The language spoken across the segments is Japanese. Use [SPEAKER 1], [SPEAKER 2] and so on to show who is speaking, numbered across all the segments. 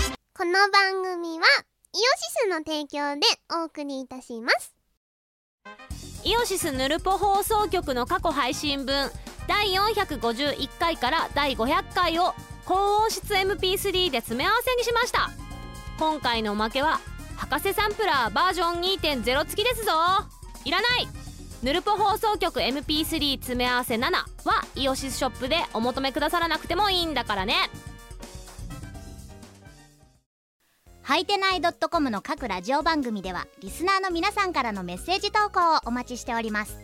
[SPEAKER 1] の番組はイオシスの提供でお送りいたします
[SPEAKER 2] イオシスヌルポ放送局の過去配信分第451回から第500回を高音質 MP3 で詰め合わせにしました今回のおまけは博士サンプラーバージョン2.0付きですぞいらないヌルポ放送局 MP3 詰め合わせ7はイオシスショップでお求めくださらなくてもいいんだからね
[SPEAKER 3] はいてない .com の各ラジオ番組ではリスナーの皆さんからのメッセージ投稿をお待ちしております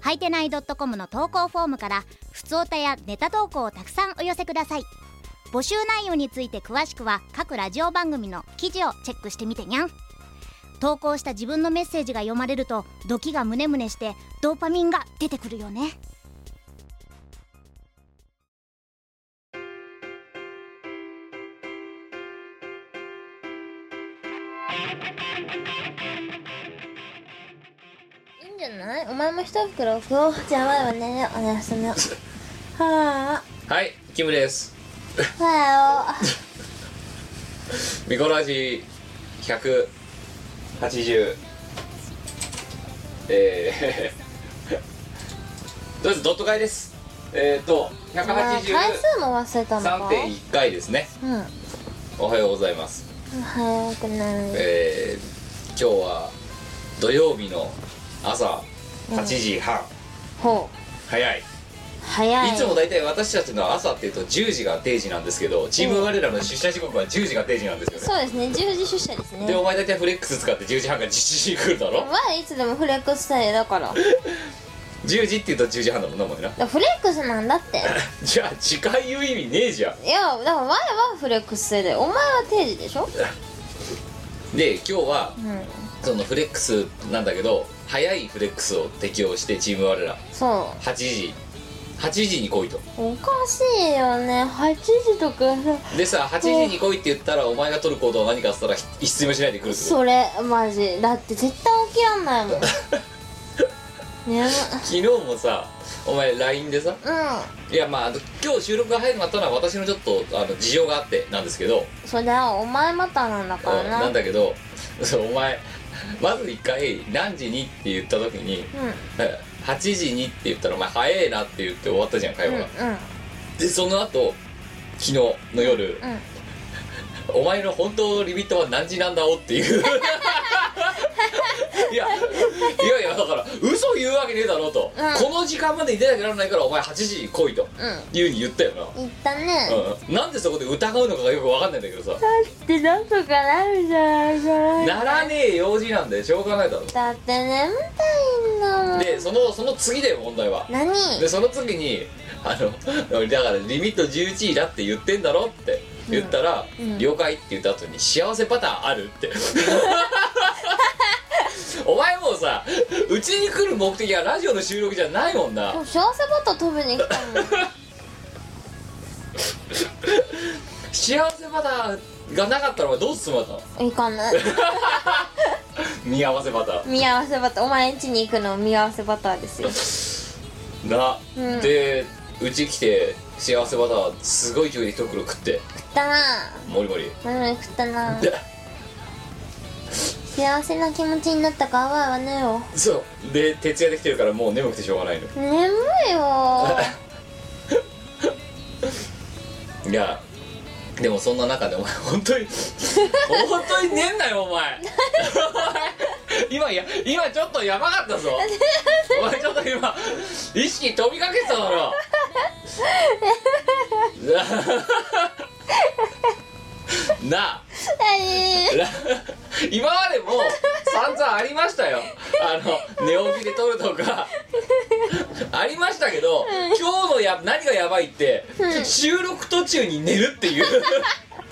[SPEAKER 3] はいてない .com の投稿フォームからふつおたやネタ投稿をたくさんお寄せください募集内容について詳しくは各ラジオ番組の記事をチェックしてみてにゃん投稿した自分のメッセージが読まれるとドキがムネムネしてドーパミンが出てくるよね
[SPEAKER 4] いいんじゃないお前も一袋食おう。じゃあ、前は寝よう。おやすみを。はあ、
[SPEAKER 5] はい、キムです。
[SPEAKER 4] おはよ
[SPEAKER 5] ミコラジ180えー、 とりあえずドット買いです。えっ、ー、と
[SPEAKER 4] う。お前回数も忘れたのか
[SPEAKER 5] 183.1回ですね。
[SPEAKER 4] うん。
[SPEAKER 5] おはようございます。
[SPEAKER 4] 早くない。
[SPEAKER 5] えー、今日は土曜日の朝8時半、
[SPEAKER 4] ほ
[SPEAKER 5] 早い。
[SPEAKER 4] う。早い。
[SPEAKER 5] いつも大体私たちの朝っていうと10時が定時なんですけど、チーム我らの出社時刻は10時が定時なんですよね。
[SPEAKER 4] そうですね、十時出社ですね。
[SPEAKER 5] でお前大体フレックス使って10時半から11時来るだろ
[SPEAKER 4] 前いつでもフレックス帯だ から。
[SPEAKER 5] 10時って言うと10時半だもんなもんな
[SPEAKER 4] フレックスなんだって。
[SPEAKER 5] じゃあ時間言う意味ねえじゃ
[SPEAKER 4] いや、だから前はフレックス制で、お前は定時でし
[SPEAKER 5] ん
[SPEAKER 4] ょ
[SPEAKER 5] で今日は
[SPEAKER 4] うん。
[SPEAKER 5] そのフレックスなんだけど早いフレックスを適用してチーム我ら
[SPEAKER 4] そ
[SPEAKER 5] 8時8時に来いと
[SPEAKER 4] う。おかしいよね。8時とかさ。
[SPEAKER 5] でさ8時に来いって言ったらお前が取る行動は何かっつったらひ一睡もしないで来るってこと
[SPEAKER 4] それ、マジ。だって絶対起きらんな いもん。眠い。
[SPEAKER 5] 昨日もさお前 LINE でさ
[SPEAKER 4] う
[SPEAKER 5] いやまああの今日収録が早くなったのは私のちょっとあの事情があってなんですけど
[SPEAKER 4] んそりゃお前またなんだから
[SPEAKER 5] うん
[SPEAKER 4] な
[SPEAKER 5] なんだけどそうお前まず一回何時にって言った時に
[SPEAKER 4] うんうん
[SPEAKER 5] 8時にって言ったらお前早えなって言って終わったじゃん会話が、でその後昨日の夜、
[SPEAKER 4] うんうん
[SPEAKER 5] お前の本当のリミットは何時なんだおっていういやいやいやだから嘘言うわけねえだろうと、
[SPEAKER 4] うん
[SPEAKER 5] この時間までいてなきゃならないからお前8時に来いと
[SPEAKER 4] う
[SPEAKER 5] いうふうに言ったよ
[SPEAKER 4] ん言ったね
[SPEAKER 5] な、うん、なんでそこで疑うのかがよく分かんないんだけどさ
[SPEAKER 4] だってなんとかなるじゃないか
[SPEAKER 5] ならねえ用事なんでしょうがないだろ
[SPEAKER 4] だって眠たいんだもん
[SPEAKER 5] でそのその次だよ問題は
[SPEAKER 4] 何
[SPEAKER 5] でその時に「あのだからリミット11時だって言ってんだろ?」って言ったら「
[SPEAKER 4] うん
[SPEAKER 5] 了解」って言った後に「幸せパターンある?」って お前もうさうちに来る目的はラジオの収録じゃないもんな
[SPEAKER 4] 今日幸せバター食べに来たもん
[SPEAKER 5] 幸せパターンがなかったらお前どう進まったの
[SPEAKER 4] 行かない
[SPEAKER 5] 見合わせパター
[SPEAKER 4] 見合わせバターお前ん家に行くの見合わせバターですよ
[SPEAKER 5] ンな、
[SPEAKER 4] うん
[SPEAKER 5] でうち来て幸せバターすごい勢いで一袋食って
[SPEAKER 4] 食ったな
[SPEAKER 5] モリモリ
[SPEAKER 4] マジで食ったな
[SPEAKER 5] で
[SPEAKER 4] 幸せな気持ちになったかわいわねよ
[SPEAKER 5] そうで徹夜できてるからもう眠くてしょうがないの
[SPEAKER 4] 眠いよ
[SPEAKER 5] いやでもそんな中でお前本当に本当に寝んなよお前今や今ちょっとやばかったぞお前ちょっと今意識飛びかけてただろなあ
[SPEAKER 4] 何
[SPEAKER 5] ら 今までも散々ありましたよあの寝起きで撮るとかありましたけど、今日のや何がやばいって、収録途中に寝るっていう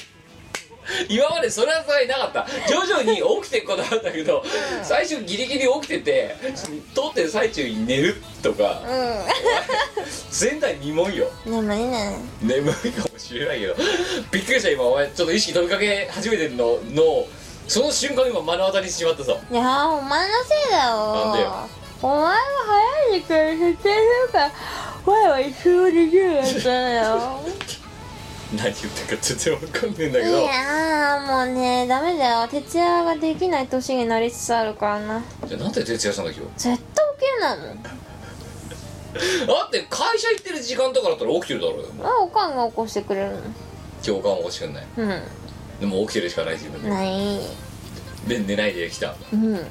[SPEAKER 5] 今までそれはさえなかった徐々に起きていくことだったけど、最初ギリギリ起きてて撮ってる最中に寝るとか、前代未聞よ
[SPEAKER 4] うん眠いね
[SPEAKER 5] 眠いかもしれないけどびっくりした今お前ちょっと意識飛びかけ始めてるののその瞬間を今目の当たりにしてしまったさ
[SPEAKER 4] いやーお前のせいだよ
[SPEAKER 5] なんでよ
[SPEAKER 4] お前が早い時間に設定するから前は一生できるやつだよ
[SPEAKER 5] 何言ってるか全然わかんねえんだ
[SPEAKER 4] い
[SPEAKER 5] けど
[SPEAKER 4] やーもうねダメだよ徹夜ができない年になりつつあるからな
[SPEAKER 5] じゃあなんで徹夜したんだ今
[SPEAKER 4] 絶対起きないもん
[SPEAKER 5] 日だって会社行ってる時間とかだったら起きてるだろうよ
[SPEAKER 4] あおかんが起こしてくれるの
[SPEAKER 5] 共感を欲しくない
[SPEAKER 4] うん
[SPEAKER 5] でも起きてるしかない自分で
[SPEAKER 4] ない
[SPEAKER 5] で寝ないで来た
[SPEAKER 4] うん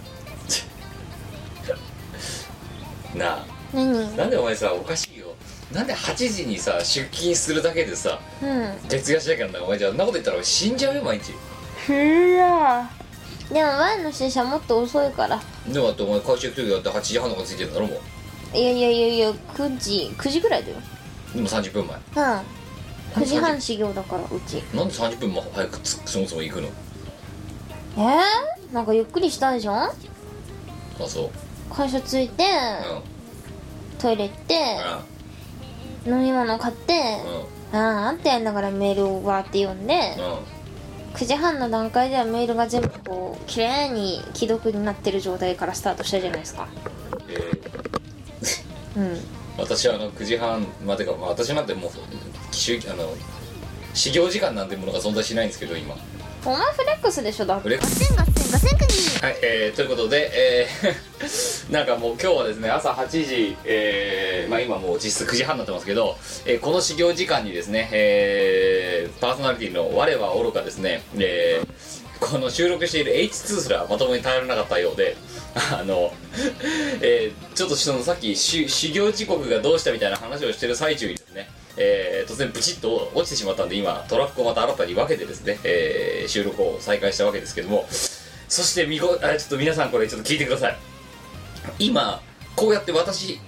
[SPEAKER 5] なあ
[SPEAKER 4] 何
[SPEAKER 5] なんでお前さおかしいよなんで8時にさ出勤するだけでさ
[SPEAKER 4] うん
[SPEAKER 5] 徹夜しなきゃなんだお前じゃあそんなこと言ったら俺死んじゃうよ毎日
[SPEAKER 4] ふらでも前の新車もっと遅いから
[SPEAKER 5] でもだってお前会社行く時だって8時半とかついてるんだろもう
[SPEAKER 4] いやいやいやいや9時9時ぐらいだよ
[SPEAKER 5] でも30分前
[SPEAKER 4] うん9時半始業だからうち
[SPEAKER 5] なんで30分も早くつそもそも行くの
[SPEAKER 4] えー、なんかゆっくりしたいじゃん
[SPEAKER 5] あそう
[SPEAKER 4] 会社着いて
[SPEAKER 5] うん
[SPEAKER 4] トイレ行って飲み物買って
[SPEAKER 5] うんうん
[SPEAKER 4] あーあってやりながらメールをわーって読んで
[SPEAKER 5] うん
[SPEAKER 4] 9時半の段階ではメールが全部こう綺麗に既読になってる状態からスタートしたじゃないですか
[SPEAKER 5] えー
[SPEAKER 4] うん
[SPEAKER 5] 私はあの9時半までか、まあ、私なんてもう就あの始業時間なんてものが存在しないんですけど今
[SPEAKER 4] お前フレックスでしょだって
[SPEAKER 5] フレックス
[SPEAKER 1] ガセンガセンガセンクニー
[SPEAKER 5] はい、えーということで、えー なんかもう今日はですね朝8時、えーまあ、今もう実質9時半になってますけど、えーこの始業時間にですね、えーパーソナリティの我は愚かですね、えーこの収録している H2 すらまともに耐えられなかったようで あの、えーちょっとそのさっきし始業時刻がどうしたみたいな話をしてる最中にですねえー突然ブチッと落ちてしまったんで今トラックをまた新たに分けてですね、えー収録を再開したわけですけどもそしてみこあちょっと皆さんこれちょっと聞いてください今こうやって私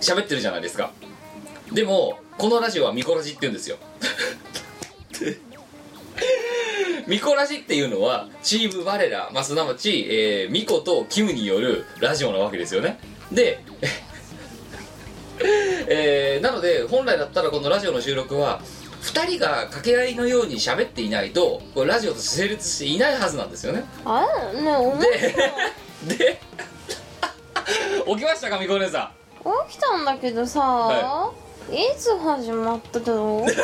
[SPEAKER 5] 喋ってるじゃないですかでもこのラジオはミコラジって言うんですよミコラジっていうのはチーム我ら、まあ、すなわち、えーミコとキムによるラジオなわけですよねでえーなので本来だったらこのラジオの収録は2人が掛け合いのように喋っていないとこれラジオとして成立していないはずなんですよね
[SPEAKER 4] あれねえお前
[SPEAKER 5] でで起きましたかみこお姉さ
[SPEAKER 4] 起きたんだけどさ、、
[SPEAKER 5] はい
[SPEAKER 4] つ始まっただろう
[SPEAKER 5] ん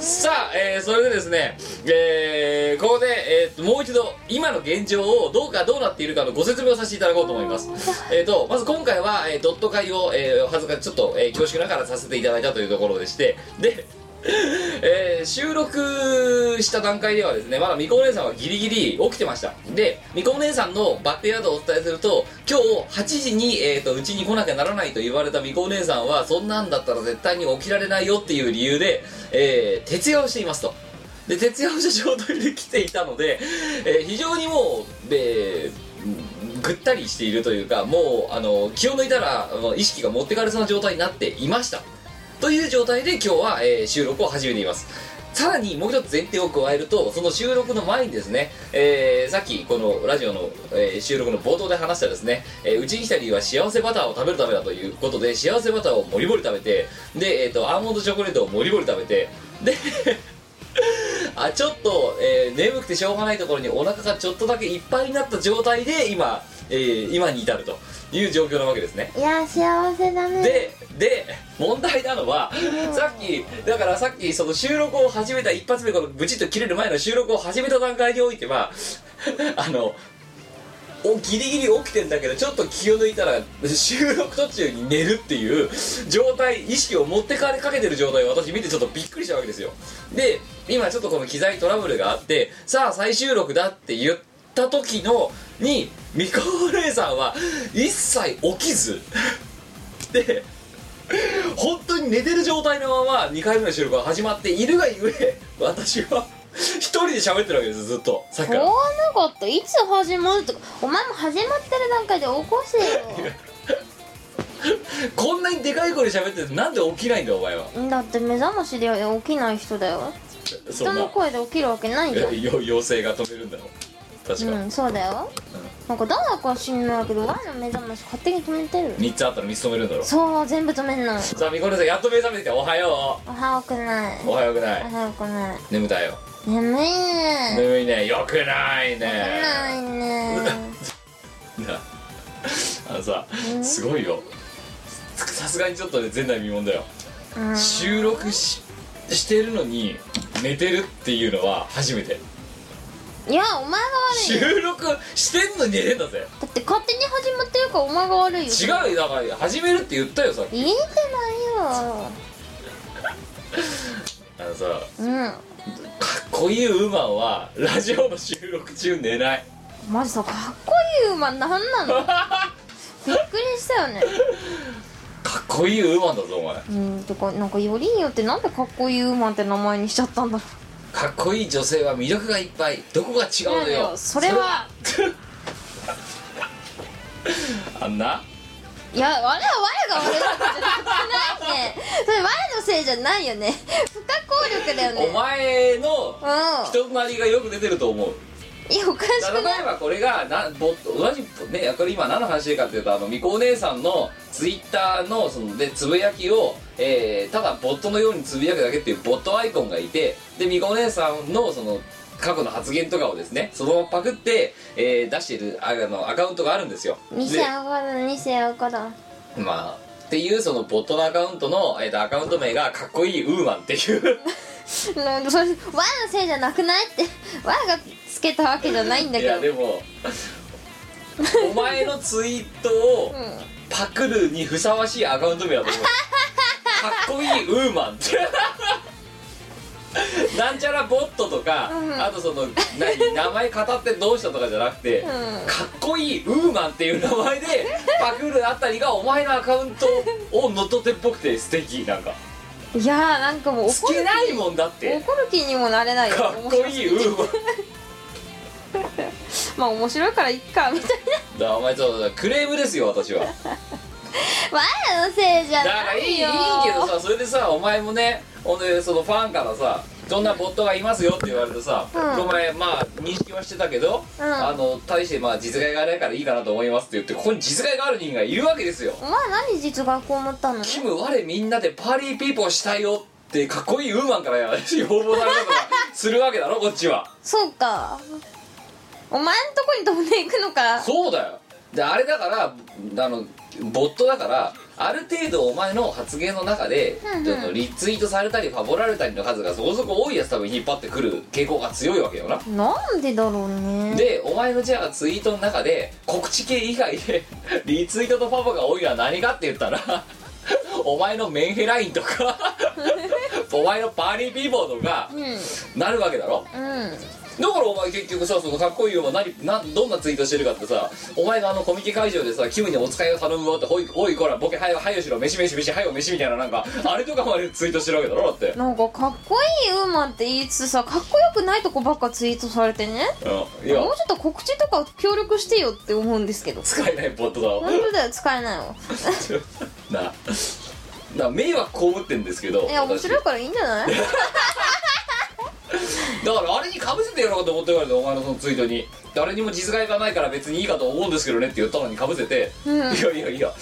[SPEAKER 5] さあ、えーそれでですね、えーここで、えーともう一度今の現状をどうかどうなっているかのご説明をさせていただこうと思いますえーとまず今回は、えードット会を、えーお恥ずかしちょっと、えー恐縮ながらさせていただいたというところでしてで えー収録した段階ではですねまだみこお姉さんはギリギリ起きてましたでみこお姉さんのバックヤードをお伝えすると今日8時にえーとうち、に来なきゃならないと言われたみこお姉さんはそんなんだったら絶対に起きられないよっていう理由で、えー徹夜をしていますとで徹夜をした状態で来ていたので、えー非常にもう、えーぐったりしているというかもうあの気を抜いたらあの意識が持ってかれそうな状態になっていましたという状態で今日は、えー収録を始めていますさらにもう一つ前提を加えるとその収録の前にですね、えーさっきこのラジオの、えー収録の冒頭で話したですねえーうち、に来た理由は幸せバターを食べるためだということで幸せバターをもりもり食べてで、えー、とアーモンドチョコレートをもりもり食べてで あちょっと、えー眠くてしょうがないところにお腹がちょっとだけいっぱいになった状態で今、えー今に至るという状況なわけですね
[SPEAKER 1] いや幸せだね
[SPEAKER 5] でで問題なのはさっきだからさっきその収録を始めた一発目このブチッと切れる前の収録を始めた段階においてはあのおギリギリ起きてんだけどちょっと気を抜いたら収録途中に寝るっていう状態意識を持ってかれかけてる状態を私見てちょっとびっくりしたわけですよで今ちょっとこの機材トラブルがあってさあ再収録だって言った時のにみこお姉さんは一切起きずで本当に寝てる状態のまま2回目の収録が始まっているがゆえ私は一人で喋ってるわけですずっとさっき
[SPEAKER 4] しょ
[SPEAKER 5] か
[SPEAKER 4] うが
[SPEAKER 5] ら
[SPEAKER 4] なかったいつ始まるとかお前も始まってる段階で起こせ
[SPEAKER 5] こんなにでかい声で喋っててなんで起きないんだよお前は
[SPEAKER 4] よだって目覚ましで起きない人だよ
[SPEAKER 5] そ
[SPEAKER 4] 人
[SPEAKER 5] ん
[SPEAKER 4] の
[SPEAKER 5] な
[SPEAKER 4] 声で起きるわけないじゃん
[SPEAKER 5] えよ妖精が止めるんだろ確
[SPEAKER 4] う
[SPEAKER 5] か、
[SPEAKER 4] んそうだよなんか誰かは知んないけどワイの目覚まし勝手に決めてる
[SPEAKER 5] 三3つあったら3つ止めるんだろ
[SPEAKER 4] そう全部止めんの
[SPEAKER 5] さあみこねさんやっと目覚めてきたおはよ
[SPEAKER 4] おはよくないう
[SPEAKER 5] おはようくな
[SPEAKER 4] お
[SPEAKER 5] い
[SPEAKER 4] はよくない
[SPEAKER 5] 眠たいよ
[SPEAKER 4] 眠いね
[SPEAKER 5] 眠いねよくない
[SPEAKER 4] 眠ない
[SPEAKER 5] ね
[SPEAKER 4] ね
[SPEAKER 5] なあのさすごいよさすがにちょっとね前代未聞だよ
[SPEAKER 4] うん
[SPEAKER 5] 収録ししてるのに寝てるっていうのは初めて
[SPEAKER 4] いやお前が悪いよ
[SPEAKER 5] 収録してんのに寝てんだぜ
[SPEAKER 4] だって勝手に始まってるからお前が悪いよ
[SPEAKER 5] 違うよだから始めるって言ったよさっき
[SPEAKER 4] 言えて
[SPEAKER 5] あのさかっ
[SPEAKER 4] ないよ
[SPEAKER 5] こいいウーマンはラジオの収録中寝ない
[SPEAKER 4] うんマジさかっこいい馬なんな のびっくりしたよね
[SPEAKER 5] かっこいいウーマンだぞお前
[SPEAKER 4] うんてかなんかよりによってなんでかっこいい馬って名前にしちゃったんだろ
[SPEAKER 5] かっこいい女性は魅力がいっぱいどこが違うの
[SPEAKER 4] いやい
[SPEAKER 5] よ
[SPEAKER 4] やそれは
[SPEAKER 5] それあんない
[SPEAKER 4] や、あれは我が俺のことじゃないね。それ我のせいじゃないよね。不可抗力だよね。
[SPEAKER 5] お前の
[SPEAKER 4] う。
[SPEAKER 5] 人となりがよく出てると思うん
[SPEAKER 4] いや、おかし
[SPEAKER 5] 例
[SPEAKER 4] くない
[SPEAKER 5] えばこれがなぼ同じねこれ今何の話でかっていうとあのみこお姉さんのツイッターのそのでつぶやきを、えーただボットのようにつぶやくだけっていうボットアイコンがいてでみこお姉さんのその過去の発言とかをですねそのままパクって、えー出しているああのアカウントがあるんですよで
[SPEAKER 4] 偽青から、偽青から。
[SPEAKER 5] まあっていうそのボットのアカウントの、えーとアカウント名がかっこいいウーマンっていう
[SPEAKER 4] なんかそれ、我のせいじゃなくないって。我がつけたわけじゃないんだ
[SPEAKER 5] い
[SPEAKER 4] けど。
[SPEAKER 5] やで
[SPEAKER 4] う
[SPEAKER 5] もお前のツイートを、
[SPEAKER 4] ん。
[SPEAKER 5] パクるにふさわしいアカウント名だと 思うかっこいいウーマンってなんちゃらボットとか、
[SPEAKER 4] うん
[SPEAKER 5] あとその何名前語ってどうしたとかじゃなくて、か
[SPEAKER 4] うん
[SPEAKER 5] っこいいウーマンっていう名前 でパクるあたりがお前のアカウントを乗っ取ってっぽくて素敵なんか
[SPEAKER 4] いやー、なんかもう
[SPEAKER 5] つ
[SPEAKER 4] 怒る
[SPEAKER 5] けないもんだって
[SPEAKER 4] 怒る気にもなれないよ。
[SPEAKER 5] かっこいいウーマン
[SPEAKER 4] まあ面白いからいっか、みたい
[SPEAKER 5] だからお前そうだクレームですよ私は
[SPEAKER 4] な。我のせいじゃ
[SPEAKER 5] だか
[SPEAKER 4] な
[SPEAKER 5] らいい
[SPEAKER 4] い
[SPEAKER 5] いい
[SPEAKER 4] よ。
[SPEAKER 5] けどさそれでさお前もねほんでそのファンからさそんなボットがいますよって言われてさ、
[SPEAKER 4] うん
[SPEAKER 5] お前まあ認識はしてたけど、
[SPEAKER 4] うん
[SPEAKER 5] あの大してまあ実害がないからいいかなと思いますって言ってここに実害がある人がいるわけですよ
[SPEAKER 4] お前何実学校持ったの
[SPEAKER 5] キム我みんなでパーリーピーポーしたいよってかっこいいウーマンからや要望されたとかするわけだろこっちは
[SPEAKER 4] そうかお前んとこに飛んでいくのか
[SPEAKER 5] そうだよであれだからあのボットだからある程度お前の発言の中で、
[SPEAKER 4] うんうん
[SPEAKER 5] ちょっとリツイートされたりファボられたりの数がそこそこ多いやつ多分引っ張ってくる傾向が強いわけよな、
[SPEAKER 4] なんでだろうね
[SPEAKER 5] でお前のじゃあツイートの中で告知系以外で リツイートとファボが多いのは何かって言ったら お前のメンヘラインと かお前のパーリーピーボーとか
[SPEAKER 4] うんうん
[SPEAKER 5] なるわけだろだからお前結局さそのかっこいいよ何何どんなツイートしてるかってさお前があのコミケ会場でさキムにお使いを頼むわってほいおいこらボケはよはよしろ飯飯飯はよ飯みたいななんかあれとかまでツイートしてるわけだろだって、
[SPEAKER 4] なんかかっこいいウーマンって言いつつさかっこよくないとこばっかツイートされてね
[SPEAKER 5] うん、いや
[SPEAKER 4] もうちょっと告知とか協力してよって思うんですけど
[SPEAKER 5] 使えないボットだわ
[SPEAKER 4] 本当だよ使えないわ
[SPEAKER 5] なな迷惑被ってんですけど
[SPEAKER 4] いや面白い
[SPEAKER 5] 私
[SPEAKER 4] からいいんじゃない
[SPEAKER 5] だからあれにかぶせてやろうかと思って言われてお前のそのツイートに誰にも実害がないから別にいいかと思うんですけどねって言ったのにかぶせて、
[SPEAKER 4] うん
[SPEAKER 5] いやいやいや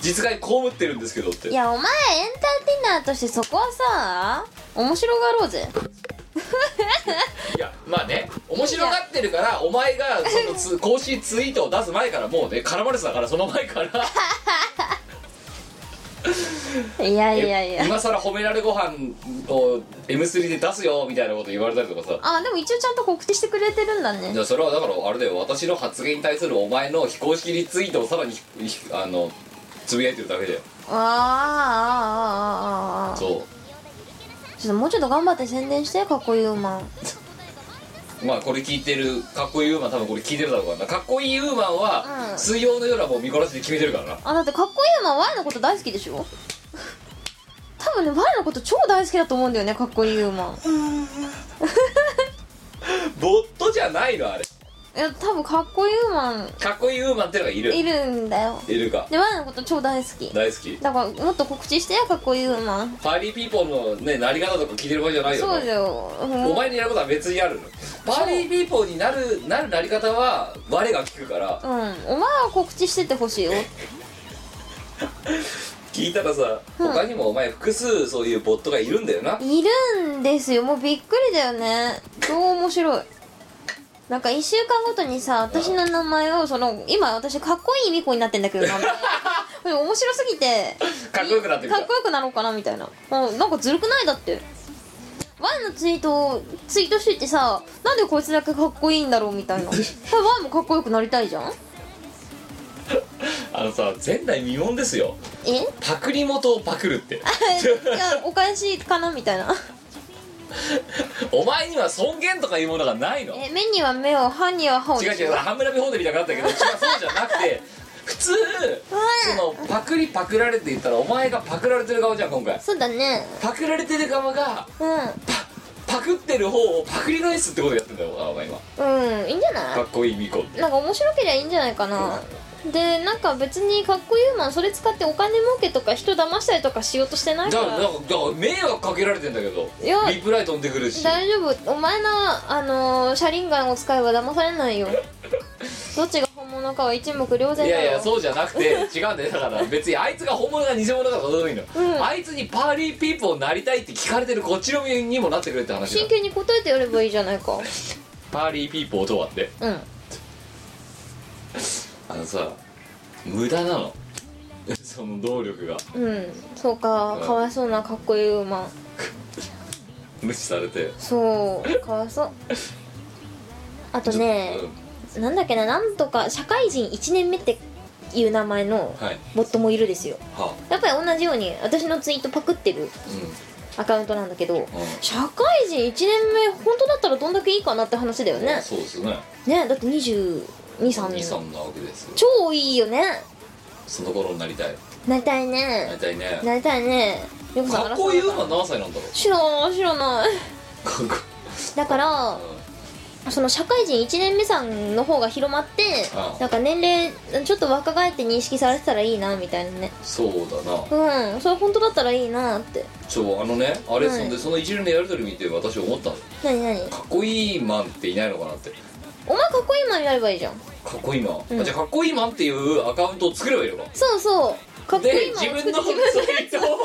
[SPEAKER 5] 実害被ってるんですけどって
[SPEAKER 4] いやお前エンターテイナーとしてそこはさ面白がろうぜ
[SPEAKER 5] いやまあね面白がってるからお前がそのつ公式ツイートを出す前からもうね絡まれてたからその前から
[SPEAKER 4] いやいやいや
[SPEAKER 5] 今更褒められご飯を M3 で出すよみたいなこと言われたりとかさ
[SPEAKER 4] あでも一応ちゃんと告知してくれてるんだね
[SPEAKER 5] じゃあそれはだからあれだよ私の発言に対するお前の非公式リツイートをさらにひひあのつぶやいてるだけだよ
[SPEAKER 4] あーあーあーあーあー
[SPEAKER 5] そ
[SPEAKER 4] ちょっともうちょっと頑張って宣伝してかっこいいウーマン
[SPEAKER 5] うまあこれ聞いてるかっこいいウーマン多分これ聞いてるだろうからなかっこいいウーマンは
[SPEAKER 4] うん
[SPEAKER 5] 水曜の夜はもう見殺しで決めてるからな
[SPEAKER 4] あだってかっこいいウーマンワイのこと大好きでしょ 多分ねワイのこと超大好きだと思うんだよねかっこいいウーマン
[SPEAKER 5] ボットじゃないのあれ
[SPEAKER 4] いや多分かっこいいウーマン
[SPEAKER 5] かっこいいウーマンってのがいる
[SPEAKER 4] いるんだよ
[SPEAKER 5] いるか
[SPEAKER 4] でワイのこと超大好き
[SPEAKER 5] 大好き
[SPEAKER 4] だからもっと告知してよかっこいいウーマン
[SPEAKER 5] パーリーピーポーのねなり方とか聞いてる場合じゃないよ
[SPEAKER 4] そうだよ
[SPEAKER 5] お前にやることは別にあるのパーリーピーポーになるなるなり方は我が聞くから
[SPEAKER 4] うん、お前は告知しててほしいよ
[SPEAKER 5] 聞いたらさ、
[SPEAKER 4] うん
[SPEAKER 5] 他にもお前複数そういうボットがいるんだよない
[SPEAKER 4] るんですよもうびっくりだよね超面白いなんか1週間ごとにさ私の名前をその今私かっこいいミコになってんだけど名前 これ面白すぎて
[SPEAKER 5] かっこよくなってく
[SPEAKER 4] か
[SPEAKER 5] る
[SPEAKER 4] っこよくなろうかなみたいなもうなんかずるくないだってわバンのツイートをツイートしててさなんでこいつだけかっこいいんだろうみた いな多分バンもかっこよくなりたいじゃん
[SPEAKER 5] あのさ前代未聞ですよ
[SPEAKER 4] え いや
[SPEAKER 5] パクリ元をパクるって
[SPEAKER 4] お返しかなみたいな
[SPEAKER 5] お前には尊厳とかいうものがないの
[SPEAKER 4] え目には目を歯には歯を
[SPEAKER 5] 違う違う半村美ホテルじゃなかったけど違うそうじゃなくて普通そのパクリパクられて言ったらお前がパクられてる側じゃん今回
[SPEAKER 4] そうだね
[SPEAKER 5] パクられてる側が
[SPEAKER 4] う
[SPEAKER 5] パクってる方をパクリ返すってことやってんだよお前今
[SPEAKER 4] んうんいいんじゃな
[SPEAKER 5] かっこいいミコって
[SPEAKER 4] いなんか面白けりゃいいんじゃないかなでなんか別にかっこいいマンそれ使ってお金儲けとか人騙したりとかしようとしてない
[SPEAKER 5] だ
[SPEAKER 4] か
[SPEAKER 5] からだかららだから迷惑かけられてんだけど
[SPEAKER 4] いや
[SPEAKER 5] リプライ飛んでくるし
[SPEAKER 4] 大丈夫お前のあのー、車輪ガンを使えば騙され ないよどっちが本物かは一目瞭然だよ
[SPEAKER 5] いやいやそうじゃなくて違うんだよだから別にあいつが本物か偽物かとかどうでもいいの、
[SPEAKER 4] うん
[SPEAKER 5] あいつにパーリーピーポーになりたいって聞かれてるこっちの身にもなってくれって話だ
[SPEAKER 4] 真剣に答えてやればいいじゃないか
[SPEAKER 5] パーリーピーポーとはって
[SPEAKER 4] うん
[SPEAKER 5] あのさ無駄なの その動力が
[SPEAKER 4] うんそうかかわいそうなかっこいい馬
[SPEAKER 5] 無視されて
[SPEAKER 4] そうかわいそうあとね
[SPEAKER 5] うん
[SPEAKER 4] なんだっけななんとか社会人1年目っていう名前の
[SPEAKER 5] はい
[SPEAKER 4] ボットもいるですよ
[SPEAKER 5] は
[SPEAKER 4] やっぱり同じように私のツイートパクってるアカウントなんだけど
[SPEAKER 5] うん、うん
[SPEAKER 4] 社会人1年目本当だったらどんだけいいかなって話だよね
[SPEAKER 5] そうですね
[SPEAKER 4] ねだって223
[SPEAKER 5] 23なわけですよ
[SPEAKER 4] 超いいよね
[SPEAKER 5] その頃になりたい
[SPEAKER 4] なりたい
[SPEAKER 5] なり
[SPEAKER 4] ね
[SPEAKER 5] たいね
[SPEAKER 4] なりたいねよく
[SPEAKER 5] かっこいい馬は何歳なんだろう
[SPEAKER 4] 知らない知らない
[SPEAKER 5] かっこ
[SPEAKER 4] だからその社会人1年目さんの方が広まって
[SPEAKER 5] ああ
[SPEAKER 4] なんか年齢ちょっと若返って認識されてたらいいなみたいなね
[SPEAKER 5] そうだな
[SPEAKER 4] うんそれ本当だったらいいなって
[SPEAKER 5] そうあのねあれ、
[SPEAKER 4] はい
[SPEAKER 5] そんでその一連のやり取り見て私思ったの
[SPEAKER 4] 何何
[SPEAKER 5] かっこいいマンっていないのかなって
[SPEAKER 4] お前かっこいいマンになればいいじゃん
[SPEAKER 5] かっこいいマン、
[SPEAKER 4] うん
[SPEAKER 5] あじゃあかっこいいマンっていうアカウントを作ればいいのか
[SPEAKER 4] そうそうかっこい
[SPEAKER 5] で
[SPEAKER 4] いマンを
[SPEAKER 5] 自
[SPEAKER 4] 作
[SPEAKER 5] 分
[SPEAKER 4] っ
[SPEAKER 5] のツイートを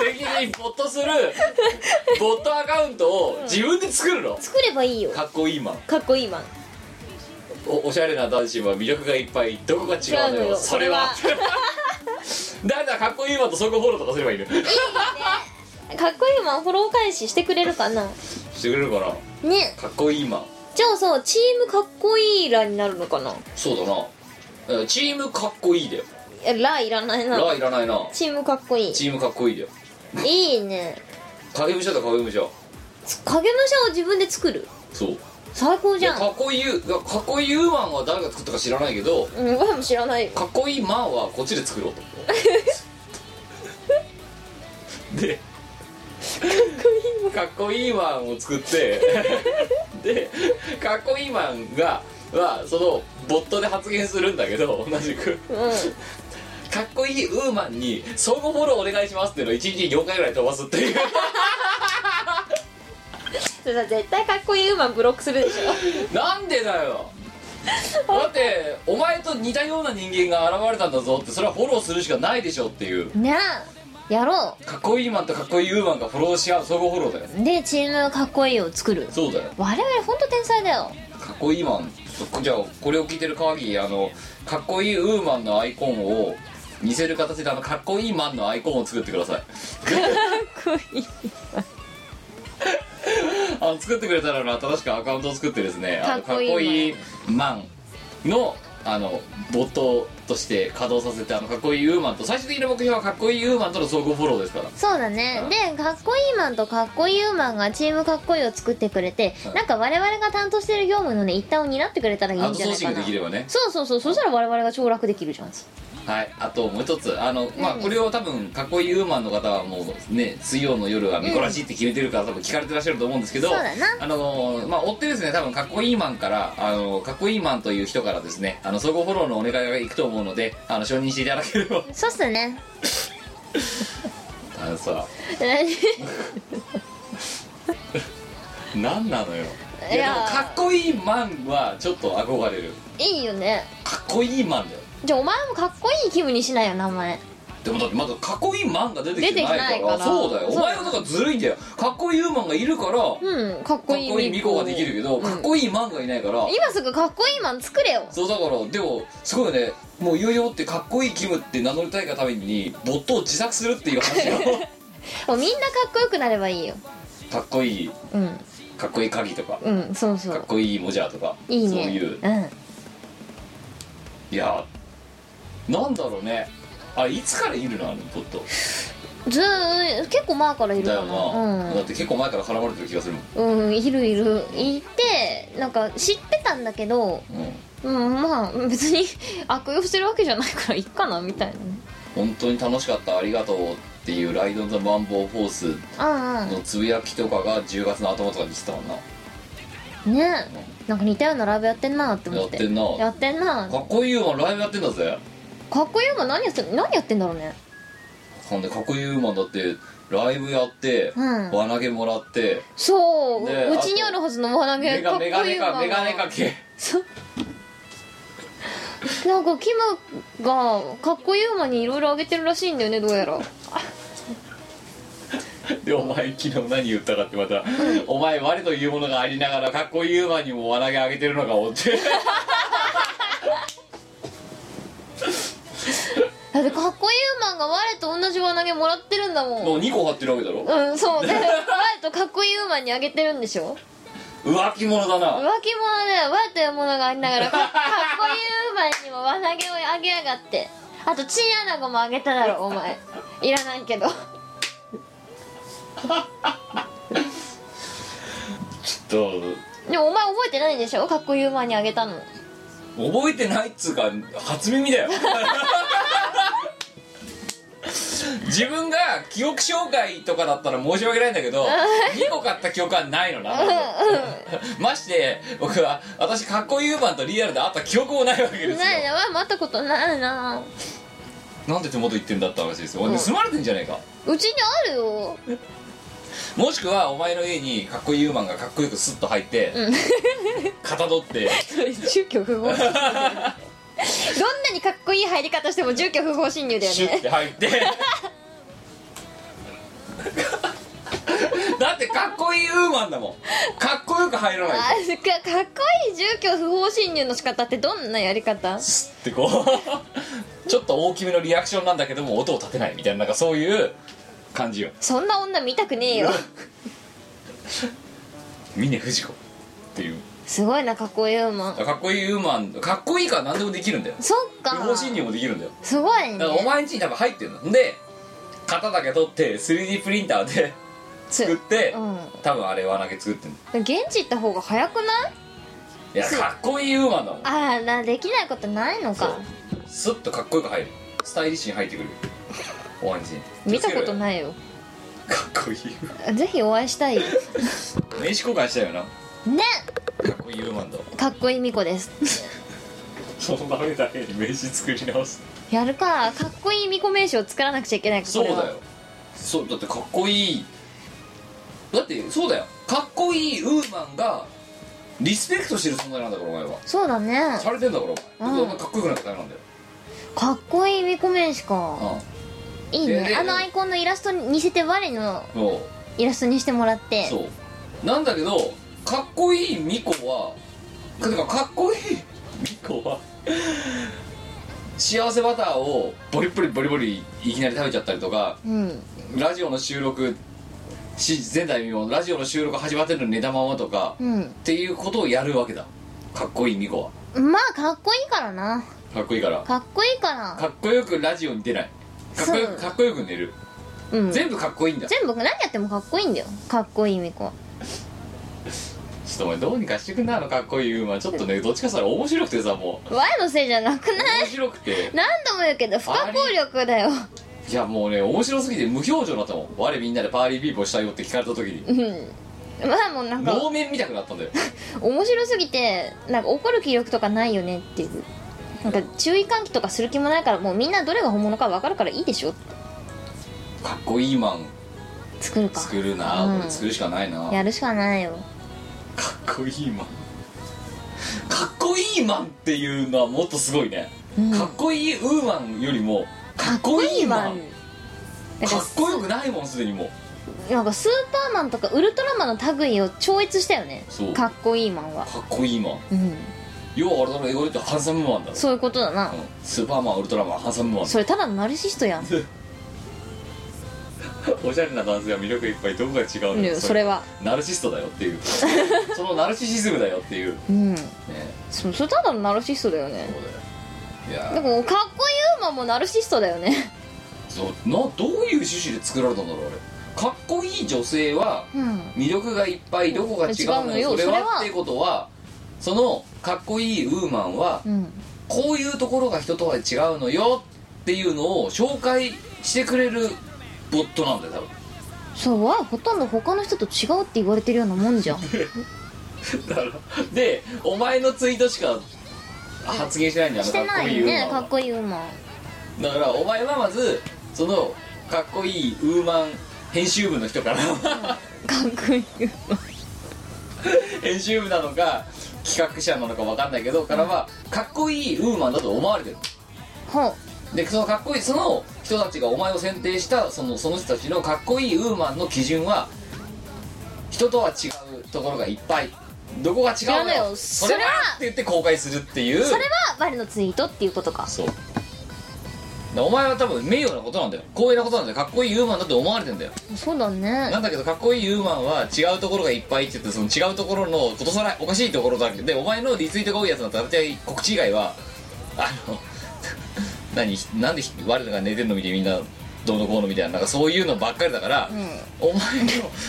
[SPEAKER 5] 敵にボットするボットアカウントを自分で作るの
[SPEAKER 4] 作ればいいよ
[SPEAKER 5] かっこいいマン
[SPEAKER 4] かっこい いマン
[SPEAKER 5] おおしゃれな男子は魅力がいっぱいどこが違うの
[SPEAKER 4] 違うの
[SPEAKER 5] よ
[SPEAKER 4] よ
[SPEAKER 5] それは だからかっこいいマンとそこフォローとかすればいいの
[SPEAKER 4] かっこいいマンフォロー返ししてくれるかな
[SPEAKER 5] してくれるかな
[SPEAKER 4] ね
[SPEAKER 5] かっこいいマン
[SPEAKER 4] じゃあさチームかっこいいらになるのかな
[SPEAKER 5] そうだなだからチームかっこいいだよ
[SPEAKER 4] いやらいらないな
[SPEAKER 5] ラいらないな
[SPEAKER 4] チームかっこいい
[SPEAKER 5] チームかっこいいだよ
[SPEAKER 4] いいね
[SPEAKER 5] 影武者だ影武者
[SPEAKER 4] つ影武者を自分で作る
[SPEAKER 5] そう
[SPEAKER 4] 最高
[SPEAKER 5] い
[SPEAKER 4] じ
[SPEAKER 5] や
[SPEAKER 4] ゃん
[SPEAKER 5] かっこいいいやかっこいいウーマンは誰が作ったか知らないけど
[SPEAKER 4] うん俺も知らないよ
[SPEAKER 5] かっこいいマンはこっちで作ろうとでかっこいいマンを作ってでかっこいいマンがはそのボットで発言するんだけど同じく
[SPEAKER 4] う
[SPEAKER 5] かっこいいウーマンに相互フォローお願いしますっていうのを1日に4回ぐらい飛ばすって いう
[SPEAKER 4] んさ絶対かっこいいウーマンブロックするでし ょ
[SPEAKER 5] なんでだよだってお前と似たような人間が現れたんだぞってそれはフォローするしかないでしょっていう
[SPEAKER 4] ねえやろ
[SPEAKER 5] かっこいいマンとかっこいいウーマンがフォローし合う相互フォローだよ
[SPEAKER 4] うでチームかっこいいを作る
[SPEAKER 5] そうだよ
[SPEAKER 4] 我々ほんと天才だよ
[SPEAKER 5] かっこいいマンちょっとじゃあこれを聞いてる川木あのかっこいいウーマンのアイコンを似せる形であのかっこいいマンのアイコンを作ってください
[SPEAKER 4] かっこいい
[SPEAKER 5] あの作ってくれたらな正しくアカウントを作ってですねあの
[SPEAKER 4] かっこいいマ
[SPEAKER 5] か
[SPEAKER 4] ン
[SPEAKER 5] っこいいマンのあのボットとして稼働させてあのかっこいいウーマンと最終的な目標はかっこいいウーマンとの相互フォローですから
[SPEAKER 4] そうだねでかっこいいマンとかっこいいウーマンがチームかっこいいを作ってくれて
[SPEAKER 5] うん
[SPEAKER 4] なんか我々が担当してる業務のね一端を担ってくれたらいい
[SPEAKER 5] ア
[SPEAKER 4] ん
[SPEAKER 5] ウ
[SPEAKER 4] じ
[SPEAKER 5] ト
[SPEAKER 4] ゃ
[SPEAKER 5] ソ
[SPEAKER 4] な
[SPEAKER 5] ー
[SPEAKER 4] い
[SPEAKER 5] シングで
[SPEAKER 4] かな
[SPEAKER 5] きればね
[SPEAKER 4] そうそうそうそしたら我々が超楽できるじゃん
[SPEAKER 5] はいあともう一つあの、まあ、これを多分かっこいいウーマンの方はもうね水曜の夜は見こらしいって決めてるから多分聞かれてらっしゃると思うんですけど
[SPEAKER 4] そうだな
[SPEAKER 5] あのまあ追ってですね多分かっこいいマンからあのかっこいいマンという人からですねあの相互フォローのお願いがいくと思うのであの承認していただければ
[SPEAKER 4] そうっすね
[SPEAKER 5] あのさなんなのよいや
[SPEAKER 4] いや
[SPEAKER 5] でもかっこいいマンはちょっと憧れる
[SPEAKER 4] いいよね
[SPEAKER 5] かっこいいマンだよ
[SPEAKER 4] じゃあお前もかっこいい気分にしないよ名前
[SPEAKER 5] でもだってまだかっこいいマンが出てきてないから
[SPEAKER 4] 出てきてないから
[SPEAKER 5] そうだよ
[SPEAKER 4] そ
[SPEAKER 5] お
[SPEAKER 4] うだ
[SPEAKER 5] 前はだからずるいんだよかっこいいマンがいるから、かっ
[SPEAKER 4] うんかっ
[SPEAKER 5] こ
[SPEAKER 4] こい
[SPEAKER 5] い
[SPEAKER 4] い
[SPEAKER 5] い巫女ができるけど、
[SPEAKER 4] うん
[SPEAKER 5] かっこいいマンがいないから
[SPEAKER 4] 今すぐかっこいいマン作れよ
[SPEAKER 5] そうだからでもすごいねもういよいよってかっこいいキムって名乗りたい がためにボットを自作するっていう話を
[SPEAKER 4] もうみんなかっこよくなればいいよ
[SPEAKER 5] かっこいい
[SPEAKER 4] うん
[SPEAKER 5] かっこいい鍵とか
[SPEAKER 4] うんそうそ
[SPEAKER 5] かっ
[SPEAKER 4] う
[SPEAKER 5] こいいモジャーとか
[SPEAKER 4] いいね
[SPEAKER 5] そういう
[SPEAKER 4] うん
[SPEAKER 5] いやなんだろうねあいつからいるのあのポット
[SPEAKER 4] ずー結構前からいる
[SPEAKER 5] だ
[SPEAKER 4] か
[SPEAKER 5] よな、
[SPEAKER 4] な
[SPEAKER 5] だって結構前から絡まれてる気がするもん
[SPEAKER 4] うん、うん、いるいるいてなんか知ってたんだけど
[SPEAKER 5] うん
[SPEAKER 4] うんまあ別に 悪用してるわけじゃないからいっかなみたいなね
[SPEAKER 5] 本当に楽しかったありがとうっていう「ライド・ザ・マンボー・フォース」
[SPEAKER 4] あ
[SPEAKER 5] のつぶやきとかが10月の頭とかにしてたもんな
[SPEAKER 4] あねなんか似たようなライブやってんなって思って
[SPEAKER 5] やってんな
[SPEAKER 4] やってんな
[SPEAKER 5] かっこいいウーマンライブやってんだぜ
[SPEAKER 4] かっこいいよが何やって何やってんだろうね
[SPEAKER 5] ほんでかっこいいウーマンだってライブやって、
[SPEAKER 4] うん
[SPEAKER 5] 輪投げもらって
[SPEAKER 4] そう
[SPEAKER 5] ね
[SPEAKER 4] うちにあるはずの輪投げ
[SPEAKER 5] メ
[SPEAKER 4] かっ
[SPEAKER 5] ガ
[SPEAKER 4] こ
[SPEAKER 5] メ
[SPEAKER 4] いい
[SPEAKER 5] ガネ
[SPEAKER 4] よ
[SPEAKER 5] かメガネかけ
[SPEAKER 4] そうなんかキムがかっこいい馬にいろいろあげてるらしいんだよねどうやら
[SPEAKER 5] でお前昨日何言ったかってまた「お前我というものがありながらかっこいいウーマンにも輪投げあげてるのか」おって
[SPEAKER 4] だってかっこいい馬が我と同じ輪投げもらってるんだもん
[SPEAKER 5] もう2個貼ってるわけだろ
[SPEAKER 4] うんそうで我とかっこいい馬にあげてるんでしょ
[SPEAKER 5] 浮気者だな
[SPEAKER 4] 浮気者で我というものがありながらかかっこいい馬にも輪投げをあげやがってあとチンアナゴもあげただろお前いらないけど
[SPEAKER 5] ちょっと
[SPEAKER 4] でもお前覚えてないでしょかっこいい馬にあげたの
[SPEAKER 5] 覚えてないっつうか初耳だよ自分が記憶障害とかだったら申し訳ないんだけど2個買った記憶はないのなまして僕は私かっこいいウーマンとリアルで会った記憶もないわけですよ
[SPEAKER 4] ないな我待ったことないな
[SPEAKER 5] なんで手元行ってんだって話ですよ俺盗まれてんじゃねえか
[SPEAKER 4] うちにあるよ
[SPEAKER 5] もしくはお前の家にかっこいいウーマンがかっこよくスッと入って、かたどって
[SPEAKER 4] 住居不法侵入どんなにかっこいい入り方しても住居不法侵入だよ
[SPEAKER 5] シュッ
[SPEAKER 4] ね
[SPEAKER 5] て入って だってかっこいいウーマンだもんかっこよく入ら
[SPEAKER 4] あ
[SPEAKER 5] ない
[SPEAKER 4] ーかかっこいい住居不法侵入の仕方ってどんなやり方
[SPEAKER 5] スッてこうちょっと大きめのリアクションなんだけども音を立てないみたいななんかそういう感じよ
[SPEAKER 4] そんな女見たくねえよ
[SPEAKER 5] 峰不二子っていう
[SPEAKER 4] すごいなかっこいい馬
[SPEAKER 5] かっこいいウーマンかっこいいから何でもできるんだよ
[SPEAKER 4] そっ
[SPEAKER 5] 不
[SPEAKER 4] か
[SPEAKER 5] 法侵入もできるんだよ
[SPEAKER 4] すごい
[SPEAKER 5] だ
[SPEAKER 4] ね
[SPEAKER 5] からお前んちに多分入ってるので型だけ取って 3D プリンターで
[SPEAKER 4] つ
[SPEAKER 5] 作って、
[SPEAKER 4] うん
[SPEAKER 5] 多分あれ輪投げ作ってんの
[SPEAKER 4] 現地行った方が早くない
[SPEAKER 5] いやかっこいいウーマンだもん
[SPEAKER 4] ああなできないことないの
[SPEAKER 5] そう
[SPEAKER 4] か
[SPEAKER 5] スッとかっこよく入るスタイリッシュに入ってくるおわんちに
[SPEAKER 4] 見たこと
[SPEAKER 5] い
[SPEAKER 4] ないよ
[SPEAKER 5] かっこいい
[SPEAKER 4] ぜひお会いした いよ
[SPEAKER 5] 名刺交換したよなか
[SPEAKER 4] ね
[SPEAKER 5] っこいいウーマンだ
[SPEAKER 4] かっこいいみこです
[SPEAKER 5] そのためだけに名刺作り直す
[SPEAKER 4] やるかかっこいいみこ名称作らなくちゃいけないか
[SPEAKER 5] そう
[SPEAKER 4] これは
[SPEAKER 5] だよそうだってかっこいいだってそうだよかっこいいウーマンがリスペクトしてる存在なんだからお前は
[SPEAKER 4] そうだね
[SPEAKER 5] されてんだからお前
[SPEAKER 4] うん
[SPEAKER 5] お前かっこよくなきゃダメなんだよ
[SPEAKER 4] かっこいいみこ名詞か
[SPEAKER 5] う
[SPEAKER 4] いい
[SPEAKER 5] でで
[SPEAKER 4] ねあのアイコンのイラストに似せて我の
[SPEAKER 5] んもう
[SPEAKER 4] イラストにしてもらって
[SPEAKER 5] そうなんだけどかっこいいミコはてかかっこいいミコは幸せバターをボリボリボリボリいきなり食べちゃったりとか
[SPEAKER 4] うん
[SPEAKER 5] ラジオの収録し前代未聞ラジオの収録始まってるのに寝たままとか、っ
[SPEAKER 4] うん
[SPEAKER 5] ていうことをやるわけだかっこいいミコは
[SPEAKER 4] まあかっこいいからな
[SPEAKER 5] かっこいいから
[SPEAKER 4] かっこいいから
[SPEAKER 5] かっこよくラジオに出ないかっこよ
[SPEAKER 4] そう
[SPEAKER 5] くかっこよく寝る、
[SPEAKER 4] うん
[SPEAKER 5] 全部かっこいいんだちょ
[SPEAKER 4] 全部何やってもかっこいいんだよかっこいいみこ
[SPEAKER 5] っとお前どうにかしてくんなあのかっこいい馬ちょっとねどっちかさ面白くてさもう
[SPEAKER 4] 我のせいじゃなくない
[SPEAKER 5] 面白く て
[SPEAKER 4] 何度も言うけど不可抗力だよ
[SPEAKER 5] いやもうね面白すぎて無表情になったもん我みんなでパーリービーボーしたいよって聞かれた時に
[SPEAKER 4] うんまあもうなんか
[SPEAKER 5] 能面見たくなったんだよ
[SPEAKER 4] 面白すぎてなんか怒る気力とかないよねっていうなんか注意喚起とかする気もないからもうみんなどれが本物か分かるからいいでしょ
[SPEAKER 5] かっこいいマン
[SPEAKER 4] 作るか
[SPEAKER 5] 作るなこ
[SPEAKER 4] う
[SPEAKER 5] れ
[SPEAKER 4] ん
[SPEAKER 5] 作るしかないな
[SPEAKER 4] やるしかないよ
[SPEAKER 5] かっこいいマンかっこいいマンっていうのはもっとすごいね、
[SPEAKER 4] うん
[SPEAKER 5] かっこいいウーマンよりもかっこいいマンかっこよくないもんすでにもう
[SPEAKER 4] なんかスーパーマンとかウルトラマンの類を超越したよね
[SPEAKER 5] そう
[SPEAKER 4] かっこいいマンは
[SPEAKER 5] かっこいいマン
[SPEAKER 4] うん
[SPEAKER 5] 要は俺の英語で言うとハンサムマンだろ
[SPEAKER 4] そういうことだな
[SPEAKER 5] うんスーパーマンウルトラマンハンサムマン
[SPEAKER 4] それただのナルシストやん
[SPEAKER 5] おしゃれな男性は魅力いっぱいどこが違う
[SPEAKER 4] い
[SPEAKER 5] の
[SPEAKER 4] や
[SPEAKER 5] よ
[SPEAKER 4] それは
[SPEAKER 5] ナルシストだよっていう そのナルシシズムだよっていうね
[SPEAKER 4] うんそそれただのナルシストだよ
[SPEAKER 5] そ
[SPEAKER 4] ね
[SPEAKER 5] うだよい
[SPEAKER 4] で
[SPEAKER 5] や
[SPEAKER 4] もかっこいいウーマンもナルシストだよね
[SPEAKER 5] そうなどういう趣旨で作られたんだろうあれかっこいい女性は
[SPEAKER 4] うん
[SPEAKER 5] 魅力がいっぱいどこが違うのよそ
[SPEAKER 4] 違うのよ
[SPEAKER 5] れ
[SPEAKER 4] それは
[SPEAKER 5] はっていうことはそのかっこいいウーマンは
[SPEAKER 4] うん
[SPEAKER 5] こういうところが人とは違うのよっていうのを紹介してくれるボットなんだよ多分
[SPEAKER 4] そうはほとんど他の人と違うって言われてるようなも んじゃん
[SPEAKER 5] だからでお前のツイートしか発言しないんだよ
[SPEAKER 4] し
[SPEAKER 5] あ
[SPEAKER 4] て
[SPEAKER 5] のかっ
[SPEAKER 4] な
[SPEAKER 5] こい
[SPEAKER 4] い
[SPEAKER 5] い
[SPEAKER 4] よ
[SPEAKER 5] ウーマ
[SPEAKER 4] ね
[SPEAKER 5] ンは
[SPEAKER 4] かっこいいウーマン
[SPEAKER 5] だからお前はまずそのかっこいいウーマン編集部の人から
[SPEAKER 4] かっこいい
[SPEAKER 5] 編集部なのか企画者なのか分かんないけどからはかっこいいウーマンだと思われてる
[SPEAKER 4] ほう
[SPEAKER 5] でそのかっこいいその人たちがお前を選定したそのその人たちのかっこいいウーマンの基準は人とは違うところがいっぱいどこが違うの
[SPEAKER 4] 違うの
[SPEAKER 5] よ
[SPEAKER 4] よ
[SPEAKER 5] それは
[SPEAKER 4] それは
[SPEAKER 5] って言って公開するっていう
[SPEAKER 4] それは我のツイートっていうことか
[SPEAKER 5] そうでお前は多分名誉なことなんだよ光栄なことなんだよかっこいいウーマンだって思われてんだよ
[SPEAKER 4] そうだね
[SPEAKER 5] なんだけどかっこいいウーマンは違うところがいっぱいって言ってその違うところのことさらおかしいところだけでお前のリツイートが多いやつなんて大体告知以外はあの何なんで我らが寝てるの見てみんなどうのこうのみたいななんかそういうのばっかりだから、お前の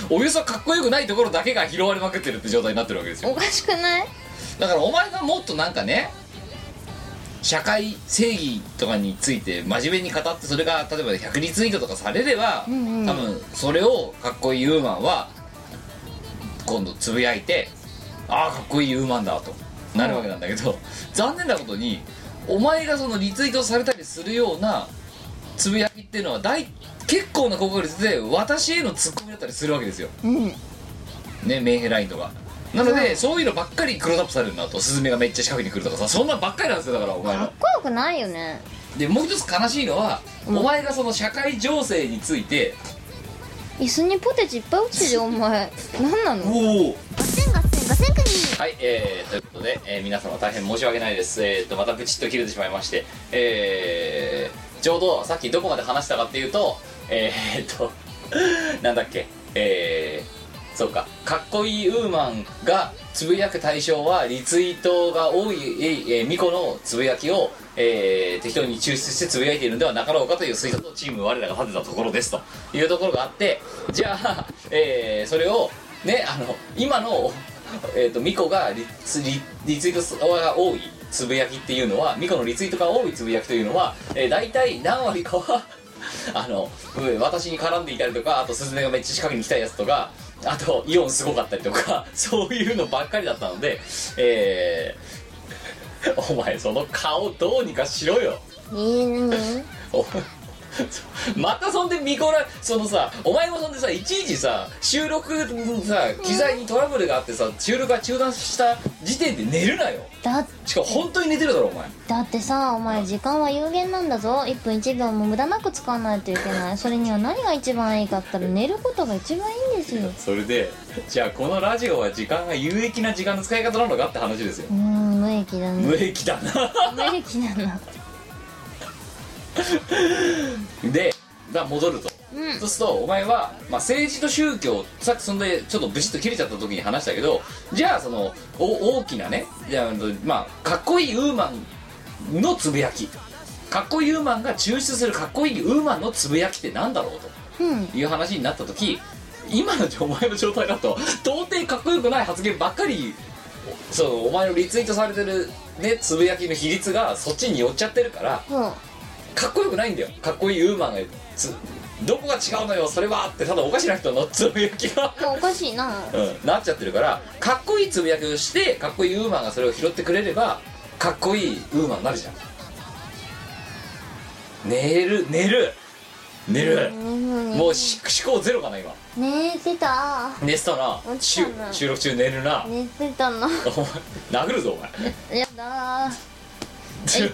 [SPEAKER 5] およそかっこよくないところだけが拾われまくってるって状態になってるわけです
[SPEAKER 4] お
[SPEAKER 5] よ
[SPEAKER 4] かしくない
[SPEAKER 5] だからお前がもっとなんかね社会正義とかについて真面目に語ってそれが例えば100リツイートとかされれば、
[SPEAKER 4] んうん
[SPEAKER 5] 多分それをかっこいいウーマンは今度つぶやいてああかっこいいウーマンだとなるわけなんだけど、残念なことにお前がそのリツイートされたりするようなつぶやきっていうのは大結構な高確率で私へのツッコミだったりするわけですよ
[SPEAKER 4] うん
[SPEAKER 5] ねメンヘラインとかなので、そういうのばっかりクローズアップされるなとスズメがめっちゃ近くに来るとかさそんなんばっかりなんですよだからお前
[SPEAKER 4] かっ
[SPEAKER 5] の
[SPEAKER 4] こよくないよね
[SPEAKER 5] でもう一つ悲しいのは、お前がその社会情勢について
[SPEAKER 4] 椅子にポテチいっぱい落ちてるよお前何なの
[SPEAKER 5] おお
[SPEAKER 1] ガセンガセンガセンクニー
[SPEAKER 5] はいえー、ということで、えー皆様大変申し訳ないですえー、とまたブチッと切れてしまいましてえー、ちょうどさっきどこまで話したかっていうとえー、っと なんだっけえー、そうかかっこいいウーマンがつぶやく対象はリツイートが多い、えー、ミコのつぶやきを、えー適当に抽出してつぶやいているのではなかろうかという推測のチーム我らが立てたところですというところがあってじゃあ、えーそれをねあの今のえー、とミコがリツリリツイートが多いつぶやきっていうのはミコのリツイートが多いつぶやきというのは、えー、大体何割かは あのうん私に絡んでいたりとかあとスズメがめっちゃ近くに来たやつとかあとイオンすごかったりとか そういうのばっかりだったのでえーお前その顔どうにかしろよ
[SPEAKER 4] いいね
[SPEAKER 5] お またそんでミコラそのさお前もそんでさいちいちさ収録のさ機材にトラブルがあってさ収録が中断した時点で寝るなよ
[SPEAKER 4] だ
[SPEAKER 5] しかも本当に寝てるだろお前
[SPEAKER 4] だってさお前時間は有限なんだぞ1分1秒も無駄なく使わないといけないそれには何が一番いいかって言ったら寝ることが一番いいんですよ
[SPEAKER 5] それでじゃあこのラジオは時間が有益な時間の使い方なのかって話ですよ
[SPEAKER 4] うーん無益だね
[SPEAKER 5] 無益だな
[SPEAKER 4] 無益だな
[SPEAKER 5] でが戻ると、そうするとお前は、まあ、政治と宗教さっきそんでちょっとブシッと切れちゃった時に話したけどじゃあそのお大きなねじゃあ、まあ、かっこいいウーマンのつぶやきかっこいいウーマンが抽出するかっこいいウーマンのつぶやきってなんだろう
[SPEAKER 4] うん
[SPEAKER 5] という話になった時今のお前の状態だと到底かっこよくない発言ばっかりそのお前のリツイートされてる、ね、つぶやきの比率がそっちに寄っちゃってるから
[SPEAKER 4] そう
[SPEAKER 5] かっこよくないんだよかっこいいウーマンがつどこが違うのよそれはってただおかしな人のつぶやきが、
[SPEAKER 4] おかしいな
[SPEAKER 5] うん、なっちゃってるからかっこいいつぶやきをしてかっこいいウーマンがそれを拾ってくれればかっこいいウーマンになるじゃん寝る寝る寝るもうし思考ゼロかな今
[SPEAKER 4] 寝てた
[SPEAKER 5] 寝てたな
[SPEAKER 4] 寝
[SPEAKER 5] 収
[SPEAKER 4] てたな
[SPEAKER 5] 収録中寝るな
[SPEAKER 4] 寝てたな
[SPEAKER 5] お前殴るぞお前
[SPEAKER 4] やだ ー痛い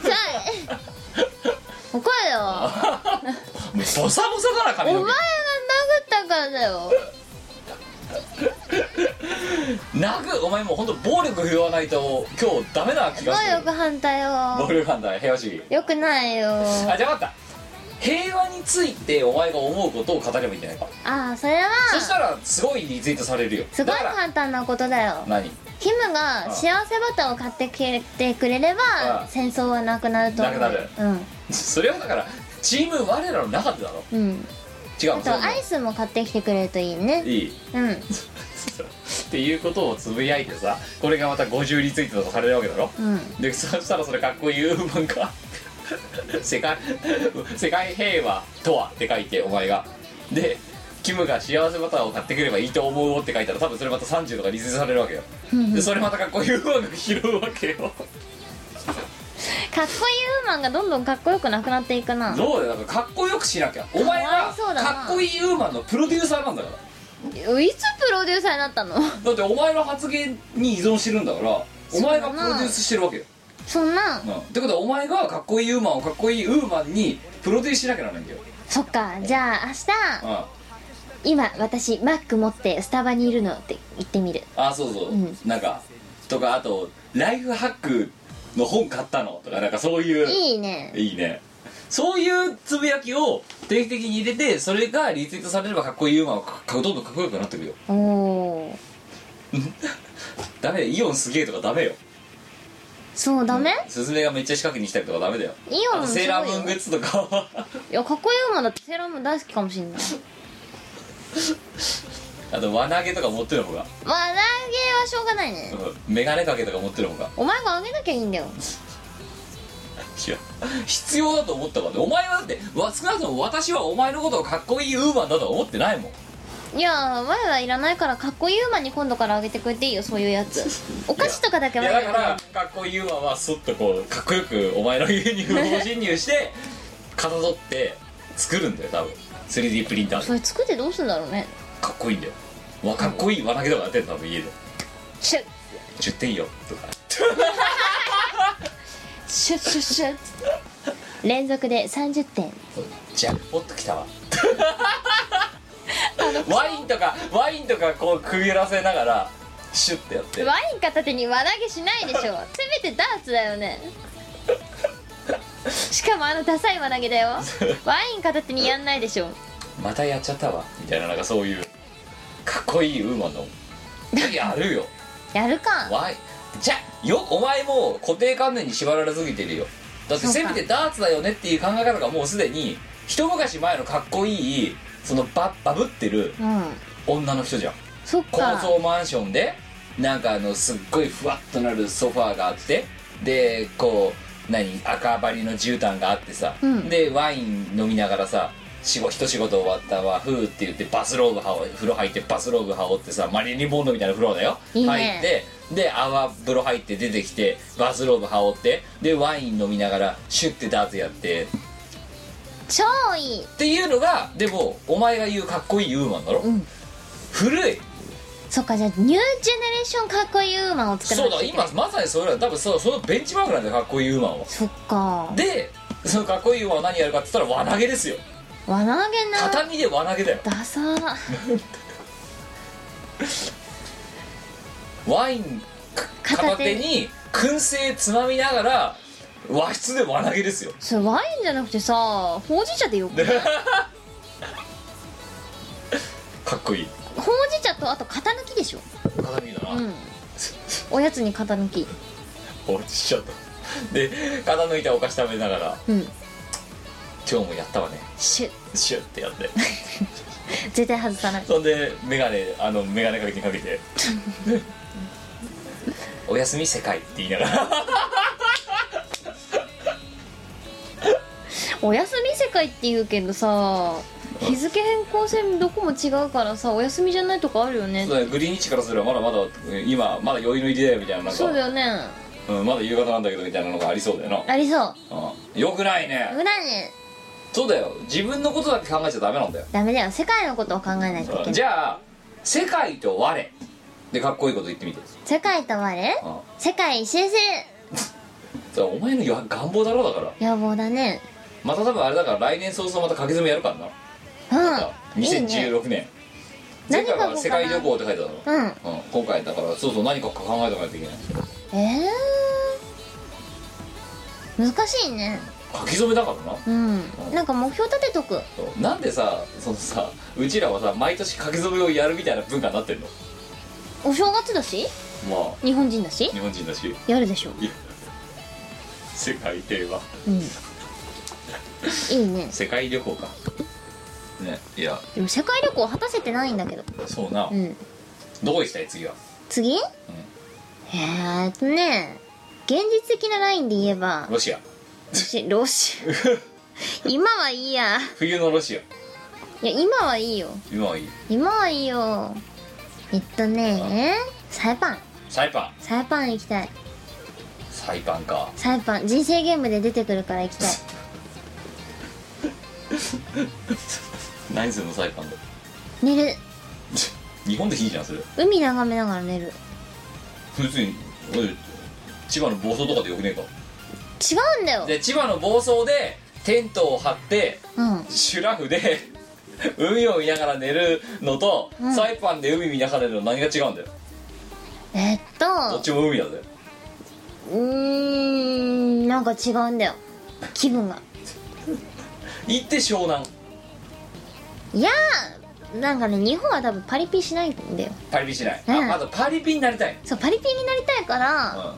[SPEAKER 4] 怒れよ
[SPEAKER 5] ボサボサだな
[SPEAKER 4] お
[SPEAKER 5] 髪
[SPEAKER 4] 前
[SPEAKER 5] の毛
[SPEAKER 4] が殴ったからだよ
[SPEAKER 5] 殴お前もう本当暴力振るわないと今日ダメな気
[SPEAKER 4] 暴
[SPEAKER 5] がする
[SPEAKER 4] 力反対
[SPEAKER 5] 暴
[SPEAKER 4] よ
[SPEAKER 5] 力反対平和主義
[SPEAKER 4] よくないよ
[SPEAKER 5] あじゃあ分かった平和についてお前が思うことを語ればいいんじゃないか、
[SPEAKER 4] ああそれは
[SPEAKER 5] そしたらすごいリツイートされるよ
[SPEAKER 4] すごい
[SPEAKER 5] だから
[SPEAKER 4] 簡単なことだよ
[SPEAKER 5] 何
[SPEAKER 4] キムが幸せバターを買ってきてくれれ
[SPEAKER 5] う
[SPEAKER 4] ば
[SPEAKER 5] ん
[SPEAKER 4] 戦争はなくなると思う
[SPEAKER 5] なくなるそれはだからチーム我らの中でだろ
[SPEAKER 4] うんうん
[SPEAKER 5] 違うのそ
[SPEAKER 4] あ
[SPEAKER 5] ういう
[SPEAKER 4] と
[SPEAKER 5] の
[SPEAKER 4] アイスも買ってきてくれるといいね
[SPEAKER 5] いい
[SPEAKER 4] うん
[SPEAKER 5] っていうことをつぶやいてさこれがまた50リツイートとかされるわけだろ
[SPEAKER 4] うん
[SPEAKER 5] でそしたらそれかっこいいウーマンか世界世界平和とはって書いてお前がでキムが幸せバターを買ってくればいいと思うって書いたら多分それまた30とかリツイートされるわけよでそれまたかっこいいウーマンが拾うわけよ
[SPEAKER 4] かっこいいウーマンがどんどんかっこよくなくなっていくな
[SPEAKER 5] どうだよなんかかっこよくしなきゃお前
[SPEAKER 4] かわ
[SPEAKER 5] はい
[SPEAKER 4] そうだな
[SPEAKER 5] かっこいいウーマンのプロデューサーなんだから
[SPEAKER 4] いつプロデューサーに なったの
[SPEAKER 5] だってお前の発言に依存してるんだからお前がプロデュースしてるわけよ
[SPEAKER 4] そんな
[SPEAKER 5] うんってことはお前がかっこいいウーマンをかっこいいウーマンにプロデュースしなきゃならないんだよ、
[SPEAKER 4] そっかじゃあ明
[SPEAKER 5] う
[SPEAKER 4] 日
[SPEAKER 5] ん、あ
[SPEAKER 4] 今私マック持ってスタバにいるのって言ってみる
[SPEAKER 5] あそうそう、
[SPEAKER 4] うん
[SPEAKER 5] なんかとかあとライフハックの本買ったのとかなんかそういう
[SPEAKER 4] いいね
[SPEAKER 5] いいねそういうつぶやきを定期的に入れてそれがリツイートされればかっこいいウーマンはかどんどんかっこよくなってくるよ
[SPEAKER 4] おお
[SPEAKER 5] ダメイオンすげえとかダメよ
[SPEAKER 4] そうダメ、
[SPEAKER 5] スズメがめっちゃ近くに来たりとかダメだよ
[SPEAKER 4] イオンもすごい
[SPEAKER 5] セー
[SPEAKER 4] よ
[SPEAKER 5] ラームーングッズとか は
[SPEAKER 4] いやかっこいいウーマンだってセーラームーン大好きかもし んない
[SPEAKER 5] あと輪投げとか持ってる方が、
[SPEAKER 4] まあ投げはしょうがないね
[SPEAKER 5] うん、メガネかけとか持ってる方が
[SPEAKER 4] お前があげなきゃいいんだよ
[SPEAKER 5] いや必要だと思ったからねお前はだってわ少なくとも私はお前のことをかっこいいウーマンだとは思ってないもん
[SPEAKER 4] いや前はいらないからかっこいいウーマンに今度からあげてくれていいよそういうやつお菓子とかだけ
[SPEAKER 5] い
[SPEAKER 4] は
[SPEAKER 5] やだ
[SPEAKER 4] や
[SPEAKER 5] からかっこいいウーマンはすっとこうかっこよくお前の家に不法侵入してかたどって作るんだよ多分 3D プリンター
[SPEAKER 4] そ
[SPEAKER 5] で
[SPEAKER 4] れ作ってどうすんだろうね
[SPEAKER 5] かっこいいんだよわかっこいい輪投げとかやってんの多分家で
[SPEAKER 4] シュッ
[SPEAKER 5] 10点よとか
[SPEAKER 4] シュッシュッシュッ連続で30点
[SPEAKER 5] ジャックポッときた わワインとかワインとかこうくぐらせながらシュッてやって
[SPEAKER 4] ワイン片手に輪投げしないでしょせめてダーツだよねしかもあのダサい輪投げだよワイン片手にやんないでしょ
[SPEAKER 5] またやっちゃったわみたいななんかそういうかっこいいウーマンのやるよ
[SPEAKER 4] やるか
[SPEAKER 5] わいじゃよお前もう固定観念に縛られすぎてるよだってせめてダーツだよねっていう考え方がもうすでに一昔前のかっこいいそのババブってる
[SPEAKER 4] うん
[SPEAKER 5] 女の人じゃん
[SPEAKER 4] そっ
[SPEAKER 5] 高
[SPEAKER 4] か
[SPEAKER 5] 層マンションでなんかあのすっごいふわっとなるソファーがあってでこう何赤張りの絨毯があってさ、
[SPEAKER 4] うん
[SPEAKER 5] でワイン飲みながらさ仕事一仕事終わったわふーって言ってバスローブ羽織風呂入ってバスローブ羽織ってさマリリン・ボンドみたいな風呂だよ
[SPEAKER 4] いいね
[SPEAKER 5] 入ってで泡風呂入って出てきてバスローブ羽織ってでワイン飲みながらシュッてダーツやってっ
[SPEAKER 4] 超いい
[SPEAKER 5] ていうのがでもお前が言うかっこいいウーマンだろ、
[SPEAKER 4] ん
[SPEAKER 5] 古い
[SPEAKER 4] そっかじゃあニュージェネレーションかっこいいウーマンを作ら
[SPEAKER 5] そう
[SPEAKER 4] なきゃ
[SPEAKER 5] だ
[SPEAKER 4] いけな
[SPEAKER 5] 今
[SPEAKER 4] い
[SPEAKER 5] まさにそれだ多分そうそのベンチマークなんだよかっこいいウーマンは
[SPEAKER 4] そっか
[SPEAKER 5] でそのかっこいいウーマンは何やるかって言ったら輪投げですよ
[SPEAKER 4] 輪投げな
[SPEAKER 5] 畳で輪投げだよ
[SPEAKER 4] ダサー
[SPEAKER 5] ワインか片
[SPEAKER 4] 片手
[SPEAKER 5] 手に燻製つまみながら和室で輪投げですよ
[SPEAKER 4] それワインじゃなくてさほうじ茶でよくない
[SPEAKER 5] かっこいい
[SPEAKER 4] ほうじ茶とあと型抜きでしょ
[SPEAKER 5] 畳だな、
[SPEAKER 4] うんおやつに型抜き
[SPEAKER 5] 落ちちゃったで傾いたお菓子食べながら
[SPEAKER 4] うん
[SPEAKER 5] 今日もやったわね
[SPEAKER 4] シュッ
[SPEAKER 5] シュッてやって
[SPEAKER 4] 絶対外さない
[SPEAKER 5] そんで眼鏡あの眼鏡かけてかけ て「おやすみ世界」って言いながら
[SPEAKER 4] お休み世界って言うけどさ日付変更線どこも違うからさお休みじゃないとこあるよね
[SPEAKER 5] そうだねグリーンッチからすればまだまだえ今まだ余裕の入りだよみたいななんか
[SPEAKER 4] そうだよね
[SPEAKER 5] うん、まだ夕方なんだけどみたいなのがありそうだよな、
[SPEAKER 4] ありそう
[SPEAKER 5] うん、よくないね
[SPEAKER 4] 無駄ね
[SPEAKER 5] そうだよ自分のことだけ考えちゃダメなんだよ、
[SPEAKER 4] ダメだよ世界のことを考えないといけな
[SPEAKER 5] うん
[SPEAKER 4] い
[SPEAKER 5] じゃあ「世界と我」でかっこいいこと言ってみて、うん、
[SPEAKER 4] 世界と我世界一周する
[SPEAKER 5] それお前のや願望だろうだから
[SPEAKER 4] 野望だね
[SPEAKER 5] また多分あれだから来年早々また掛け詰めやるからな、
[SPEAKER 4] うんいいね
[SPEAKER 5] 2016年前
[SPEAKER 4] 何書
[SPEAKER 5] 回
[SPEAKER 4] こうかな
[SPEAKER 5] は世界旅行って書いてたの
[SPEAKER 4] うん
[SPEAKER 5] うん、今回だからそうそう何か考えとかないといけない
[SPEAKER 4] えー、難しいね
[SPEAKER 5] 書き初めだからな
[SPEAKER 3] うん
[SPEAKER 4] なんか目標立てとく
[SPEAKER 5] そうなんでさそのさうちらはさ毎年書き初めをやるみたいな文化になってんの
[SPEAKER 4] お正月だし
[SPEAKER 5] ま
[SPEAKER 4] 日本人だし
[SPEAKER 5] あ日本人だし
[SPEAKER 4] やるでしょ
[SPEAKER 5] いや世界平和
[SPEAKER 4] うんいいね
[SPEAKER 5] 世界旅行かねいや
[SPEAKER 4] でも世界旅行果たせてないんだけど
[SPEAKER 5] そうな、
[SPEAKER 4] うん
[SPEAKER 5] どこ行きたい次は
[SPEAKER 4] 次、えーっとね現実的なラインで言えば
[SPEAKER 5] ロシア
[SPEAKER 4] 私ロ シア今はいいや
[SPEAKER 5] 冬のロシア
[SPEAKER 4] いや今はいいよ
[SPEAKER 5] 今はいい
[SPEAKER 4] 今はいいよえっとねサイパン
[SPEAKER 5] サイパン
[SPEAKER 4] サイパン行きたい
[SPEAKER 5] サイパンか
[SPEAKER 4] サイパン人生ゲームで出てくるから行きたい
[SPEAKER 5] 何するのサイパンで
[SPEAKER 4] 寝る
[SPEAKER 5] 日本でいいじゃんそれ
[SPEAKER 4] 海眺めながら寝る
[SPEAKER 5] 別におい千葉の暴走とかでよくねえ
[SPEAKER 4] 違うんだ
[SPEAKER 5] か
[SPEAKER 4] よ
[SPEAKER 5] で千葉の暴走でテントを張って
[SPEAKER 4] うん
[SPEAKER 5] シュラフで海を見ながら寝るのと、
[SPEAKER 4] うん
[SPEAKER 5] サイパンで海見ながら寝るの何が違うんだよ
[SPEAKER 4] えっ
[SPEAKER 5] どっ
[SPEAKER 4] と
[SPEAKER 5] ちも海なんだよ
[SPEAKER 4] うーんなんか違うんだよ気分が
[SPEAKER 5] 行って湘南
[SPEAKER 4] いやーなんかね日本は多分パリピしないんだよ
[SPEAKER 5] パリピしない、
[SPEAKER 4] う
[SPEAKER 5] あ
[SPEAKER 4] ん
[SPEAKER 5] まずパリピになりたい、
[SPEAKER 4] そうパリピになりたいから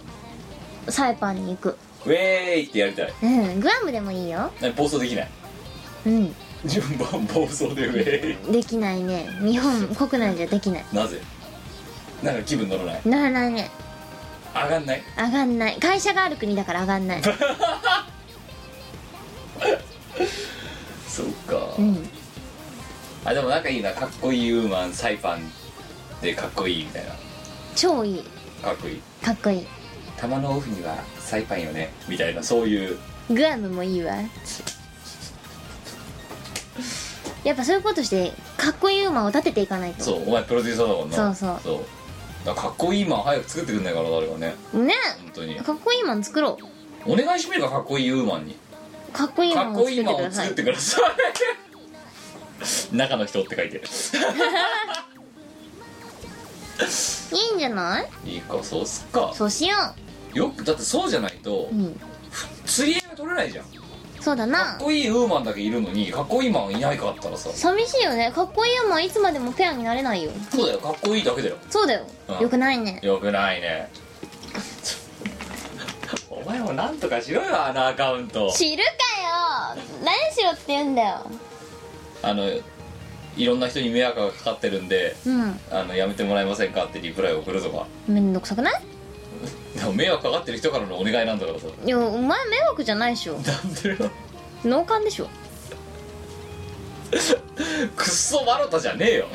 [SPEAKER 5] う
[SPEAKER 4] サイパンに行く
[SPEAKER 5] ん、ウェーイってやりたい
[SPEAKER 4] うんグアムでもいいよ
[SPEAKER 5] 何暴走できない
[SPEAKER 4] うん
[SPEAKER 5] 順番暴走でウェーイ
[SPEAKER 4] できないね日本国内じゃできない
[SPEAKER 5] なぜなんか気分乗らない
[SPEAKER 4] ならないね
[SPEAKER 5] 上がんない
[SPEAKER 4] 上がんない会社がある国だから上がんない
[SPEAKER 5] そうか、
[SPEAKER 4] うん
[SPEAKER 5] あでもなんかいいなかっこいいウーマンサイパンでかっこいいみたいな
[SPEAKER 4] 超いい
[SPEAKER 5] かっこいい
[SPEAKER 4] かっこいい
[SPEAKER 5] 玉のオフにはサイパンよねみたいなそういう
[SPEAKER 4] グアムもいいわやっぱそういうことしてかっこいい馬を立てていかないと
[SPEAKER 5] そうお前プロデューサーだもんな
[SPEAKER 4] そうそう
[SPEAKER 5] そうだからかっこいいマン早く作ってくんないから誰かね
[SPEAKER 4] ね
[SPEAKER 5] 本当に
[SPEAKER 4] かっこいい馬ン作ろ
[SPEAKER 5] お願いしてみるかかっこいいウーマンに
[SPEAKER 4] うかっこいい
[SPEAKER 5] か
[SPEAKER 4] 馬
[SPEAKER 5] っ
[SPEAKER 4] を
[SPEAKER 5] こ
[SPEAKER 4] 作っ
[SPEAKER 5] いい
[SPEAKER 4] て
[SPEAKER 5] マン
[SPEAKER 4] く
[SPEAKER 5] を
[SPEAKER 4] ださ
[SPEAKER 5] 作っ
[SPEAKER 4] い
[SPEAKER 5] てください 中の人って書いてる
[SPEAKER 4] いいんじゃない
[SPEAKER 5] いいかそうっすか
[SPEAKER 4] そうしよ
[SPEAKER 5] よくだってそうじゃないと
[SPEAKER 4] ううん
[SPEAKER 5] 釣り合いが取れないじゃん
[SPEAKER 4] そうだ
[SPEAKER 5] かっ
[SPEAKER 4] な
[SPEAKER 5] こいいウーマンだけいるのにかっこいいマンいないかったらさ
[SPEAKER 4] 寂しいよねかっこいい馬はいつまでもペアになれないよ
[SPEAKER 5] そうだよかっこいいだけだよ
[SPEAKER 4] そうだよ
[SPEAKER 5] うん
[SPEAKER 4] よくないね
[SPEAKER 5] よくない ねお前もなんとかしろよあのアカウント
[SPEAKER 4] 知るかよ何しろって言うんだよ
[SPEAKER 5] あのいろんな人に迷惑がかかってるんで
[SPEAKER 4] うん
[SPEAKER 5] あのやめてもらえませんかってリプライを送るとか
[SPEAKER 4] めんどくさくない
[SPEAKER 5] でも迷惑かかってる人からのお願いなんだからさ
[SPEAKER 4] いやお前迷惑じゃないでしょ
[SPEAKER 5] なんでよ
[SPEAKER 4] 脳幹でしょ
[SPEAKER 5] くっそ笑ったじゃねえよ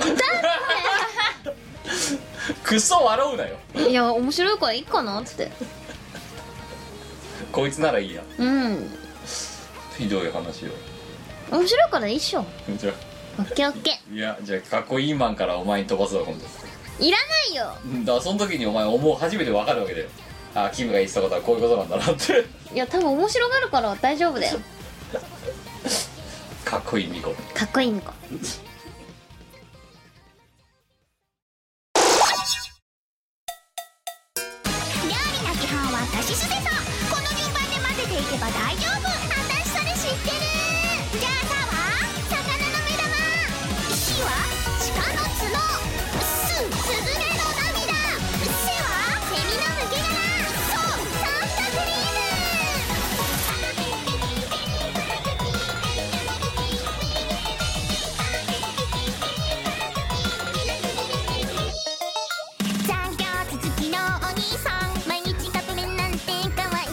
[SPEAKER 5] くっそ笑うなよ
[SPEAKER 4] いや面白いからいいかなっつって
[SPEAKER 5] こいつならいいや
[SPEAKER 4] うん
[SPEAKER 5] ひどい話を
[SPEAKER 4] 面白いからいいっしょ
[SPEAKER 5] じゃ
[SPEAKER 4] オッケーオッケ
[SPEAKER 5] あいやじゃあかっこいいマンからお前に飛ばすわ今度
[SPEAKER 4] ーいらないよ
[SPEAKER 5] うんだからその時にお前思う初めて分かるわけだよあキムが言ってたことはこういうことなんだなって
[SPEAKER 4] いや多分面白がるから大丈夫だよ
[SPEAKER 5] かっこいいミコ
[SPEAKER 4] かっこいいのか
[SPEAKER 3] 料理の基本はさしすせそこの順番で混ぜていけば大丈夫私それ知ってるじゃあさは魚の目玉火は鹿の角すスズメの涙背はセミの抜け殻そうサンタクリーム残業続きのお兄さん毎日カップ麺なんてかわい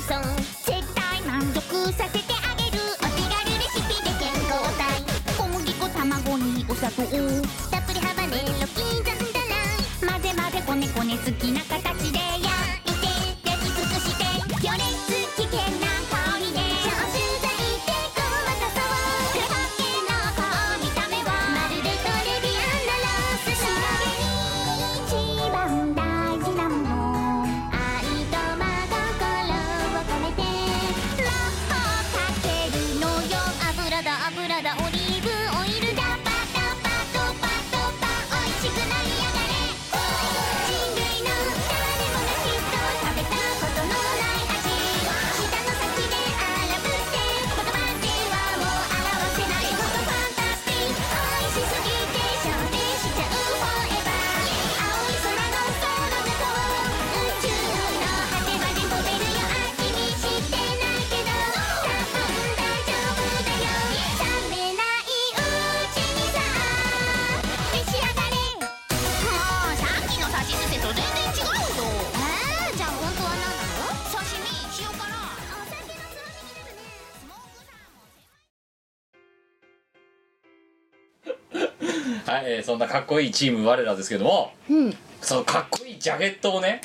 [SPEAKER 5] はい、えーそんなかっこいいチーム我らですけども
[SPEAKER 3] うん
[SPEAKER 5] そのかっこいいジャケットをね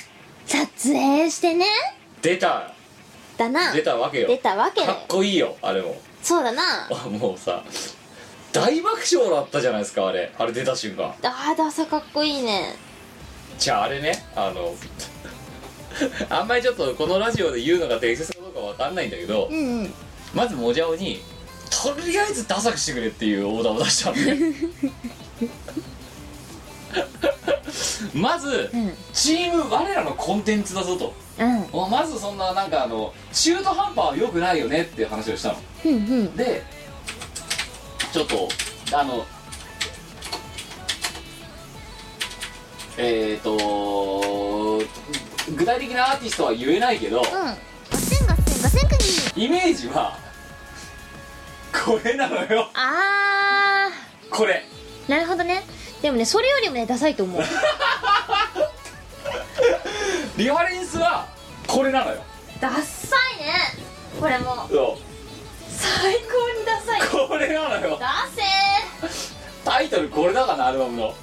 [SPEAKER 4] 撮影してね
[SPEAKER 5] 出た
[SPEAKER 4] だな
[SPEAKER 5] 出たわけよ
[SPEAKER 4] 出たわけだ
[SPEAKER 5] か
[SPEAKER 4] よ
[SPEAKER 5] っこいいよあれも
[SPEAKER 4] そうだな
[SPEAKER 5] あもうさ大爆笑だったじゃないですかあれあれ出た瞬間
[SPEAKER 4] あーダサかっこいいね
[SPEAKER 5] じゃああれねあの あんまりちょっとこのラジオで言うのが適切かどうかわかんないんだけど、
[SPEAKER 3] うんうん
[SPEAKER 5] まずもじゃおにとりあえずダサくしてくれっていうオーダーを出したのねまず、チーム我らのコンテンツだぞと、おまずそんななんかあの中途半端は良くないよねっていう話をしたの
[SPEAKER 3] うんうん
[SPEAKER 5] でちょっとあのえっ、ー、と具体的なアーティストは言えないけど、
[SPEAKER 1] ガセンガセンガセンクニー
[SPEAKER 5] イメージはこれなのよ
[SPEAKER 4] あ
[SPEAKER 5] これ
[SPEAKER 4] ーなるほどねでもねそれよりもねダサいと思う
[SPEAKER 5] リファレンスはこれなのよ
[SPEAKER 4] ダッサいねこれも
[SPEAKER 5] そ
[SPEAKER 4] 最高にダサいう
[SPEAKER 5] これなのよ
[SPEAKER 4] ダセ
[SPEAKER 5] タイトルこれだからなアルバムの
[SPEAKER 4] ー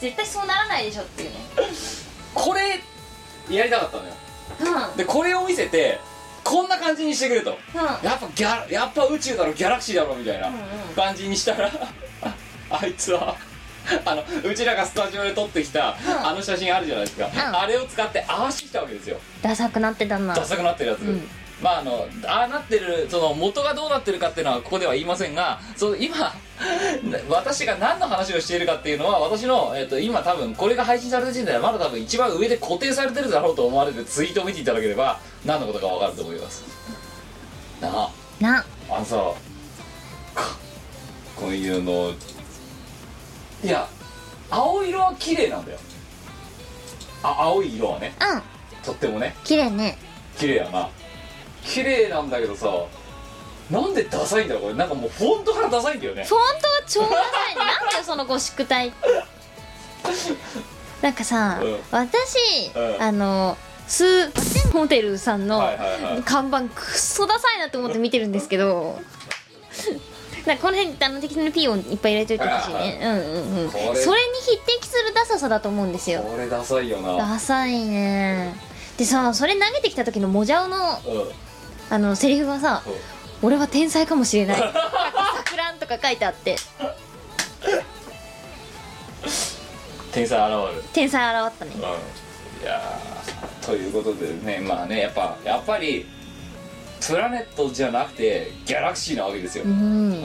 [SPEAKER 4] 絶対そうならないでしょっていうね
[SPEAKER 5] これやりたかったのよ
[SPEAKER 4] うんうん
[SPEAKER 5] でこれを見せてこんな感じにしてくれとやっぱギャラやっぱ宇宙だろギャラクシーだろみたいな感じにしたら、 ああいつはあのうちらがスタジオで撮ってきた、あの写真あるじゃないですか、あれを使って合わせてきたわけですよ
[SPEAKER 4] ダサくなってたな
[SPEAKER 5] ダサくなってるやつ、まああのああなってるその元がどうなってるかっていうのはここでは言いませんがその今 私が何の話をしているかっていうのは私の、えっと今多分これが配信された時点ではまだ多分一番上で固定されてるだろうと思われてツイートを見ていただければ何のことかわかると思いますなあ
[SPEAKER 4] な
[SPEAKER 5] あのさここういうのいや青色は綺麗なんだよあ青い色はね
[SPEAKER 4] うん
[SPEAKER 5] とってもね
[SPEAKER 4] 綺麗ね
[SPEAKER 5] 綺麗やな綺麗なんだけどさなんでダサいんだろうこれなんかもうフォントからダサいんだよね
[SPEAKER 4] フォントは超ダサいねなんだよそのゴシック 体なんかさ、
[SPEAKER 5] うん
[SPEAKER 4] 私、
[SPEAKER 5] うん
[SPEAKER 4] あのスーホテルさんの
[SPEAKER 5] はいはいはい
[SPEAKER 4] 看板クソダサいなと思って見てるんです けどなんかこの辺あの適当にピーをいっぱい入れといてほしいねうんうんうん
[SPEAKER 5] こ
[SPEAKER 4] それに
[SPEAKER 5] れ
[SPEAKER 4] 匹敵するダサさだと思うんですよ
[SPEAKER 5] これダサいよな
[SPEAKER 4] ダサいねでさそれ投げてきた時のモジャオの
[SPEAKER 5] うんうん
[SPEAKER 4] あのセリフがさ「俺は天才かも しれない」「錯乱」とか書いてあって
[SPEAKER 5] 天才現る
[SPEAKER 4] 天才現ったね
[SPEAKER 5] うんいやーということでねまあねやっぱやっぱりプラネットじゃなくてギャラクシーなわけですよ、
[SPEAKER 4] うん
[SPEAKER 5] うん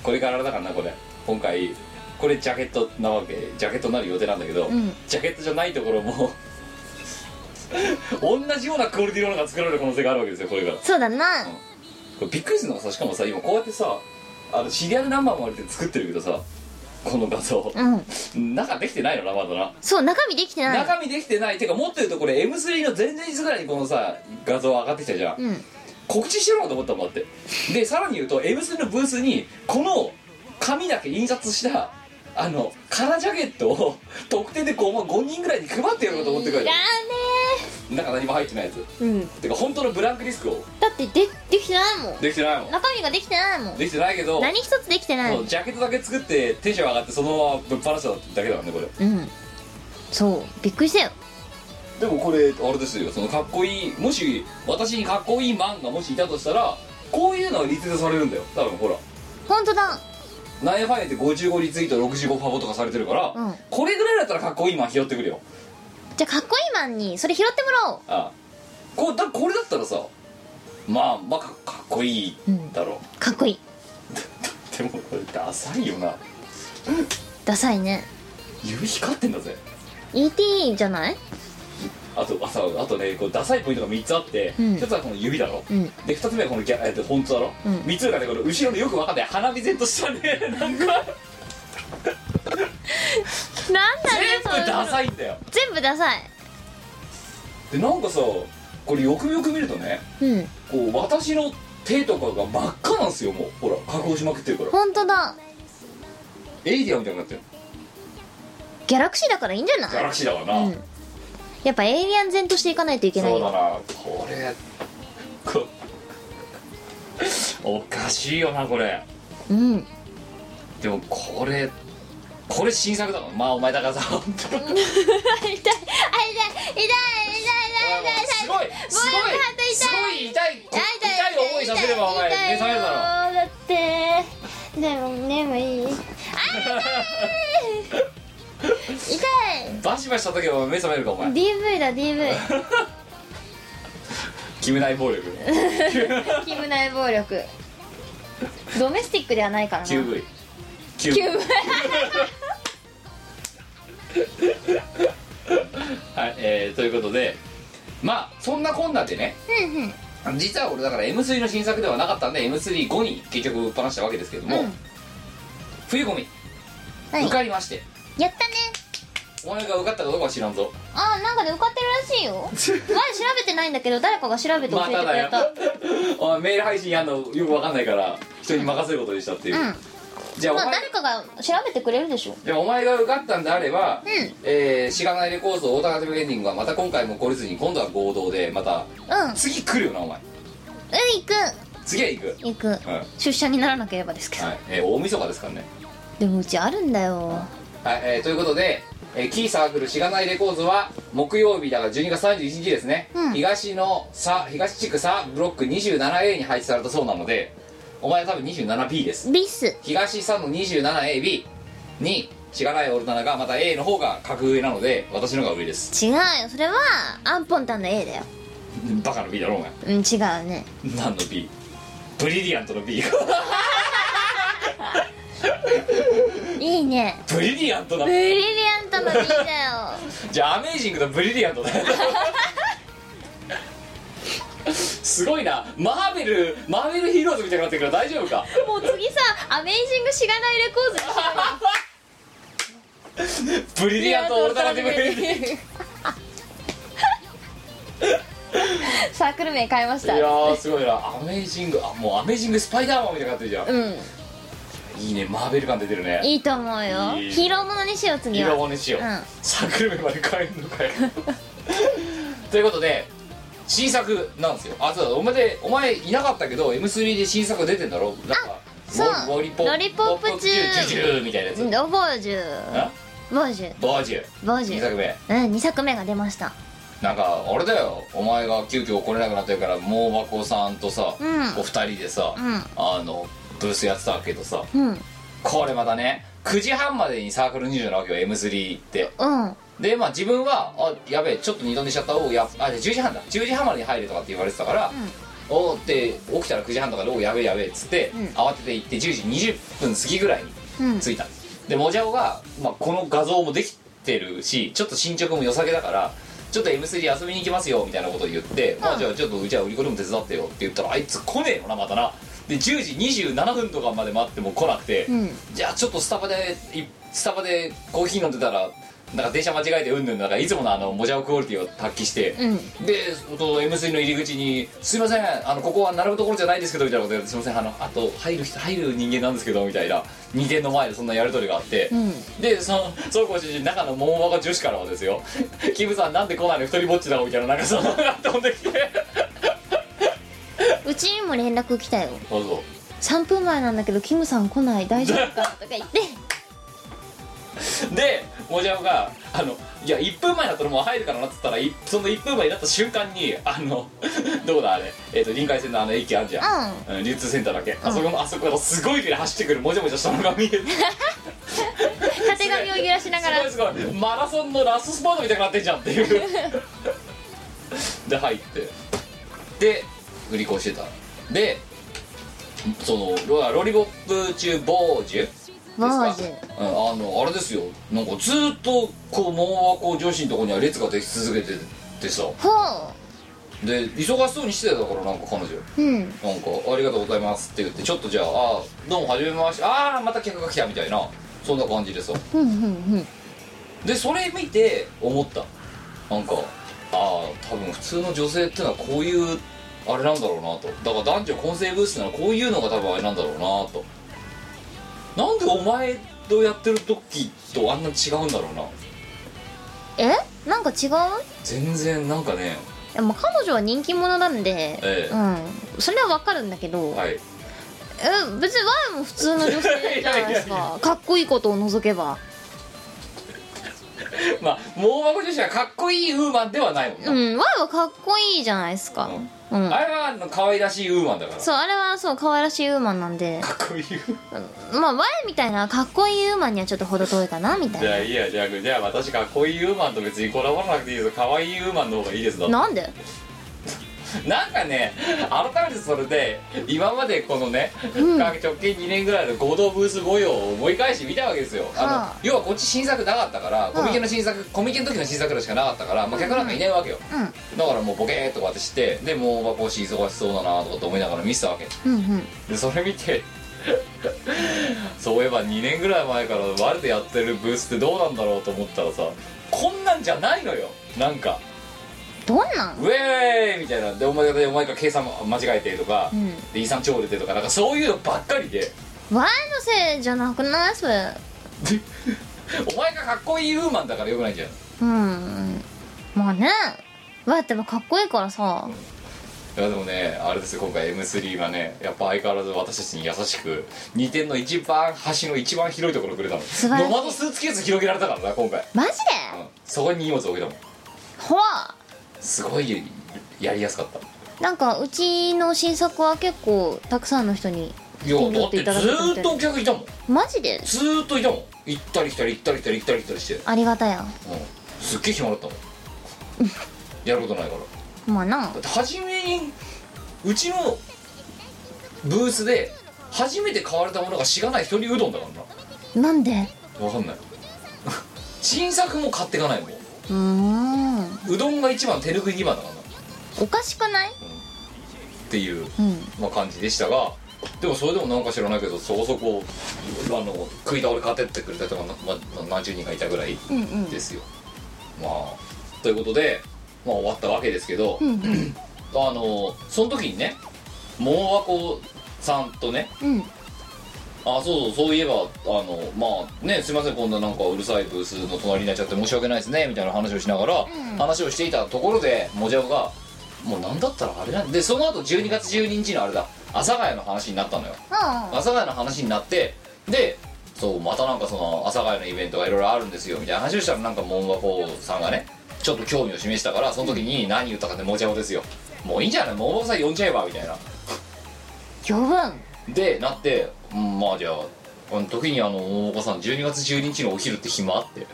[SPEAKER 5] これからだからなこれ今回これジャケットなわけジャケットになる予定なんだけど、
[SPEAKER 4] ん
[SPEAKER 5] ジャケットじゃないところも 同じようなクオリティのものが作られる可能性があるわけですよこれがこ
[SPEAKER 4] そうだな
[SPEAKER 5] れびっくりするのがさしかもさ今こうやってさあのシリアルナンバーもあれて作ってるけどさこの画像
[SPEAKER 4] うん
[SPEAKER 5] 中できてないのなまだな
[SPEAKER 4] そう中身できてない
[SPEAKER 5] 中身できてないてかもっと言うとこれ M3 の前々日ぐらいにこのさ画像上がってきたじゃん、
[SPEAKER 4] うん
[SPEAKER 5] 告知してるのかと思ったもんだってでさらに言うと M3 のブースにこの紙だけ印刷したあのカラージャケットを特定で 5, 万5人ぐらいに配ってやろうかと思ってくれ
[SPEAKER 4] いや
[SPEAKER 5] た中何も入ってないやつ
[SPEAKER 4] ーねーうん
[SPEAKER 5] てか本当のブランクリスクを
[SPEAKER 4] だってでできてないもん
[SPEAKER 5] できてないもん
[SPEAKER 4] 中身ができてないもん
[SPEAKER 5] できてないけど
[SPEAKER 4] 何一つできてない
[SPEAKER 5] そうジャケットだけ作ってテンション上がってそのままぶっ放しただけだからねこれ
[SPEAKER 4] うんそうびっくりしたよ
[SPEAKER 5] でもこれあれですよそのかっこいいもし私にかっこいいマンがもしいたとしたらこういうのはリツイートされるんだよ多分ほら
[SPEAKER 4] 本当だ
[SPEAKER 5] なんやかんやって55リツイート65ファボとかされてるから、
[SPEAKER 4] うん
[SPEAKER 5] これぐらいだったらかっこいいマン拾ってくるよ
[SPEAKER 4] じゃあかっこいいマンにそれ拾ってもらおう
[SPEAKER 5] ああこだこれだったらさまあまあかかっこいいだろ、
[SPEAKER 4] かっこいいう
[SPEAKER 5] でもこれダサいよな
[SPEAKER 4] ダサいね
[SPEAKER 5] 指光ってんだぜ
[SPEAKER 4] ET じゃない
[SPEAKER 5] あとあさあとねこうダサいポイントが3つあって、
[SPEAKER 4] ん
[SPEAKER 5] 一つはこの指だろ、
[SPEAKER 4] ん
[SPEAKER 5] で2つ目はこのギャえっと本当だろ、
[SPEAKER 4] ん
[SPEAKER 5] 3つ目がねこの後ろのよくわかんない花火然としたね なんか全
[SPEAKER 4] なんだ
[SPEAKER 5] 部ダ
[SPEAKER 4] い
[SPEAKER 5] サいんだよ
[SPEAKER 4] 全部ダサい
[SPEAKER 5] でなんかさこれよくよく見るとね
[SPEAKER 4] うん
[SPEAKER 5] こう私の手とかが真っ赤なんですよもうほら加工しまくってるから
[SPEAKER 4] 本当だ
[SPEAKER 5] エイリアンみたいになってる
[SPEAKER 4] ギャラクシーだからいいんじゃ
[SPEAKER 5] ギャ
[SPEAKER 4] ない
[SPEAKER 5] ラクシーだからな、
[SPEAKER 4] うんやっぱエイリアン前としていかないといけない
[SPEAKER 5] そうだ
[SPEAKER 4] よ
[SPEAKER 5] なこれこおかしいよなこれ
[SPEAKER 4] うん
[SPEAKER 5] でもこれこれ新作だもんまあお前だからさ本当に
[SPEAKER 4] 痛い痛い痛い痛い痛い
[SPEAKER 5] すごいすご
[SPEAKER 4] もうあと痛
[SPEAKER 5] い
[SPEAKER 4] い
[SPEAKER 5] すごい痛い
[SPEAKER 4] 痛い痛い
[SPEAKER 5] 痛い思いさせればお前目覚めるだ
[SPEAKER 4] ろだってでも眠い痛い
[SPEAKER 5] ろバシバシ叩けば目覚めるかお前
[SPEAKER 4] DV だ DV
[SPEAKER 5] 決めない暴力
[SPEAKER 4] キム内暴力ドメスティックではないからな
[SPEAKER 5] QV
[SPEAKER 4] キ
[SPEAKER 5] QV
[SPEAKER 4] ム
[SPEAKER 5] はいえーということでまあそんなこんなでね実は俺だから M3 の新作ではなかったんで M3 後に結局売っ放したわけですけども、
[SPEAKER 4] うん
[SPEAKER 5] 冬込み、
[SPEAKER 4] はい
[SPEAKER 5] 受かりまして
[SPEAKER 4] やったね
[SPEAKER 5] お前が受かったかどうかは知らんぞ
[SPEAKER 4] あーなんかで受かってるらしい よ前調べてないんだけど誰かが調べて教
[SPEAKER 5] ま
[SPEAKER 4] えてく
[SPEAKER 5] ただ
[SPEAKER 4] れ
[SPEAKER 5] よ
[SPEAKER 4] た、
[SPEAKER 5] お前メール配信やんのよくわかんないから人に任せることにしたっていう、
[SPEAKER 4] うん
[SPEAKER 5] じゃあお
[SPEAKER 4] ま
[SPEAKER 5] 前
[SPEAKER 4] あ誰かが調べてくれるでしょ
[SPEAKER 5] じゃあお前が受かったんであれば、
[SPEAKER 4] ん
[SPEAKER 5] えーしがないレコーズとオータナティブエンディングはまた今回も懲りずに今度は合同でまた
[SPEAKER 4] うんうん
[SPEAKER 5] 次来るよなお前次は行く
[SPEAKER 4] 行く行く
[SPEAKER 5] うんはい
[SPEAKER 4] 出社にならなければですけど、
[SPEAKER 5] えー大晦日ですからね
[SPEAKER 4] でもうちあるんだよ
[SPEAKER 5] はい、えーということで、えーキーサークルしがないレコーズは木曜日だから12月31日ですね、東のさ東地区サブロック 27A に配置されたそうなのでお前は多分 27B です
[SPEAKER 4] ビス
[SPEAKER 5] 東さんの 27AB にしがないオルタナがまた A の方が格上なので私の方が上です
[SPEAKER 4] 違うよそれはアンポンタンの A だよ
[SPEAKER 5] バカの B だろお前
[SPEAKER 4] うん違うね
[SPEAKER 5] 何の B ブリリアントの B
[SPEAKER 4] いいね
[SPEAKER 5] ブリリアントだ
[SPEAKER 4] ブリリアントの B だよ
[SPEAKER 5] じゃあアメージングとブリリアントだよすごいなマーベルマーベルヒーローズみたいになってるから大丈夫か
[SPEAKER 4] もう次さアメイジングしがないレコーズにしようよ
[SPEAKER 5] ブリリアントオルタナティブ
[SPEAKER 4] サークル名変えまし
[SPEAKER 5] い
[SPEAKER 4] た
[SPEAKER 5] やーすごいなアメージングあもうアメージングスパイダーマンみたいになってるじゃん、
[SPEAKER 4] うん
[SPEAKER 5] いいねマーベル感出てるね
[SPEAKER 4] いいと思うよ
[SPEAKER 5] いい
[SPEAKER 4] ヒーローものにしよう次
[SPEAKER 5] ヒー
[SPEAKER 4] は
[SPEAKER 5] ローものにしよう、
[SPEAKER 4] うん
[SPEAKER 5] サークル名まで変えるのかよ ということで新作なんですよあそうだお前でお前いなかったけど M3 で新作出てんだろなんか
[SPEAKER 4] そう
[SPEAKER 5] ロリポップ
[SPEAKER 4] ロリポップチュー
[SPEAKER 5] チューチューみたいなやつ、
[SPEAKER 4] うんボージュ
[SPEAKER 5] あ
[SPEAKER 4] ボージュ
[SPEAKER 5] バージュ
[SPEAKER 4] ボージ
[SPEAKER 5] 2
[SPEAKER 4] ュ
[SPEAKER 5] 作目
[SPEAKER 4] うん2作目が出ました
[SPEAKER 5] なんかあれだよお前が急遽来れなくなってるから盲箱さんとさ、
[SPEAKER 4] うん
[SPEAKER 5] お二人でさ、
[SPEAKER 4] うん
[SPEAKER 5] あのブースやってたけどさ
[SPEAKER 4] うんうん
[SPEAKER 5] これまたね9時半までにサークル入場なわけよ M3 ってでまあ自分はあやべえちょっと二度寝しちゃったおうやあで10時半だ10時半までに入るとかって言われてたから、おうって起きたら9時半とかでおうやべえやべえっつって、
[SPEAKER 4] うん
[SPEAKER 5] 慌てて行って10時20分過ぎぐらいに着いた、でもじゃおが、まあ、この画像もできてるしちょっと進捗も良さげだからちょっと M3 遊びに行きますよみたいなことを言って、まあじゃあちょっとうちは売り子でも手伝ってよって言ったらあいつ来ねえよなまたなで10時27分とかまで待っても来なくて、
[SPEAKER 4] ん
[SPEAKER 5] じゃあちょっとスタバでいスタバでコーヒー飲んでたらなんか電車間違えてうんぬんなんかいつものあのもじゃおクオリティを発揮して、でその M3 の入り口に「すいませんあのここは並ぶところじゃないんですけど」みたいなこと言われて「すいませんあのあと入る人入る人間なんですけど」みたいな2点の前でそんなやり取りがあって、でそのそうこうしてるうちに中の桃若女子からはですよ「キムさんなんで来ないの一人ぼっちだろ」みたいななんかそのが飛んできて
[SPEAKER 4] うちにも連絡来たよ
[SPEAKER 5] そうそう
[SPEAKER 4] 3分前なんだけどキムさん来ない大丈夫かとか言 って
[SPEAKER 5] でもじゃおが「あのいや1分前だったらもう入るからな」っつったらいその1分前になった瞬間にあの どこだあれ、えー、と臨海線のあの駅あんじゃん、うん流通センターだっけ、あそこのあそこからすごい距離走ってくるもじゃもじゃしたのが見 えて
[SPEAKER 4] 縦紙を揺らしながら
[SPEAKER 5] すごいすごいマラソンのラストスパートみたいになってんじゃんっていうで入ってで売り子してたでそのロロリボップ中ボージュ
[SPEAKER 4] ボー
[SPEAKER 5] で
[SPEAKER 4] ジ
[SPEAKER 5] す
[SPEAKER 4] ュ
[SPEAKER 5] かうんあのあれですよなんかずーっとこう桃はこう女子のとこには列ができ続けててさ
[SPEAKER 4] ほ
[SPEAKER 5] で忙しそうにしてたからなんか彼女
[SPEAKER 4] ううん
[SPEAKER 5] なんか「ありがとうございます」って言ってちょっとじゃああ「どうもはじめましてああまた客が来た」みたいなそんな感じでさ
[SPEAKER 4] うんうん
[SPEAKER 5] でそれ見て思ったなんかああ多分普通の女性ってのはこういうあれなんだろうなとだから男女混成ブースならこういうのが多分あれなんだろうなとなんでお前とやってる時とあんな違うんだろうな
[SPEAKER 4] えなんか違う
[SPEAKER 5] 全然なんかね
[SPEAKER 4] でも彼女は人気者なんで、
[SPEAKER 5] ええ
[SPEAKER 4] うんそれはわかるんだけど、
[SPEAKER 5] はい
[SPEAKER 4] え別にワイも普通の女性じゃないです
[SPEAKER 5] いやいやい
[SPEAKER 4] かかっこいいことを除けば
[SPEAKER 5] まあ盲目女子はかっこいいウーマンではないもんな、
[SPEAKER 4] うんワイはかっこいいじゃないですかうん、
[SPEAKER 5] あれはあの可愛らしいウーマンだから
[SPEAKER 4] そうあれはそう可愛らしいウーマンなんで
[SPEAKER 5] かっこいいウーマ
[SPEAKER 4] まあワイみたいなかっこいいウーマンにはちょっと程遠いかなみた
[SPEAKER 5] ン
[SPEAKER 4] い
[SPEAKER 5] じゃ
[SPEAKER 4] な
[SPEAKER 5] あいいやじゃあじゃあ私かっこいいウーマンと別にコラボらなくていいです可愛いウーマンの方がいいですだって
[SPEAKER 4] なんで
[SPEAKER 5] なんかね改めてそれで今までこのね、直近2年ぐらいの合同ブース模様を思い返してみたわけですよ、あの
[SPEAKER 4] はあ
[SPEAKER 5] 要はこっち新作なかったからコミケの新作、コミケの時の新作らしかなかったから、まあ、客なんかいないわけよ、
[SPEAKER 4] うん
[SPEAKER 5] だからもうボケーっとかってしてでもうまあ帽子忙しそうだなとかって思いながら見てたわけ
[SPEAKER 4] うんうん
[SPEAKER 5] でそれ見てそういえば2年ぐらい前から我でやってるブースってどうなんだろうと思ったらさこんなんじゃないのよなんか
[SPEAKER 4] どんなん
[SPEAKER 5] ウェーイみたいなでお前がお前が計算間違えてとか、
[SPEAKER 4] うん
[SPEAKER 5] で遺産超出てとかなんかそういうのばっかりで
[SPEAKER 4] ワイのせいじゃなくないそれ
[SPEAKER 5] でお前がかっこいいウーマンだからよくないじゃん
[SPEAKER 4] うんまあねワイってばかっこいいからさ
[SPEAKER 5] いやでもねあれですよ今回 M3 がねやっぱ相変わらず私たちに優しく2点の一番端の一番広いところくれたの
[SPEAKER 4] 晴らしい
[SPEAKER 5] ノマドスーツケース広げられたからな今回、
[SPEAKER 4] マジで
[SPEAKER 5] うんそこに荷物置いたもん
[SPEAKER 4] ほら
[SPEAKER 5] すごいやりやすかった
[SPEAKER 4] なんかうちの新作は結構たくさんの人に
[SPEAKER 5] いや
[SPEAKER 4] 手に
[SPEAKER 5] だ
[SPEAKER 4] 取
[SPEAKER 5] っ
[SPEAKER 4] ってて
[SPEAKER 5] ず
[SPEAKER 4] いただけたみたい
[SPEAKER 5] ーっとお客いたもん
[SPEAKER 4] マジで
[SPEAKER 5] ずーっといたもん行ったり来たり行ったり来たり行ったり来たりして
[SPEAKER 4] ありがたや
[SPEAKER 5] うんすっげえ暇だったもんやることないからだ
[SPEAKER 4] まあな
[SPEAKER 5] って初めにうちのブースで初めて買われたものがしがない一人うどんだから
[SPEAKER 4] なんで
[SPEAKER 5] なわかんない新作も買っていかないもん
[SPEAKER 4] うーん
[SPEAKER 5] うどんが1番手ぬぐい2番だからなっ
[SPEAKER 4] おかしくない
[SPEAKER 5] ていう、
[SPEAKER 4] うん
[SPEAKER 5] まあ、感じでしたがでもそれでもなんか知らないけどそこそこあの食い倒れ買ってってくれた人がな、まあ、何十人かいたぐらい
[SPEAKER 4] うんうん
[SPEAKER 5] ですよ、まあということで、まあ、終わったわけですけど、
[SPEAKER 4] うんうん
[SPEAKER 5] あのその時にねモモワコさんとね
[SPEAKER 4] うん
[SPEAKER 5] あそうそうそういえばあのまあねすいませんこんななんかうるさいブースの隣になっちゃって申し訳ないですねみたいな話をしながら、
[SPEAKER 4] ん
[SPEAKER 5] 話をしていたところでモジャブがもうなんだったらあれなんでその後12月12日のあれだ阿佐ヶ谷の話になったのよ阿佐ヶ谷の話になってでそうまたなんかその阿佐ヶ谷のイベントがいろいろあるんですよみたいな話をしたらなんかモンバコさんがねちょっと興味を示したからその時に何言ったかってもちゃおですよもういいんじゃないモンバコさん呼んじゃえばみたいな
[SPEAKER 4] 余分
[SPEAKER 5] でなって、うん、まあじゃああの時にあのモンバコさん12月12日のお昼って暇って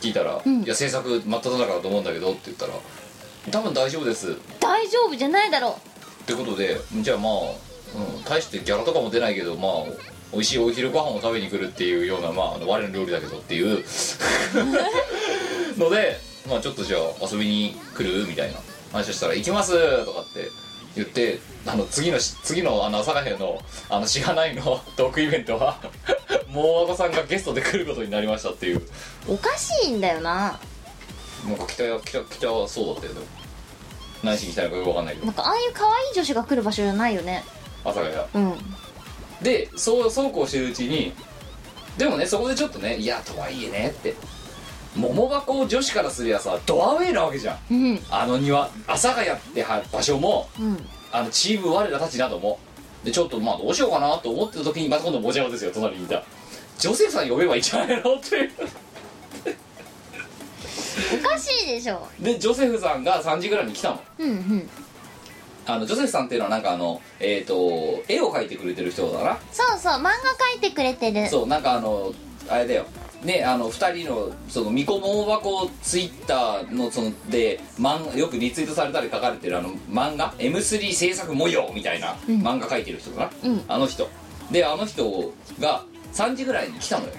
[SPEAKER 5] 聞いたら「いや制作真っ只中だと思うんだけど」って言ったら「多分大丈夫です」
[SPEAKER 4] 大丈夫じゃないだろ
[SPEAKER 5] ってことでじゃあまあ、うん、大してギャラとかも出ないけどまあ美味しいお昼ご飯を食べに来るっていうようなまああの我の料理だけどっていうのでまあちょっとじゃあ遊びに来るみたいな話をしたら「行きます」とかって言ってあの次のし次のあの阿佐ヶ谷のあのしがないの トークイベントはもうあこさんがゲストで来ることになりましたっていう
[SPEAKER 4] うおかしいんだよな
[SPEAKER 5] なんか北は北北はそうだったよね何しに来たのかよくわかんないけど
[SPEAKER 4] なんかああいう可愛い女子が来る場所じゃないよね
[SPEAKER 5] 阿佐ヶ谷
[SPEAKER 4] うん
[SPEAKER 5] でそうそうこうしてるうちにでもねそこでちょっとねいやとはいえねって桃箱を女子からすりゃさドアウェイなわけじゃん
[SPEAKER 4] うん
[SPEAKER 5] あの庭阿佐ヶ谷っては場所も
[SPEAKER 4] うん
[SPEAKER 5] あのチーム我らたちなどもでちょっとまあどうしようかなと思ってた時にまた今度もじゃおですよ隣にいた女性さん呼べばいいんじゃないのっていう
[SPEAKER 4] おかしいでしょ
[SPEAKER 5] でジョセフさんが3時ぐらいに来たの
[SPEAKER 4] うんうん
[SPEAKER 5] あのジョセフさんっていうのはなんかあのえっ、と絵を描いてくれてる人だな
[SPEAKER 4] そうそう漫画描いてくれてる
[SPEAKER 5] そうなんかあのあれだよねあの2人のその巫女桃箱ツイッターのそので漫よくリツイートされたり書かれてるあの漫画 M3 制作模様みたいな漫画書いてる人かな、
[SPEAKER 4] うん
[SPEAKER 5] あの人であの人が3時ぐらいに来たのよ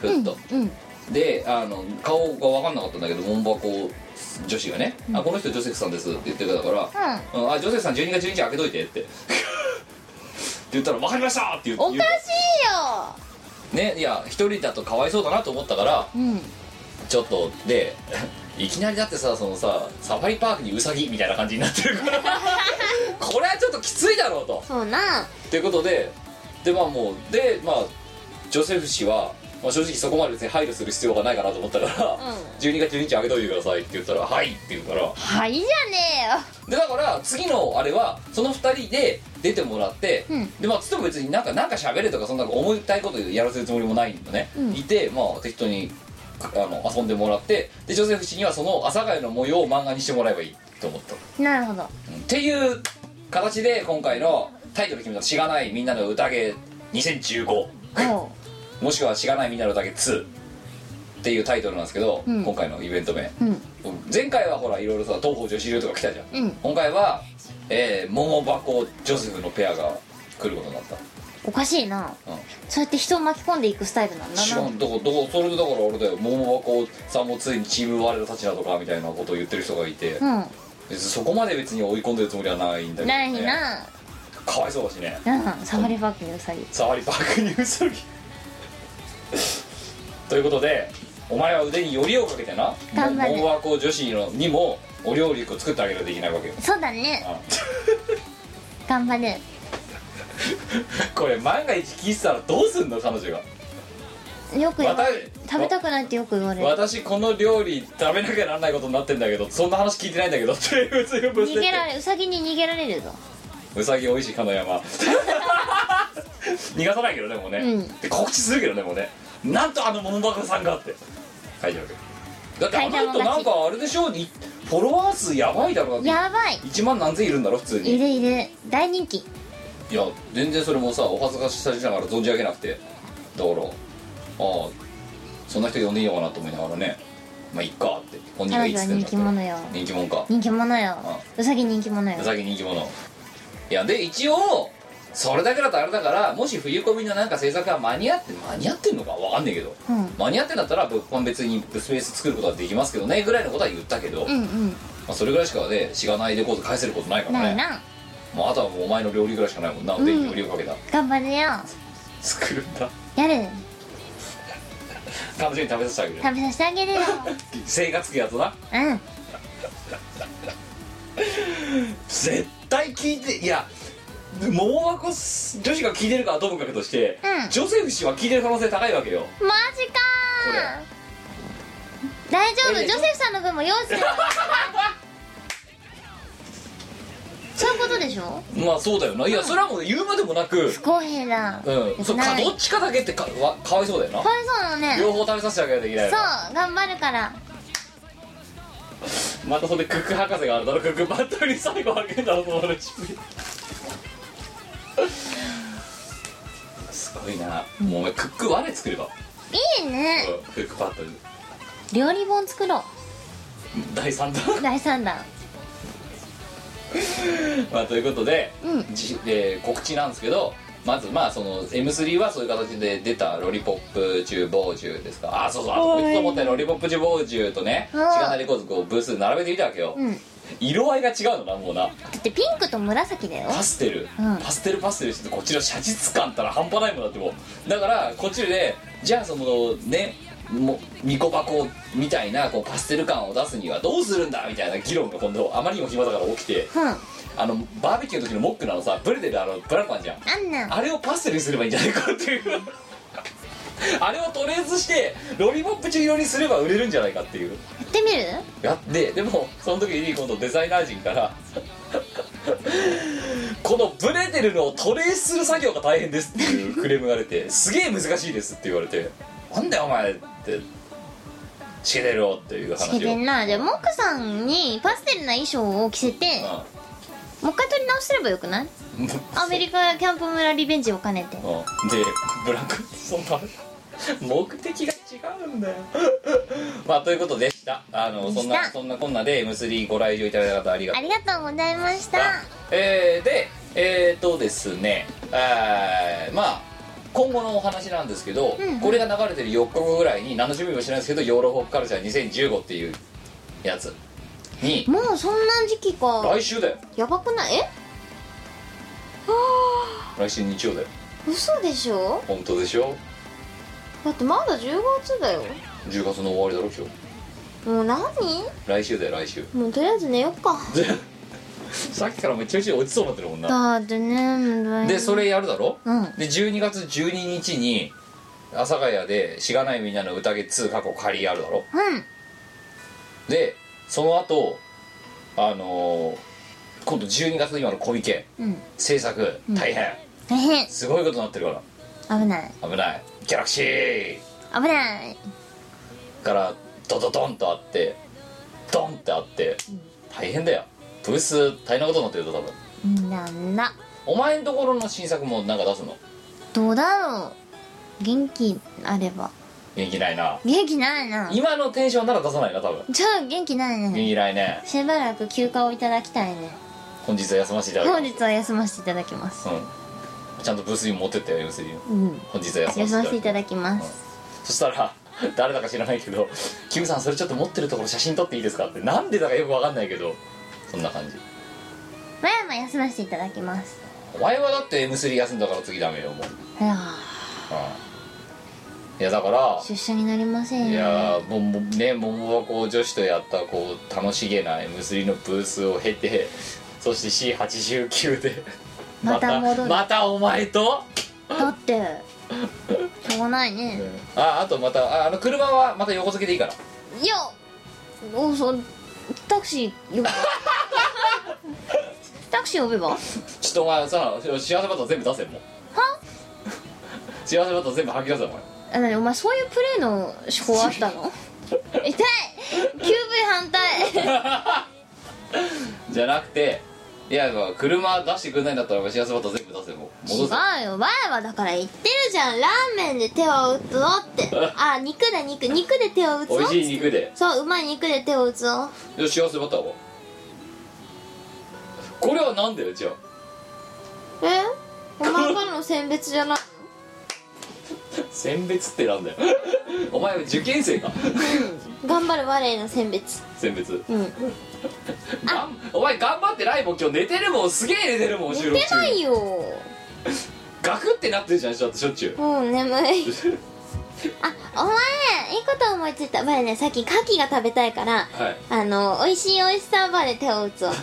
[SPEAKER 5] ふっと、
[SPEAKER 4] うん
[SPEAKER 5] であの顔が分かんなかったんだけど桃箱女子がね、あ「この人ジョセフさんです」って言ってたから「うんあジョセフさん12月12日開けといて」って って言ったら「分かりました!」って言って
[SPEAKER 4] おかしいよ
[SPEAKER 5] ねいや一人だとかわいそうだなと思ったから
[SPEAKER 4] うん
[SPEAKER 5] ちょっとで いきなりだってさそのさサファリパークにウサギみたいな感じになってるから これはちょっときついだろうと
[SPEAKER 4] そうな
[SPEAKER 5] っていうことででまあもうでまあジョセフ氏はまあ、正直そこまで別に配慮する必要がないかなと思った から、12月12日あげといてくださいって言ったら「はい」って言うから
[SPEAKER 4] はいじゃねえよ
[SPEAKER 5] でだから次のあれはその2人で出てもらって、
[SPEAKER 3] うん
[SPEAKER 5] でまあつっても別になんかなんか喋れとかそんな思いたいことやらせるつもりもないんだね、いてまあ適当にあの遊んでもらってでジョセフ氏にはその阿佐ヶ谷の模様を漫画にしてもらえばいいと思った
[SPEAKER 4] なるほど
[SPEAKER 5] っていう形で今回のタイトル決めた「しがないみんなの宴2015」もしくは「しがないみんなの宴2」っていうタイトルなんですけど、
[SPEAKER 3] ん
[SPEAKER 5] 今回のイベント名、
[SPEAKER 3] ん
[SPEAKER 5] 前回はほらいろいろさ東方女子流とか来たじゃん、
[SPEAKER 3] うん
[SPEAKER 5] 今回は、えー、桃箱ジョセフのペアが来ることになった
[SPEAKER 4] おかしいな
[SPEAKER 5] うん
[SPEAKER 4] そうやって人を巻き込んでいくスタイルなんだ
[SPEAKER 5] 知
[SPEAKER 4] な
[SPEAKER 5] らんだからだからそれでだからあれだよ桃箱さんもついにチーム我らたちだとかみたいなことを言ってる人がいて、
[SPEAKER 4] うん
[SPEAKER 5] 別にそこまで別に追い込んでるつもりはないんだけど、
[SPEAKER 4] ない
[SPEAKER 5] ね、
[SPEAKER 4] な
[SPEAKER 5] かわいそうだしね
[SPEAKER 4] うんサファリパークにウサギ
[SPEAKER 5] サワリパークにウサギ ということでお前は腕によりをかけてな
[SPEAKER 4] 頑張る
[SPEAKER 5] モンワーコ女子のにもお料理を作ってあげないといけないわけよ
[SPEAKER 4] そうだね
[SPEAKER 5] あ
[SPEAKER 4] 頑張る
[SPEAKER 5] これ万が一聞いてたらどうすんの彼女が
[SPEAKER 4] よく言わ
[SPEAKER 5] わた
[SPEAKER 4] 食べたくないってよく言われる
[SPEAKER 5] 私この料理食べなきゃなんないことになってんだけどそんな話聞いてないんだけどって普通にぶつけて
[SPEAKER 4] 逃げられウサギに逃げられるぞ
[SPEAKER 5] うさぎおいしい金山 逃がさないけどねもうね、
[SPEAKER 4] うん
[SPEAKER 5] で告知するけどねもうねなんとあの桃箱さんがって書いてあるだってあ
[SPEAKER 4] 書いてある
[SPEAKER 5] の人なんかあれでしょいフォロワー数やばいだろだっ
[SPEAKER 4] やばい
[SPEAKER 5] て1万何千いるんだろ普通に
[SPEAKER 4] いるいる大人気
[SPEAKER 5] いや全然それもさお恥ずかしさしながら存じ上げなくてだからああそんな人呼んでいいのかなと思いながらねまあいっかって本人がいいっつってんだから
[SPEAKER 4] 彼女は
[SPEAKER 5] 人気者か
[SPEAKER 4] 人気者よウサギ人気者よ
[SPEAKER 5] うさぎ人気者いやで一応それだけだとあれだからもし冬コミのなんか制作が間に合って間に合ってんのかわかんねえけど、
[SPEAKER 4] うん
[SPEAKER 5] 間に合ってんだったら物販別にスペース作ることはできますけどねぐらいのことは言ったけど、
[SPEAKER 4] うん
[SPEAKER 5] ま
[SPEAKER 4] うん
[SPEAKER 5] あ、それぐらいしかねしがないレコード返せることないから
[SPEAKER 4] な
[SPEAKER 5] ね
[SPEAKER 4] いな
[SPEAKER 5] まあ、あとはもうお前の料理ぐらいしかないもんな腕に料理をかけた、
[SPEAKER 4] 頑張れよ
[SPEAKER 5] 作るんだ
[SPEAKER 4] やる
[SPEAKER 5] 彼女に食べさせてあげる
[SPEAKER 4] 食べさせてあげる よ
[SPEAKER 5] 生活つくやつな
[SPEAKER 4] うん
[SPEAKER 5] 絶対聞いていや桃箱女子が聞いてるかはともかくとして、
[SPEAKER 4] うん
[SPEAKER 5] ジョセフ氏は聞いてる可能性高いわけよ
[SPEAKER 4] マジか
[SPEAKER 5] これ
[SPEAKER 4] ー大丈夫
[SPEAKER 5] いやい
[SPEAKER 4] ジョ
[SPEAKER 5] や
[SPEAKER 4] セフさんの分も用 意するそういうことでしょ
[SPEAKER 5] まあそうだよないやそれはもう言うまでもなく
[SPEAKER 4] 不公平だ
[SPEAKER 5] うんそうか
[SPEAKER 4] ない
[SPEAKER 5] どっちかだけってかわかわいそうだよ
[SPEAKER 4] か
[SPEAKER 5] な
[SPEAKER 4] わいそうなのね
[SPEAKER 5] 両方食べさせてあげないといけな
[SPEAKER 4] そ
[SPEAKER 5] いうから
[SPEAKER 4] 頑張るから
[SPEAKER 5] またそれでクック博士があるだろクックバットに最後あげんだろそのレシピすごいなもうお前クック我作れば、
[SPEAKER 4] いいね
[SPEAKER 5] うんクックパッドに
[SPEAKER 4] 料理本作ろ
[SPEAKER 5] 第3弾
[SPEAKER 4] う第3弾
[SPEAKER 5] まあということで、
[SPEAKER 4] う
[SPEAKER 5] じえー告知なんですけどまずまあその M3 はそういう形で出たロリポップ中傍受ですかあそうそうあとこいつと思ったよロリポップ中傍受とね
[SPEAKER 4] う
[SPEAKER 5] 違
[SPEAKER 4] ん
[SPEAKER 5] うなレコーズこうブース並べてみたわけよ、
[SPEAKER 4] うん
[SPEAKER 5] 色合いが違うのなもうな
[SPEAKER 4] だってピンクと紫だよ
[SPEAKER 5] パステル、
[SPEAKER 4] うん
[SPEAKER 5] パステルパステルしててこっちの写実感ったら半端ないもんだってもうだからこっちでじゃあそのねもニコ箱みたいなこうパステル感を出すにはどうするんだみたいな議論が今度あまりにも暇だから起きて
[SPEAKER 4] うんあ
[SPEAKER 5] あのバーベキューの時のモックなのさブレてるあのブラパンじゃん
[SPEAKER 4] んなん
[SPEAKER 5] あれをパステルにすればいいんじゃないかっていうあれをとりあえずしてロリポップ中色にすれば売れるんじゃないかっていう
[SPEAKER 4] やってみる
[SPEAKER 5] やってでもその時に今度デザイナー陣からこのブレてるのをトレースする作業が大変ですっていうクレームが出てすげえ難しいですって言われてなんだよお前ってしけてるよっていう話
[SPEAKER 4] し
[SPEAKER 5] を
[SPEAKER 4] けてんなじゃあモックさんにパステルな衣装を着せてもう一回撮り直すればよくない
[SPEAKER 5] うん
[SPEAKER 4] アメリカキャンプ村リベンジを兼ねて
[SPEAKER 5] うんでブランクそんな目的が違うんだよ まあということでしたあのそん
[SPEAKER 4] でし
[SPEAKER 5] な
[SPEAKER 4] た
[SPEAKER 5] そんなこんなで M3 ご来場いただいた方ありがと
[SPEAKER 4] あ
[SPEAKER 5] う
[SPEAKER 4] りがとうございました
[SPEAKER 5] えーでえっ、とですねえーまあ今後のお話なんですけど、
[SPEAKER 4] うんうん
[SPEAKER 5] これが流れてる4日後ぐらいに何の準備もしてないんですけどヨーロッパカルチャー2015っていうやつに
[SPEAKER 4] もうそんな時期か
[SPEAKER 5] 来週だよ
[SPEAKER 4] やばくないえ
[SPEAKER 5] 来週日曜だよ
[SPEAKER 4] 嘘でしょ
[SPEAKER 5] 本当でしょ
[SPEAKER 4] だってまだ10月だよ
[SPEAKER 5] 10月の終わりだろ今
[SPEAKER 4] もう何
[SPEAKER 5] 日来週だよ来週
[SPEAKER 4] もうとりあえず寝よっか
[SPEAKER 5] さっきからめちゃくちゃ落ちそうになってるもんな
[SPEAKER 4] だってね
[SPEAKER 5] でそれやるだろ
[SPEAKER 4] うん
[SPEAKER 5] で12月12日に阿佐ヶ谷で「しがないみんなの宴2」過去借りあるだろ
[SPEAKER 1] うん
[SPEAKER 5] でその後あのー今度12月の今の小池、
[SPEAKER 4] うん
[SPEAKER 5] 制作大変、
[SPEAKER 4] 大変
[SPEAKER 5] すごいことになってるか
[SPEAKER 4] 危ない
[SPEAKER 5] ら危ないギャラクシー
[SPEAKER 4] 危ない
[SPEAKER 5] からドドドンとあってドンってあって大変だよブース大変なことになってるぞ多分
[SPEAKER 4] なんだ
[SPEAKER 5] お前んところの新作もなんか出すの
[SPEAKER 4] どうだろう元気あれば
[SPEAKER 5] 元気ないな
[SPEAKER 4] 元気ないな
[SPEAKER 5] 今のテンションなら出さないな多分
[SPEAKER 4] ちょっと元気ない
[SPEAKER 5] 元
[SPEAKER 4] ね
[SPEAKER 5] 気ないね
[SPEAKER 4] しばらく休暇をいただきたいね
[SPEAKER 5] 本日は休ませていただ
[SPEAKER 4] 本
[SPEAKER 5] き
[SPEAKER 4] 日は休ませていただきます
[SPEAKER 5] うんちゃんとブースに持ってって要するに
[SPEAKER 4] うん
[SPEAKER 5] 本日は休ませてい
[SPEAKER 4] 休
[SPEAKER 5] ただ
[SPEAKER 4] ま
[SPEAKER 5] き
[SPEAKER 4] せていただきます
[SPEAKER 5] そしたら誰だか知らないけど「キムさんそれちょっと持ってるところ写真撮っていいですか?」ってなんでだかよくわかんないけどそんな感じ
[SPEAKER 4] 前も休ませていただきます
[SPEAKER 5] お前はだって M3 休んだから次ダメよもう、うん、
[SPEAKER 4] いやー
[SPEAKER 5] いやだから
[SPEAKER 4] 出社になりません
[SPEAKER 5] い
[SPEAKER 4] よ
[SPEAKER 5] やーもうもうね桃箱女子とやったこう楽しげな M3 のブースを経てそして C89 で
[SPEAKER 4] また戻る
[SPEAKER 5] またお前と
[SPEAKER 4] だってしょうがないね
[SPEAKER 5] ああとまたああの車はまた横付けでいいから
[SPEAKER 4] いやおそうタクシー呼べ ばタクシー呼べば
[SPEAKER 5] ちょっとお前さ幸せバトン全部出せもう幸せバトン全部吐き出せお前
[SPEAKER 4] あなにお前そういうプレイの思考あっ たの痛い !QV 反対
[SPEAKER 5] じゃなくていやまあ車出してくんないんだったらお前幸せバトン全部出せもう戻せ
[SPEAKER 4] 違うよ前はだから言ってるじゃんラーメンで手を打つぞってあ肉だ肉肉で手を打つぞ
[SPEAKER 5] 美味しい肉で
[SPEAKER 4] そううまい肉で手を打つぞ
[SPEAKER 5] よし幸せバトンはこれはなんだよじゃあ
[SPEAKER 4] えお前からの選別じゃない
[SPEAKER 5] 選別ってなんだよ お前は受験生か
[SPEAKER 4] の頑張る我への選別
[SPEAKER 5] 選別
[SPEAKER 4] うん
[SPEAKER 5] がんお前頑張ってないもん今日寝てるもんすげえ寝てるもん
[SPEAKER 4] 寝
[SPEAKER 5] 収
[SPEAKER 4] て
[SPEAKER 5] 録中
[SPEAKER 4] ないよ
[SPEAKER 5] ガクってなってるじゃんちょっとしょっちゅう
[SPEAKER 4] もう眠いあお前いいこと思いついた前ねさっき牡蠣が食べたいから
[SPEAKER 5] はい
[SPEAKER 4] あの美味しいオイスターバーで手を 打つわ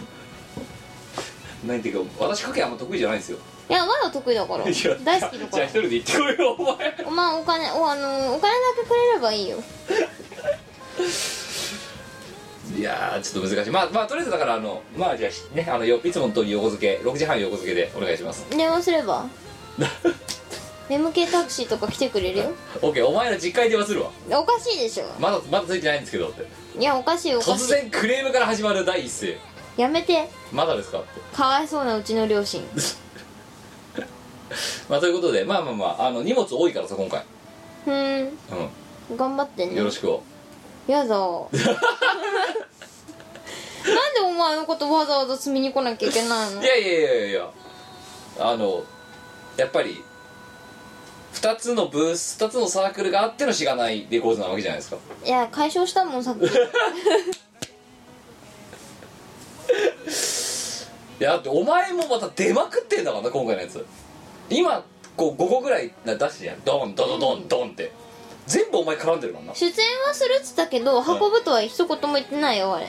[SPEAKER 5] 何ていうか私かけあんま得意じゃないんですよ
[SPEAKER 4] いや前は得意だか
[SPEAKER 5] い
[SPEAKER 4] ら
[SPEAKER 5] や
[SPEAKER 4] 大好きだか
[SPEAKER 5] じゃあ
[SPEAKER 4] ら
[SPEAKER 5] 一人で行ってこいよお前
[SPEAKER 4] お前お金おあのお金だけくれればいいよ
[SPEAKER 5] いやーちょっと難しいまあまあとりあえずだからあのまあじゃあねあのよいつもの通り横付け6時半横付けでお願いします
[SPEAKER 4] 電話す れば眠気タクシーとか来てくれ るよ
[SPEAKER 5] OK お前の実家に電話するわ
[SPEAKER 4] おかしいでしょ
[SPEAKER 5] まだまだついてないんですけどって
[SPEAKER 4] いやおかしいおか
[SPEAKER 5] 突
[SPEAKER 4] し
[SPEAKER 5] 然クレームから始まる第一声
[SPEAKER 4] いやめて
[SPEAKER 5] まだですかって
[SPEAKER 4] かわいそうなうちの両 親
[SPEAKER 5] まあということでまあまあまああの荷物多いからさ今回
[SPEAKER 4] ふーん頑張って
[SPEAKER 5] うん
[SPEAKER 4] ね
[SPEAKER 5] よろしくを
[SPEAKER 4] や だなんでお前のことわざわざ積みに来なきゃいけないの
[SPEAKER 5] いやいやいやいやいやあのやっぱり2つのブース2つのサークルがあってのしがないレコードなわけじゃないですか
[SPEAKER 4] いや解消したもんさっき
[SPEAKER 5] いやだってお前もまた出まくってんだからな今回のやつ今こう5個ぐらい出してやんドンドドドンドンって全部お前絡んでるからな
[SPEAKER 4] 出演はするっつったけど運ぶとは一言も言ってないよあれ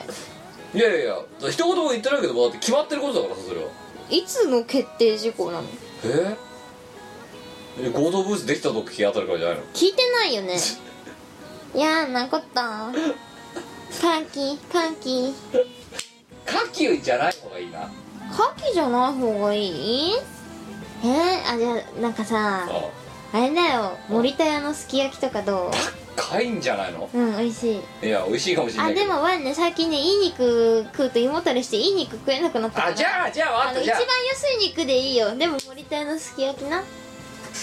[SPEAKER 5] いやいやいや一言も言ってないけどだって決まってることだからさそれはい
[SPEAKER 4] つの決定事項なの
[SPEAKER 5] ええ合同ブースできた時当たるからじゃないの
[SPEAKER 4] 聞いてない よねいやーなこった歓喜歓喜
[SPEAKER 5] カキじゃない方がいいな
[SPEAKER 4] 歓喜じゃない方がいいえー、あじゃあなんかさ
[SPEAKER 5] あ
[SPEAKER 4] あれだよ森田屋のすき焼きとかど
[SPEAKER 5] 高いんじゃないの
[SPEAKER 4] ううん美味しい
[SPEAKER 5] いや美味しいかもしれな
[SPEAKER 4] あ
[SPEAKER 5] いけ
[SPEAKER 4] で
[SPEAKER 5] ど
[SPEAKER 4] もワンね最近ねいい肉食うと胃もたれしていい肉食えなくなったか
[SPEAKER 5] あ
[SPEAKER 4] ら
[SPEAKER 5] じゃあじゃあ
[SPEAKER 4] あ
[SPEAKER 5] 分かった
[SPEAKER 4] の一
[SPEAKER 5] じゃ
[SPEAKER 4] 番
[SPEAKER 5] あ
[SPEAKER 4] 安い肉でいいよでも森田屋のすき焼きな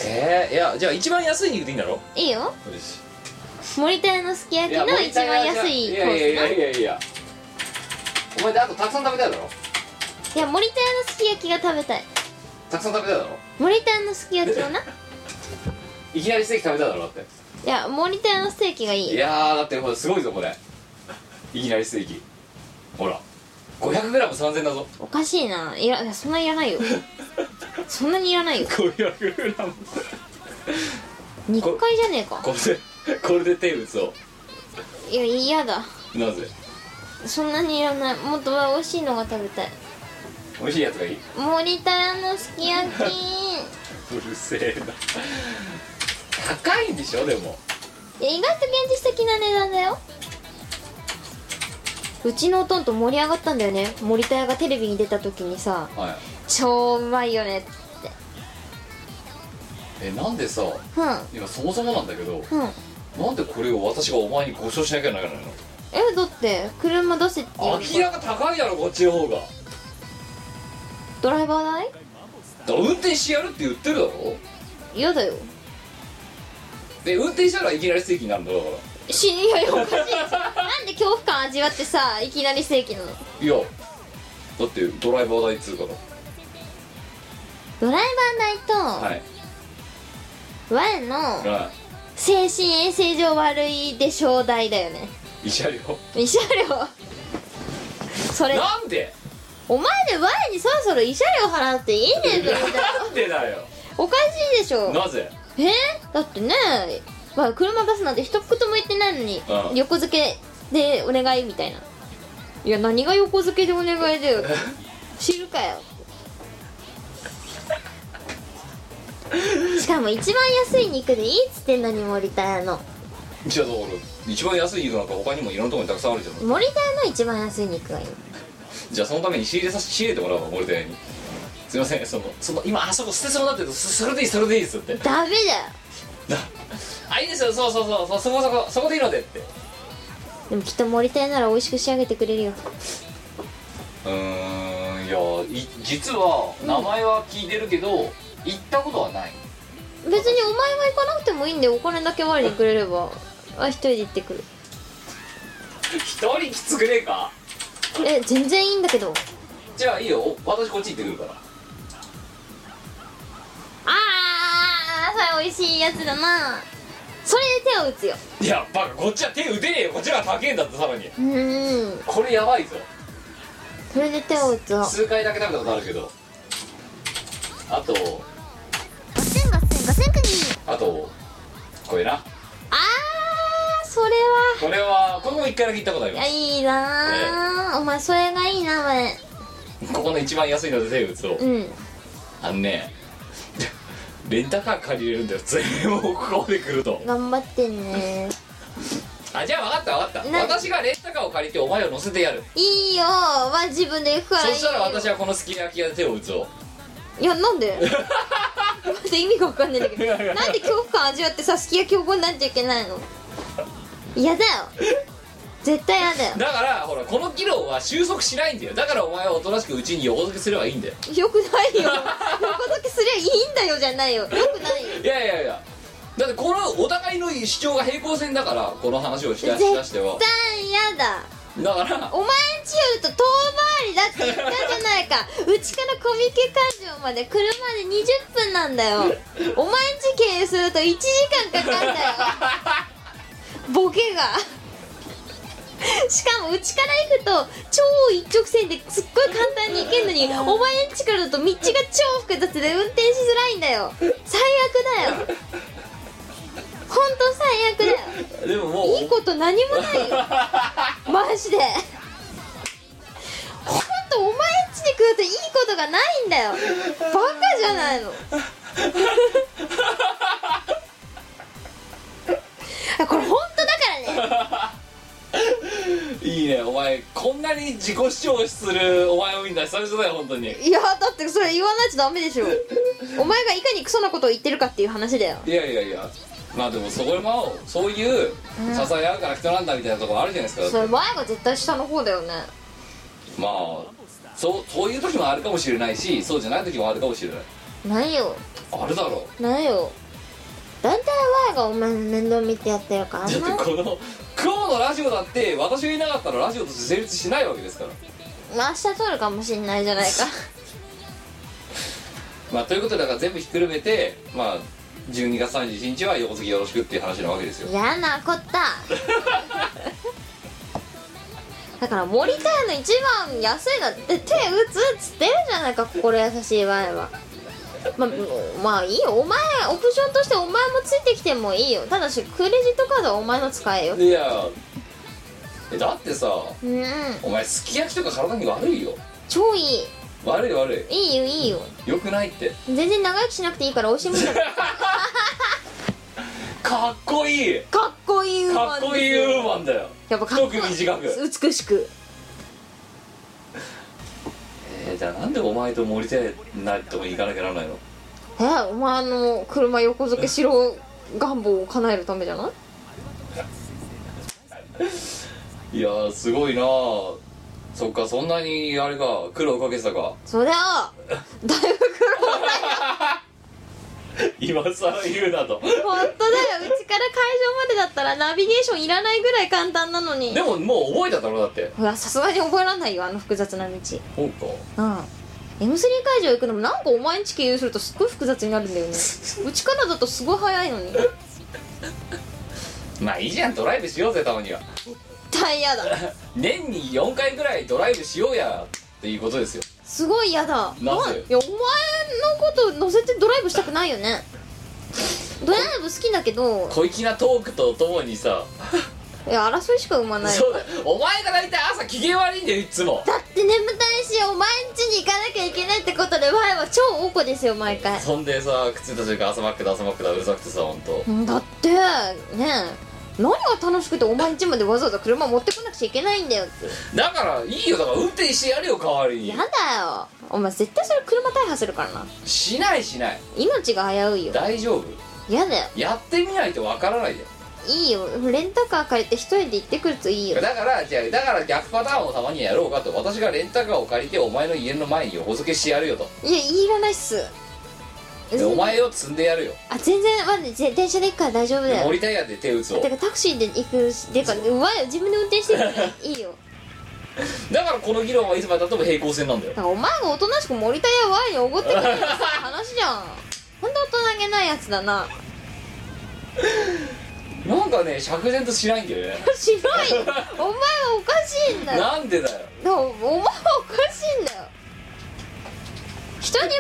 [SPEAKER 5] えー、いやじゃあ一番安い肉でいいんだろ
[SPEAKER 4] いいよ
[SPEAKER 5] よし
[SPEAKER 4] 森田屋のすき焼きの一番安い
[SPEAKER 5] い
[SPEAKER 4] コ
[SPEAKER 5] やいや
[SPEAKER 4] ー
[SPEAKER 5] い
[SPEAKER 4] スな
[SPEAKER 5] やいやいやお前あとたくさん食べたいだろ
[SPEAKER 4] いや森田屋のすき焼きが食べたい
[SPEAKER 5] たくさん食べたいだろ
[SPEAKER 4] 森田屋のすき焼きを ない
[SPEAKER 5] きなりステーキ食べたいだろだって
[SPEAKER 4] いや森田屋のステーキがいい
[SPEAKER 5] いやーだってほらすごいぞこれいきなりステーキほら 500g3000 だぞ
[SPEAKER 4] おかしいないやいやそんなにい らないよそんなにいらないよ
[SPEAKER 5] 500g
[SPEAKER 4] 肉塊じゃねえか
[SPEAKER 5] これでこれで手打つを
[SPEAKER 4] いや嫌だ
[SPEAKER 5] なぜ
[SPEAKER 4] そんなにいらないもっと美味しいのが食べたい
[SPEAKER 5] 美味しいやつがいいう
[SPEAKER 4] 森田屋のすき焼き
[SPEAKER 5] るせえな高いんでしょでも
[SPEAKER 4] いや意外と現実的な値段だようちのおとんと盛り上がったんだよね森田屋がテレビに出た時にさ
[SPEAKER 5] はい
[SPEAKER 4] 超うまいよねって
[SPEAKER 5] えなんでさ
[SPEAKER 4] うん
[SPEAKER 5] 今そもそもなんだけど
[SPEAKER 4] うん
[SPEAKER 5] なんでこれを私がお前にご馳走しなきゃならないの
[SPEAKER 4] えだって車出せって言う
[SPEAKER 5] 明らか高いだろこっちの方がだか
[SPEAKER 4] ドライバー代
[SPEAKER 5] ら運転してやるって言ってるだろ
[SPEAKER 4] 嫌だよ
[SPEAKER 5] で運転したらいきなり正規になるんだろだか
[SPEAKER 4] 死にやよおかしいじゃんなんで恐怖感味わってさいきなり正規なの
[SPEAKER 5] らいやだってドライバー代っつうから
[SPEAKER 4] ドライバー
[SPEAKER 5] は
[SPEAKER 4] 代
[SPEAKER 5] い
[SPEAKER 4] とワンの
[SPEAKER 5] は
[SPEAKER 4] 精神衛生上悪いでしょう代だよね
[SPEAKER 5] い慰謝料
[SPEAKER 4] 慰謝料 それ
[SPEAKER 5] なんで
[SPEAKER 4] お前でワンにそろそろ慰謝料払っていいねんだよ
[SPEAKER 5] なんでだよ
[SPEAKER 4] おかしいでしょ
[SPEAKER 5] なぜ
[SPEAKER 4] えー、だってね、まあ、車出すなんて一言も言ってないのに、
[SPEAKER 5] うん
[SPEAKER 4] 横付けでお願いみたいないや何が横付けでお願いだよ知るかよしかも一番安い肉でいいっつってんのに森田屋の
[SPEAKER 5] じゃあだから一番安い肉なんか他にもいろんなところにたくさんあるじゃん
[SPEAKER 4] 森田屋の一番安い肉がいい
[SPEAKER 5] じゃあそのために仕入れさ仕入れてもらおう俺でにすいませんそのその今あそこ捨てそうになってるそそれでいいそれでいいっすって
[SPEAKER 4] ダメだよ
[SPEAKER 5] なあいいですよそうそうそうそうそこそこそこでいいのでって
[SPEAKER 4] でもきっと森田屋なら美味しく仕上げてくれるよ
[SPEAKER 5] うーんいやい実は名前は聞いてるけど、行ったことはない
[SPEAKER 4] 別にお前が行かなくてもいいんでお金だけ割りにくれればあ一人で行ってくる
[SPEAKER 5] 一人きつくねえか
[SPEAKER 4] え全然いいんだけど
[SPEAKER 5] じゃあいいよお私こっち行ってくるから
[SPEAKER 4] あーそれ美味しいやつだなそれで手を打つよ
[SPEAKER 5] いやバカこっちは手打てねえよこっちが高えんだってさらに
[SPEAKER 4] うーん
[SPEAKER 5] これやばいぞ
[SPEAKER 4] それで手を打つわ
[SPEAKER 5] 数回だけ食べたことあるけどあと
[SPEAKER 1] ガセンガセンガセンクニー
[SPEAKER 5] あとこれな
[SPEAKER 4] あーそれは
[SPEAKER 5] これはここも一回だけ行ったことあり
[SPEAKER 4] い
[SPEAKER 5] ま
[SPEAKER 4] や
[SPEAKER 5] す
[SPEAKER 4] いいなーお前それがいいなお前
[SPEAKER 5] ここの一番安いので手打つを、
[SPEAKER 4] うん
[SPEAKER 5] あのねレンタカー借りれるんだよ全部ここで来ると
[SPEAKER 4] 頑張ってね
[SPEAKER 5] あじゃあ分かった分かった
[SPEAKER 4] 何
[SPEAKER 5] 私がレンタカーを借りてお前を乗せてやる
[SPEAKER 4] いいよまあ自分で行くからいい
[SPEAKER 5] そ
[SPEAKER 4] よ
[SPEAKER 5] したら私はこのすき焼き屋で手を打つを
[SPEAKER 4] いやなんで待って意味が分かんないんだけどなんで恐怖感味わってさすき焼き怒んないといけないの嫌だよ絶対嫌だよ
[SPEAKER 5] だからほらこの議論は収束しないんだよだからお前はおとなしくうちに横付けすればいいんだよ
[SPEAKER 4] よくないよ横付けすりゃいいんだよじゃないよよくないよ
[SPEAKER 5] いやいやいやだってこのお互いの主張が平行線だからこの話をしだしだしては
[SPEAKER 4] 絶対嫌だ
[SPEAKER 5] だから
[SPEAKER 4] お前んちよりと遠回りだって言ったじゃないかうちからコミケ会場まで車で20分なんだよお前んち経由すると1時間かかるんだよボケがしかもうちから行くと超一直線ですっごい簡単に行けるのにお前んちからだと道が超複雑で運転しづらいんだよ最悪だよほんと最悪だよ
[SPEAKER 5] でももう
[SPEAKER 4] いいこと何もないよマジでほんとお前んちに来るといいことがないんだよバカじゃないのこれほんとだからね
[SPEAKER 5] いいねお前こんなに自己主張するお前を見たら久々だよ本当に
[SPEAKER 4] いやだってそれ言わないとダメでしょお前がいかにクソなことを言ってるかっていう話だよ
[SPEAKER 5] いやいやいやまあでもそれもそういう支え合うから人なんだみたいなところあるじゃないですか、
[SPEAKER 4] それ前が絶対下の方だよね
[SPEAKER 5] まあそうそういう時もあるかもしれないしそうじゃない時もあるかもしれない
[SPEAKER 4] ないよ
[SPEAKER 5] あるだろ
[SPEAKER 4] ないよだいたい前がお前の面倒見てやってるから
[SPEAKER 5] うだ
[SPEAKER 4] な
[SPEAKER 5] ってこの今日のラジオだって私がいなかったらラジオとして成立しないわけですから
[SPEAKER 4] 明日撮るかもしんないじゃないか
[SPEAKER 5] まあということでだから全部ひっくるめてまあ12月31日は横継ぎよろしくっていう話なわけですよ
[SPEAKER 4] 嫌なこった だから森田屋の一番安いのって手打つっつってるじゃないか心優しい場合はままあいいよお前オプションとしてお前もついてきてもいいよただしクレジットカードはお前の使えよ
[SPEAKER 5] いやえだってさ
[SPEAKER 4] うん
[SPEAKER 5] お前すき焼きとか体に悪いよ
[SPEAKER 4] 超いい
[SPEAKER 5] 悪い悪
[SPEAKER 4] いいよいいよ
[SPEAKER 5] いよくないって
[SPEAKER 4] 全然長生きしなくていいから美味しいもんだから
[SPEAKER 5] かっこいい
[SPEAKER 4] かっこいいウー
[SPEAKER 5] か
[SPEAKER 4] マ
[SPEAKER 5] っ
[SPEAKER 4] ンです
[SPEAKER 5] こいいウーマンだよ
[SPEAKER 4] やっぱかっこいい
[SPEAKER 5] 一組短く
[SPEAKER 4] 美しく
[SPEAKER 5] えー、じゃあなんでお前と森手ないとこに行かなきゃならないの
[SPEAKER 4] えお前の車横付けしろ願望を叶えるためじゃない
[SPEAKER 5] いやーすごいなーそっかそんなにあれか苦労かけてたか
[SPEAKER 4] そりゃあだいぶ苦労
[SPEAKER 5] 今さら言うなと
[SPEAKER 4] 本当だようちから会場までだったらナビゲーションいらないぐらい簡単なのに
[SPEAKER 5] でももう覚えただろだって
[SPEAKER 4] いやさすがに覚えらんないよあの複雑な道うん
[SPEAKER 5] そうか
[SPEAKER 4] M3 会場行くのもなんかお前んち経由するとすっごい複雑になるんだよねうちからだとすごい早いのに絶
[SPEAKER 5] まあいいじゃんドライブしようぜたまには
[SPEAKER 4] 対嫌だ
[SPEAKER 5] 年に4回ぐらいドライブしようやっていうことですよ
[SPEAKER 4] すごい嫌だ
[SPEAKER 5] なぜ
[SPEAKER 4] いやお前のこと乗せてドライブしたくないよねドライブ好きだけど
[SPEAKER 5] 小粋なトークとともにさ、
[SPEAKER 4] いや争いしか生まない
[SPEAKER 5] そうだお前が大体朝機嫌悪いんだよいつも
[SPEAKER 4] だって眠たいしお前ん家に行かなきゃいけないってことで前は超おこですよ毎回
[SPEAKER 5] そんでさ口たちが朝マックだ朝マックだうるさくてさ本当。
[SPEAKER 4] だってねえ何が楽しくてお前ん家までわざわざ車持ってこなくちゃいけないんだよって
[SPEAKER 5] だからいいよだから運転してやれよ代わりに
[SPEAKER 4] やだよお前絶対それ車大破するからな
[SPEAKER 5] しないしない
[SPEAKER 4] 命が危ういよ
[SPEAKER 5] 大丈夫
[SPEAKER 4] やだよ
[SPEAKER 5] やってみないとわからないよ
[SPEAKER 4] いいよレンタカー借りて一人で行ってくるといいよ
[SPEAKER 5] だからじゃあだから逆パターンをたまにやろうかと私がレンタカーを借りてお前の家の前に横付けしてやるよと
[SPEAKER 4] いやいらないっす
[SPEAKER 5] でお前を積んでやるよ
[SPEAKER 4] あ全然まだぜ電車で行くから大丈夫だよ
[SPEAKER 5] 森タイヤで手打つを
[SPEAKER 4] だからタクシーで行くしでかうまいよ自分で運転してるからいいよ
[SPEAKER 5] だからこの議論はいつまでたっても平行線なんだよ
[SPEAKER 4] だからお前がおとなしく森田やワインおごってくれるさ話じゃんほんと大人げないやつだな
[SPEAKER 5] なんかね釈然としないんだよね
[SPEAKER 4] 白いお前はおかしいんだよ
[SPEAKER 5] なんでだよ
[SPEAKER 4] でもお前はおかしいんだよ人に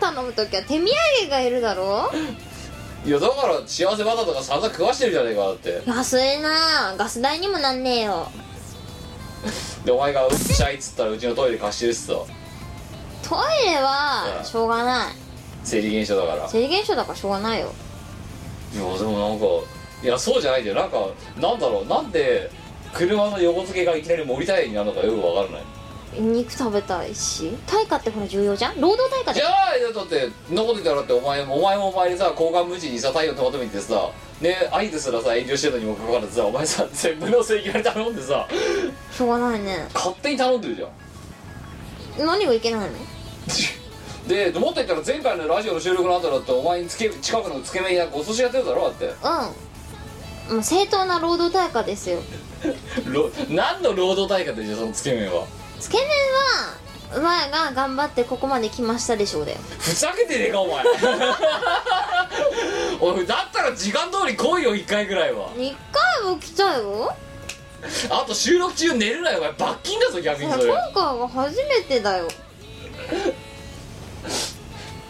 [SPEAKER 4] 物を頼む時は手土産がいるだろ
[SPEAKER 5] いやだから幸せバターとか散々食わしてるじゃねえかだって
[SPEAKER 4] 安いなあガス代にもなんねえよ
[SPEAKER 5] でお前が「うっしゃい」っつったらうちのトイレ貸してるっすと
[SPEAKER 4] トイレはしょうがない
[SPEAKER 5] 生理現象だから
[SPEAKER 4] 生理現象だからしょうがないよ
[SPEAKER 5] いやでもなんかいやそうじゃないんだよなんかなんだろうなんで車の横付けがいきなり森タイヤになるのかよくわからない
[SPEAKER 4] 肉食べたいし対価ってほら重要じゃん労働対価
[SPEAKER 5] じ
[SPEAKER 4] で
[SPEAKER 5] ゃあだって残ってたらってお前お前もお前でさ交換無事にさ太陽のまとめてさね相手すらさ遠慮してるのにもかかわらずさお前さ全部の正義に頼んでさ
[SPEAKER 4] しょうがないね
[SPEAKER 5] 勝手に頼んでるじゃん
[SPEAKER 4] 何がいけないの
[SPEAKER 5] でもっと言ったら前回のラジオの収録の後だってお前につけ近くのつけ麺屋ご寿司やってるだろだって
[SPEAKER 4] うんもう正当な労働対価ですよ
[SPEAKER 5] ろ何の労働対価でじゃあそのつけ麺は
[SPEAKER 4] つけ麺は前が頑張ってここまで来ましたでしょうだよ
[SPEAKER 5] ふざけてねえかお前おいだったら時間通り来いよ1回ぐらいは
[SPEAKER 4] 1回も来たよ
[SPEAKER 5] あと収録中寝るなよお前罰金だぞ逆に
[SPEAKER 4] 今
[SPEAKER 5] それ
[SPEAKER 4] 回は初めてだよ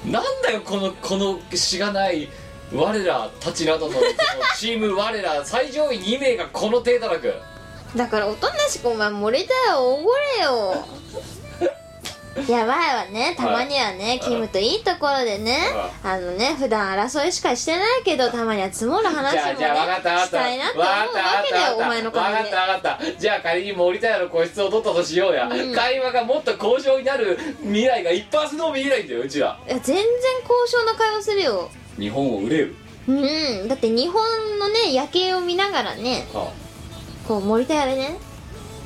[SPEAKER 5] なんだよこのこのしがない我らたちなどのこのチーム我ら最上位2名がこの手たらく
[SPEAKER 4] だからおとなしくお前森田よおごれよいや前はねたまにはね、キムといいところでね、あのね普段争いしかしてないけどたまには積もる話
[SPEAKER 5] じゃあ
[SPEAKER 4] も
[SPEAKER 5] じゃあ分かった
[SPEAKER 4] ね
[SPEAKER 5] 分かっ
[SPEAKER 4] し
[SPEAKER 5] た
[SPEAKER 4] たいなって思うわけだよお前の
[SPEAKER 5] 分かった
[SPEAKER 4] 金
[SPEAKER 5] 分
[SPEAKER 4] で
[SPEAKER 5] かった分かったじゃあ仮に森田屋の個室を取ったとしようや、会話がもっと交渉になる未来が一発の見えないんだようちら
[SPEAKER 4] いや全然交渉の会話するよ
[SPEAKER 5] 日本を売れる
[SPEAKER 4] うんだって日本のね夜景を見ながらね
[SPEAKER 5] は
[SPEAKER 4] こう森田屋でね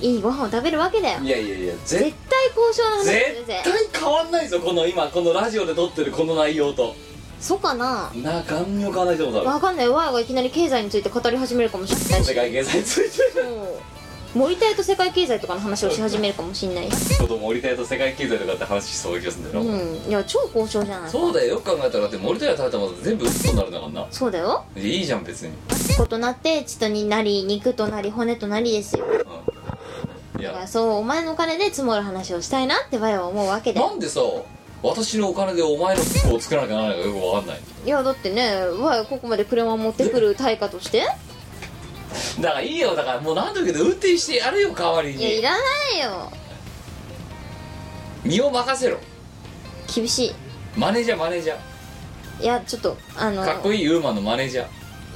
[SPEAKER 4] いいご飯を食べるわけだよ
[SPEAKER 5] あいやいやいや絶対
[SPEAKER 4] 絶対交渉の話す
[SPEAKER 5] 絶
[SPEAKER 4] るぜ
[SPEAKER 5] 対変わんないぞこの今このラジオで撮ってるこの内容と
[SPEAKER 4] そうかな
[SPEAKER 5] なガンにも変わんないと思うだろ
[SPEAKER 4] わかんないわがいきなり経済について語り始めるかもしれない
[SPEAKER 5] 世界経済について
[SPEAKER 4] もう森田屋と世界経済とかの話をし始めるかもしんないし
[SPEAKER 5] こと森田屋と世界経済とかって話しそうな気がするんだよな、
[SPEAKER 4] うんいや超交渉じゃない
[SPEAKER 5] そうだよよく考えたらだって森田屋食べたもの全部嘘になるんだからな
[SPEAKER 4] そうだよ
[SPEAKER 5] いいじゃん別に、
[SPEAKER 4] 異なって血とになり肉となり骨となりですよ
[SPEAKER 5] うん、い
[SPEAKER 4] だから
[SPEAKER 5] や
[SPEAKER 4] そうお前のお金で積もる話をしたいなってわいは思うわけで
[SPEAKER 5] なんでさ私のお金でお前の服を作らなきゃならないのかよくわかんない
[SPEAKER 4] いやだってねわいはここまで車を持ってくる対価として
[SPEAKER 5] だからいいよだからもう何度言うけど運転してやれよ代わり
[SPEAKER 4] いやい
[SPEAKER 5] に
[SPEAKER 4] らないよ
[SPEAKER 5] 身を任せろ
[SPEAKER 4] 厳しい
[SPEAKER 5] マネージャーマネージャー
[SPEAKER 4] いやちょっとあの
[SPEAKER 5] かっこいいウーマンのマネージャ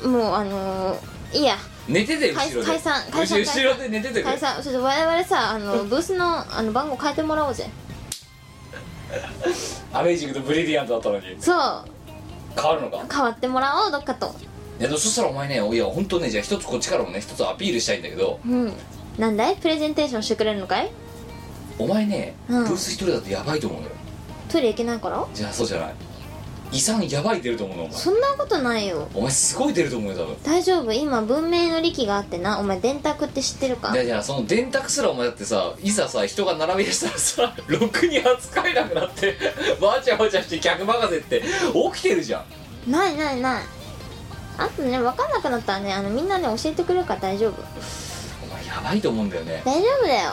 [SPEAKER 5] ー
[SPEAKER 4] もうあのー、いいや
[SPEAKER 5] 寝てて
[SPEAKER 4] 解
[SPEAKER 5] 後ろで
[SPEAKER 4] 解散解散
[SPEAKER 5] 後ろで寝ててく
[SPEAKER 4] 解
[SPEAKER 5] れ
[SPEAKER 4] 散そして我々さあのブースのあの番号変えてもらおうぜ
[SPEAKER 5] アメージングとブリリアントだったのに
[SPEAKER 4] そう
[SPEAKER 5] 変わるのか
[SPEAKER 4] 変わってもらおうどっかと
[SPEAKER 5] いやでもそしたらお前ねいや本当ねじゃあ一つこっちからもね一つアピールしたいんだけど
[SPEAKER 4] うんなんだいプレゼンテーションしてくれるのかい
[SPEAKER 5] お前ね、
[SPEAKER 4] うん
[SPEAKER 5] ブース一人だとやばいと思うのよ
[SPEAKER 4] トイレ行けないから
[SPEAKER 5] じゃあそうじゃない遺産やばい出ると思うのお前
[SPEAKER 4] そんなことないよ
[SPEAKER 5] お前すごい出ると思うよ多分
[SPEAKER 4] 大丈夫今文明の利器があってなお前電卓って知ってるか
[SPEAKER 5] いやいやその電卓すらお前だってさいざさ人が並び出したらさ ろくに扱えなくなってわちゃわちゃして客任せって起きてるじゃん
[SPEAKER 4] ないないないあとね分かんなくなったらねあのみんなね教えてくれるから大丈夫
[SPEAKER 5] お前やばいと思うんだよね
[SPEAKER 4] 大丈夫だよ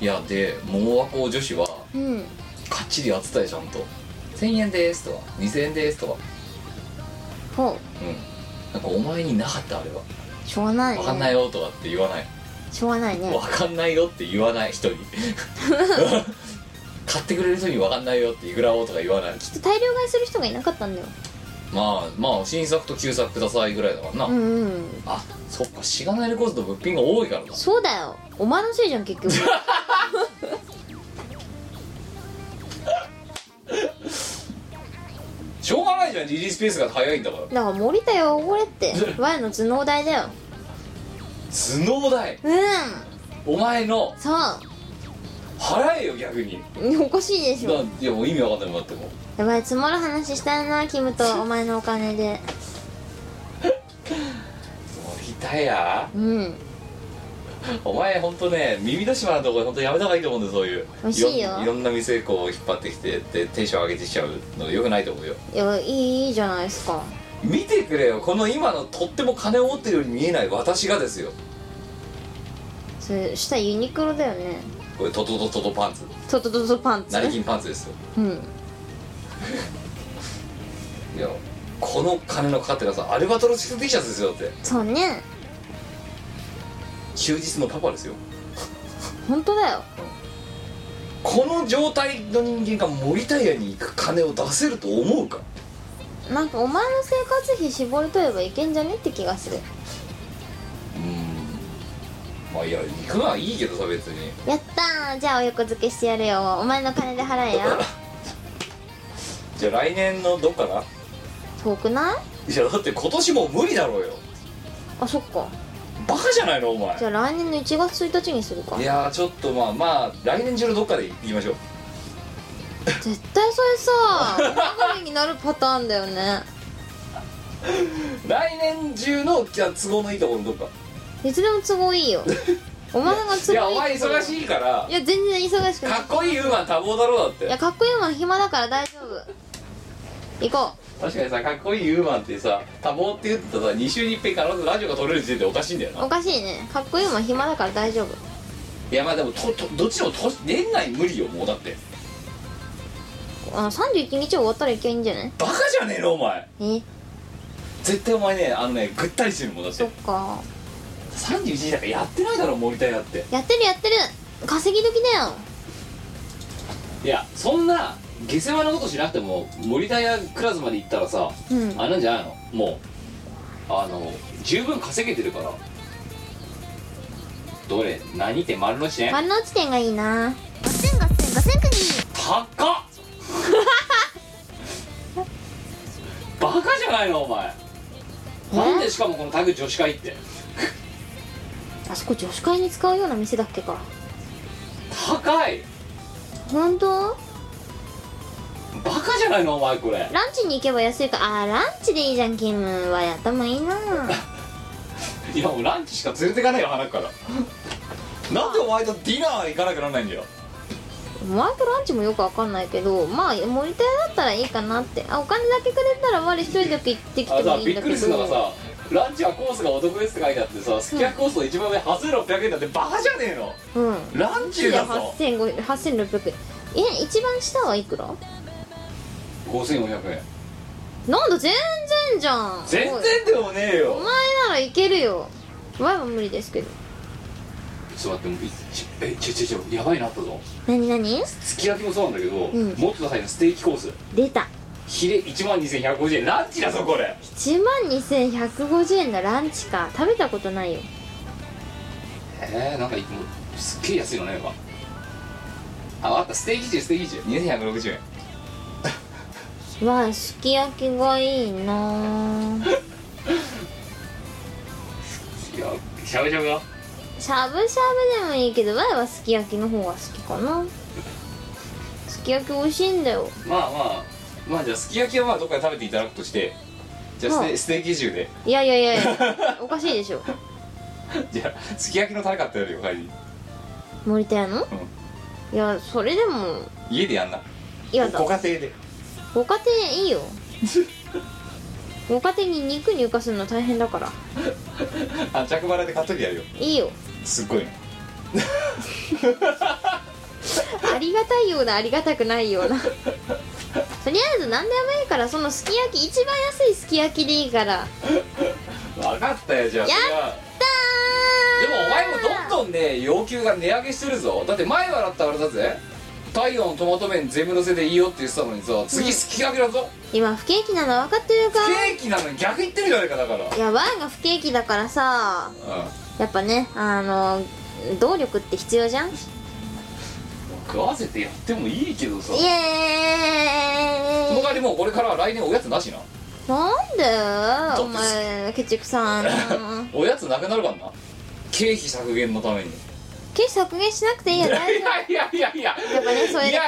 [SPEAKER 5] いやで桃和光女子は
[SPEAKER 4] うん
[SPEAKER 5] かっちりやってたよちゃんと1000円ですとか2000円ですとか
[SPEAKER 4] ほ
[SPEAKER 5] うんなんかお前になかったあれは
[SPEAKER 4] うしょうがないね
[SPEAKER 5] 分かんないよとかって言わない
[SPEAKER 4] しょうがないね
[SPEAKER 5] 分かんないよって言わない人に 買ってくれる人に分かんないよっていくらをとか言わない
[SPEAKER 4] きっと大量買いする人がいなかったんだよ
[SPEAKER 5] まあまあ新作と旧作くださいぐらいだからな、
[SPEAKER 4] うんうん
[SPEAKER 5] あそっかしがないレコードと物品が多いからだ
[SPEAKER 4] そうだよお前のせいじゃん結 局
[SPEAKER 5] しょうがないじゃんリリースペースが早いんだから
[SPEAKER 4] だから森田よ汚れってワイの頭脳代だよ
[SPEAKER 5] 頭脳代
[SPEAKER 4] うん
[SPEAKER 5] お前の
[SPEAKER 4] そう
[SPEAKER 5] 払えよ逆に
[SPEAKER 4] おかしいでしょ
[SPEAKER 5] ないやもう意味わかんないもんだってもう
[SPEAKER 4] やばい積もる話したいなキ ムとお前のお金で
[SPEAKER 5] 森田や
[SPEAKER 4] うん
[SPEAKER 5] お前ほんとね耳出しまのとこほんとやめた方がいいと思うんだよそういう
[SPEAKER 4] 美味しいよ
[SPEAKER 5] ろんろんな店こう引っ張ってきてでテンション上げてきちゃうのよくないと思うよ
[SPEAKER 4] いやいいいいじゃないですか
[SPEAKER 5] 見てくれよこの今のとっても金を持ってるように見えない私がですよ
[SPEAKER 4] それ下ユニクロだよね
[SPEAKER 5] これトトトトトパンツ
[SPEAKER 4] トトトトパンツ
[SPEAKER 5] 成金パンツですよ
[SPEAKER 4] うん
[SPEAKER 5] いやこの金のかかってなさアルバトロス T シャツですよだって
[SPEAKER 4] そうね
[SPEAKER 5] 休日のパパですよ
[SPEAKER 4] 本当だよ
[SPEAKER 5] この状態の人間が森タイヤに行く金を出せると思うか
[SPEAKER 4] なんかお前の生活費絞りとればいけんじゃねって気がする
[SPEAKER 5] うんまあいや行くのはいいけどさ別に
[SPEAKER 4] やったーじゃあお横付けしてやるよお前の金で払えよ
[SPEAKER 5] じゃあ来年のどっかな
[SPEAKER 4] 遠くない
[SPEAKER 5] いやだって今年もう無理だろうよ
[SPEAKER 4] あそっか
[SPEAKER 5] バカじゃないのお
[SPEAKER 4] じ
[SPEAKER 5] 前
[SPEAKER 4] ゃあ来年の1月1日にするか
[SPEAKER 5] いやーちょっとまあまあ来年中のどっかで行きましょう
[SPEAKER 4] 絶対それさお流れになるパターンだよね
[SPEAKER 5] 来年中のじゃあ都合のいいところのどっか
[SPEAKER 4] いつでも都合い いよお前が
[SPEAKER 5] い
[SPEAKER 4] 都
[SPEAKER 5] や
[SPEAKER 4] 合い
[SPEAKER 5] お
[SPEAKER 4] い
[SPEAKER 5] 前
[SPEAKER 4] とこ
[SPEAKER 5] 忙しいから
[SPEAKER 4] いや全然忙しくな
[SPEAKER 5] か
[SPEAKER 4] い
[SPEAKER 5] っこいいウーマン多忙だろうだっ
[SPEAKER 4] い
[SPEAKER 5] て
[SPEAKER 4] やかっこいいもん暇だから大丈夫行こ
[SPEAKER 5] 確かにさかっこいいユーマンってさ多忙って言ってたさ2週に1回必ずラジオが撮れる時点でおかしいんだよ
[SPEAKER 4] うお
[SPEAKER 5] な
[SPEAKER 4] かしいねかっこいいもん暇だから大丈夫
[SPEAKER 5] いやまあでもととどっちもと年内無理よもうだって
[SPEAKER 4] あの31日終わったらいけばいいんじゃない
[SPEAKER 5] バカじゃねえのお前
[SPEAKER 4] え
[SPEAKER 5] 絶対お前ねあのねぐったりしてるもんだって
[SPEAKER 4] そっか
[SPEAKER 5] 31時だからやってないだろ森田屋って
[SPEAKER 4] やってるやってる稼ぎ時だよ
[SPEAKER 5] いやそんな下世話なことしなくても森田屋クラスまで行ったらさ、
[SPEAKER 4] うん
[SPEAKER 5] あれなんじゃないのもうあの十分稼げてるからどれ何って丸の内ね
[SPEAKER 4] 丸の内店がいいな
[SPEAKER 1] ガセンガセンガセンクニー
[SPEAKER 5] 高っバカじゃないのお前なんでしかもこのタグ女子会って
[SPEAKER 4] あそこ女子会に使うような店だっけか
[SPEAKER 5] 高い
[SPEAKER 4] 本当
[SPEAKER 5] バカじゃないのお前これ
[SPEAKER 4] ランチに行けば安いからあーランチでいいじゃんキムはやったもい いな
[SPEAKER 5] いやもうランチしか連れてかないよ花からなんでお前とディナー行かなくならないんだよ
[SPEAKER 4] お前とランチもよくわかんないけどまあモニターだったらいいかなってあお金だけくれたら我一人だけ行ってき
[SPEAKER 5] あ
[SPEAKER 4] て
[SPEAKER 5] のさ
[SPEAKER 4] もいい
[SPEAKER 5] びっ
[SPEAKER 4] んだ
[SPEAKER 5] く
[SPEAKER 4] け
[SPEAKER 5] りするのが
[SPEAKER 4] ど
[SPEAKER 5] さランチはコースがお得ですって書いてあってさすき焼きコースの一番上8600円だってバカじゃねえの
[SPEAKER 4] うん
[SPEAKER 5] ランチだぞ
[SPEAKER 4] 8500 8600円え一番下はいくら
[SPEAKER 5] 5400円
[SPEAKER 4] なんだ全然じゃん
[SPEAKER 5] 全
[SPEAKER 4] おい
[SPEAKER 5] 然でもねえ
[SPEAKER 4] お
[SPEAKER 5] よ
[SPEAKER 4] 前ならいけるよ前は無理ですけど
[SPEAKER 5] ちょっと待ってもういちえちょちょちょやばいなったぞ
[SPEAKER 4] 何何
[SPEAKER 5] すき焼きもそうなんだけど、
[SPEAKER 4] うん
[SPEAKER 5] もっと高いのステーキコース
[SPEAKER 4] 出た
[SPEAKER 5] ひれ1万2150円ランチだぞこれ
[SPEAKER 4] 1万2150円のランチか食べたことないよ
[SPEAKER 5] えー、なんかいもうすっげえ安いのねやっぱああったステーキ中ステーキ中2160円
[SPEAKER 4] わあすき焼きがいいなあ
[SPEAKER 5] いやしゃぶしゃぶが
[SPEAKER 4] しゃぶしゃぶでもいいけどわあはすき焼きの方が好きかなすき焼き美味しいんだよ
[SPEAKER 5] まあまあまあじゃあすき焼きはまあどっかで食べていただくとしてじゃあステ,、
[SPEAKER 4] はい
[SPEAKER 5] ステーキ中で
[SPEAKER 4] いやいやいやいやおかしいでしょ
[SPEAKER 5] じゃあすき焼きのタレ買ってやるよ帰りに
[SPEAKER 4] 森田屋の、いやそれでも
[SPEAKER 5] 家でやんな
[SPEAKER 4] 嫌だ
[SPEAKER 5] ご家庭で
[SPEAKER 4] ご家庭いいよご家庭に肉入荷するの大変だから
[SPEAKER 5] あ着払いで買っといてやるよ
[SPEAKER 4] いいよ
[SPEAKER 5] すっごい ね
[SPEAKER 4] ありがたいようなありがたくないようなとりあえず何でもいいからそのすき焼き一番安いすき焼きでいいから
[SPEAKER 5] 分かったよじゃあ
[SPEAKER 4] やっ
[SPEAKER 5] それは
[SPEAKER 4] だ
[SPEAKER 5] でもお前もどんどんね要求が値上げしてるぞだって前はだったあれだぜ太陽のトマト麺全部のせでいいよって言ってたのにさ次すき焼きだぞ、
[SPEAKER 4] ー今不景気なの分かってるか
[SPEAKER 5] 不景気なのに逆言ってるじゃないかだから
[SPEAKER 4] いやワンが不景気だからさ
[SPEAKER 5] う
[SPEAKER 4] やっぱねあの動力って必要じゃんイ
[SPEAKER 5] ん食わせてやってもいいけどさその
[SPEAKER 4] エーイ
[SPEAKER 5] 代わりもうこれからは来年おやつなしな
[SPEAKER 4] なんで
[SPEAKER 5] と
[SPEAKER 4] お前ケチくさん
[SPEAKER 5] おやつなくなるからな経費削減のために
[SPEAKER 4] 経費削減しなくていい
[SPEAKER 5] い
[SPEAKER 4] や
[SPEAKER 5] や
[SPEAKER 4] 大
[SPEAKER 5] い
[SPEAKER 4] 丈夫
[SPEAKER 5] やいやいやいや
[SPEAKER 4] やっぱねそれ
[SPEAKER 5] いやいや
[SPEAKER 4] でクライ
[SPEAKER 5] いや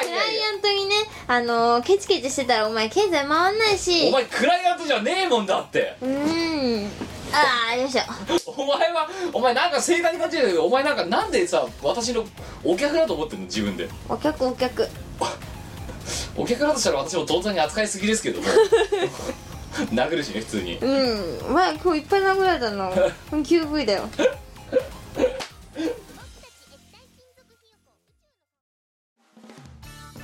[SPEAKER 4] アントにねあのケチケチしてたらお前経済回んないし
[SPEAKER 5] お前クライアントじゃねえもんだって
[SPEAKER 4] うーんああよいしょ
[SPEAKER 5] お前はお前なんか正解に感じるけどお前なんかなんでさ私のお客だと思ってんの自分で
[SPEAKER 4] お客お客
[SPEAKER 5] お客だとしたら私も当然に扱いすぎですけ ども殴るしね普通に
[SPEAKER 4] うんわ今日いっぱい殴られ たの QV だよ
[SPEAKER 6] フ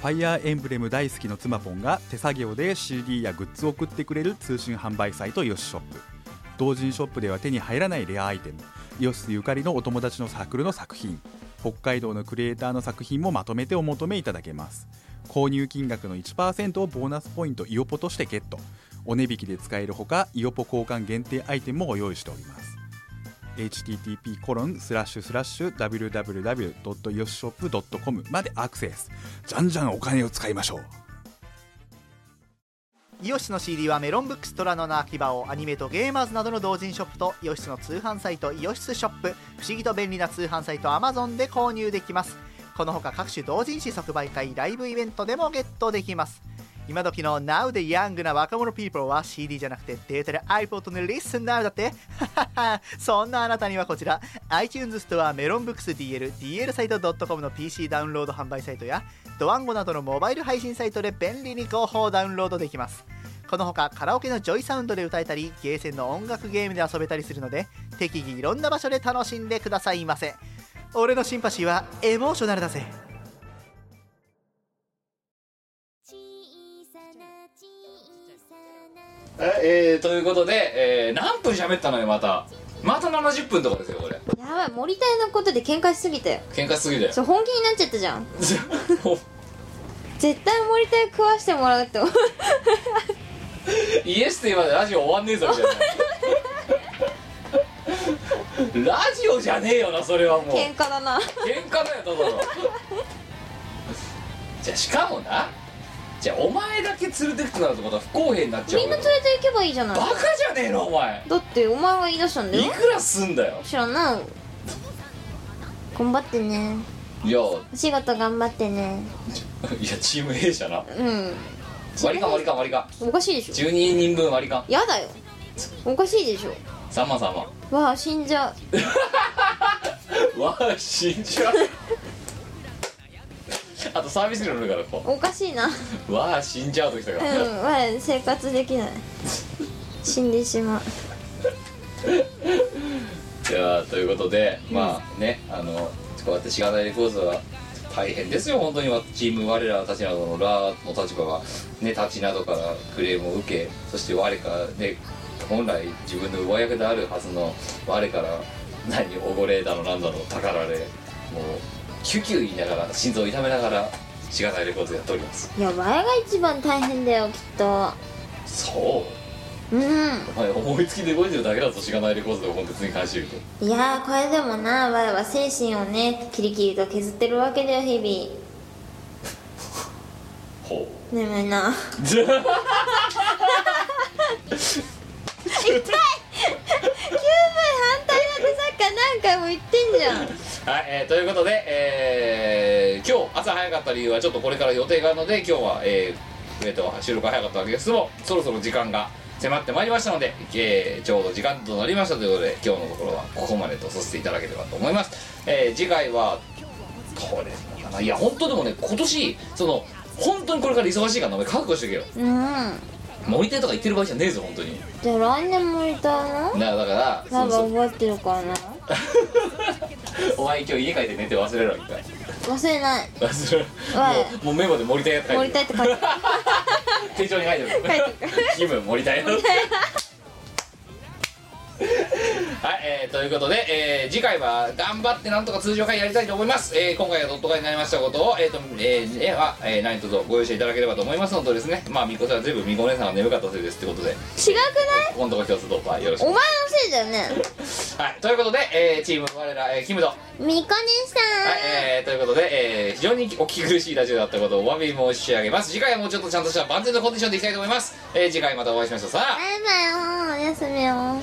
[SPEAKER 6] ァイアーエンブレム大好きの妻ポンが手作業で CD やグッズを送ってくれる通信販売サイトイオシショップ同人ショップでは手に入らないレアアイテムイオシスゆかりのお友達のサークルの作品北海道のクリエイターの作品もまとめてお求めいただけます購入金額の1%をボーナスポイントイオポとしてゲットお値引きで使えるほかイオポ交換限定アイテムもご用意しております http コロンスラッシュスラッシュ www.yoshop.com までアクセスじゃんじゃんお金を使いましょう
[SPEAKER 7] イオシスの CD はメロンブックストラノの秋葉をアニメとゲーマーズなどの同人ショップとイオシスの通販サイトイオシスショップ不思議と便利な通販サイト Amazon で購入できますこのほか各種同人誌即売会ライブイベントでもゲットできます今時の Now でヤングな若者 people は CD じゃなくてデータで iPod の Listen Now だって そんなあなたにはこちら iTunes ストアメロンブックス DL、DL サイト .com の PC ダウンロード販売サイトやドワンゴなどのモバイル配信サイトで便利に広報ダウンロードできますこのほかカラオケのジョイサウンドで歌えたりゲーセンの音楽ゲームで遊べたりするので適宜いろんな場所で楽しんでくださいませ俺のシンパシーはエモーショナルだぜ
[SPEAKER 5] ええーということで、えー何分喋ったのよまたまた70分とかですよこれ
[SPEAKER 4] やばい森田屋のことで喧嘩しすぎたよ
[SPEAKER 5] 喧嘩しすぎだよ
[SPEAKER 4] そう本気になっちゃったじゃん絶対森田屋食わしてもらうって思う
[SPEAKER 5] イエスって言えばラジオ終わんねえぞみ たいなラジオじゃねえよなそれはもう
[SPEAKER 4] 喧嘩だな
[SPEAKER 5] 喧嘩だよただのじゃあしかもなじゃあお前だけ連れてくとなるとまた不公平になっちゃう
[SPEAKER 4] みん
[SPEAKER 5] よ
[SPEAKER 4] な連れて行けばいいじゃない
[SPEAKER 5] バカじゃねえのお前
[SPEAKER 4] だってお前が言い出したんだ
[SPEAKER 5] い
[SPEAKER 4] よ
[SPEAKER 5] くらすんだよ
[SPEAKER 4] 知らない頑張ってね
[SPEAKER 5] いやい
[SPEAKER 4] お仕事頑張ってね
[SPEAKER 5] やチーム A じゃな
[SPEAKER 4] うん
[SPEAKER 5] 割り勘割り勘割り勘
[SPEAKER 4] おかしいでしょ
[SPEAKER 5] 12人分割り勘
[SPEAKER 4] やだよおかしいでしょ
[SPEAKER 5] 3万3万
[SPEAKER 4] わあ死んじゃう
[SPEAKER 5] わあ死んじゃうあとサービス料乗るからこ
[SPEAKER 4] おかしいな
[SPEAKER 5] うわあ死んじゃうときたか
[SPEAKER 4] う
[SPEAKER 5] ら
[SPEAKER 4] ん、わ生活できない死んでしまう
[SPEAKER 5] じゃあということでまあねあのこうやってしがないレコードは大変ですよ本当にはチーム我らたちなどのラーの立場はねたちなどからクレームを受けそして我からね本来自分の上役であるはずの我から何おごれだのなんだのたかられもうキュキュ言いながら心臓を痛めながらしがないレコードやっております
[SPEAKER 4] いや前が一番大変だよきっと
[SPEAKER 5] そう
[SPEAKER 4] うん
[SPEAKER 5] お前思いつきで動いてるだけだぞしがないレコードでコンテンツに関して言うと
[SPEAKER 4] いやーこれでもなわいは精神をねキリキリと削ってるわけだよ日々
[SPEAKER 5] ほ
[SPEAKER 4] 眠いな
[SPEAKER 5] うじゃあ
[SPEAKER 4] 9分反対だってさっきから何回も言ってんじゃん
[SPEAKER 5] はい、えーということで、えー今日朝早かった理由はちょっとこれから予定があるので今日は、えーえーと収録が早かったわけですけどもそろそろ時間が迫ってまいりましたので、えーちょうど時間となりましたということで今日のところはここまでとさせていただければと思います、えー次回はこれどうかないや本当でもね今年その本当にこれから忙しいからなお前覚悟してけよ
[SPEAKER 4] うん
[SPEAKER 5] モニターとか言ってる場合じゃねえぞ本当に
[SPEAKER 4] じゃあ来年もいたい
[SPEAKER 5] だか
[SPEAKER 4] の
[SPEAKER 5] らだから
[SPEAKER 4] な
[SPEAKER 5] そ
[SPEAKER 4] ん
[SPEAKER 5] う
[SPEAKER 4] か
[SPEAKER 5] そう
[SPEAKER 4] 覚えてるかな
[SPEAKER 5] お前今日家帰って寝て忘れろみたい
[SPEAKER 4] 忘れない
[SPEAKER 5] な忘れろ
[SPEAKER 4] お
[SPEAKER 5] も
[SPEAKER 4] い
[SPEAKER 5] うもうメモでモニターやって書い
[SPEAKER 4] 盛
[SPEAKER 5] て
[SPEAKER 4] り
[SPEAKER 5] る
[SPEAKER 4] たいって書いてある
[SPEAKER 5] 手帳に書いてる気分盛りたい はい、えーということで、えー次回は頑張ってなんとか通常会やりたいと思います、えー今回はドット会になりましたことをえっ、とえーえーは、えー何卒ご容赦いただければと思いますのとですねまあみこさんは全部みこお姉さんが眠かったせいですってことで
[SPEAKER 4] 違くない
[SPEAKER 5] 今度は一つどうかよろし
[SPEAKER 4] お
[SPEAKER 5] く
[SPEAKER 4] 前のせいだよね
[SPEAKER 5] はいということで、えーチーム我ら、えーキムと
[SPEAKER 4] みこ
[SPEAKER 5] はい、えー、ということで、えー、非常にお聞き苦しいラジオだったことをお詫び申し上げます次回はもうちょっとちゃんとした万全のコンディションでいきたいと思います、えー次回またお会いしましょうさあ
[SPEAKER 4] 姉さんバイバイおやすみよ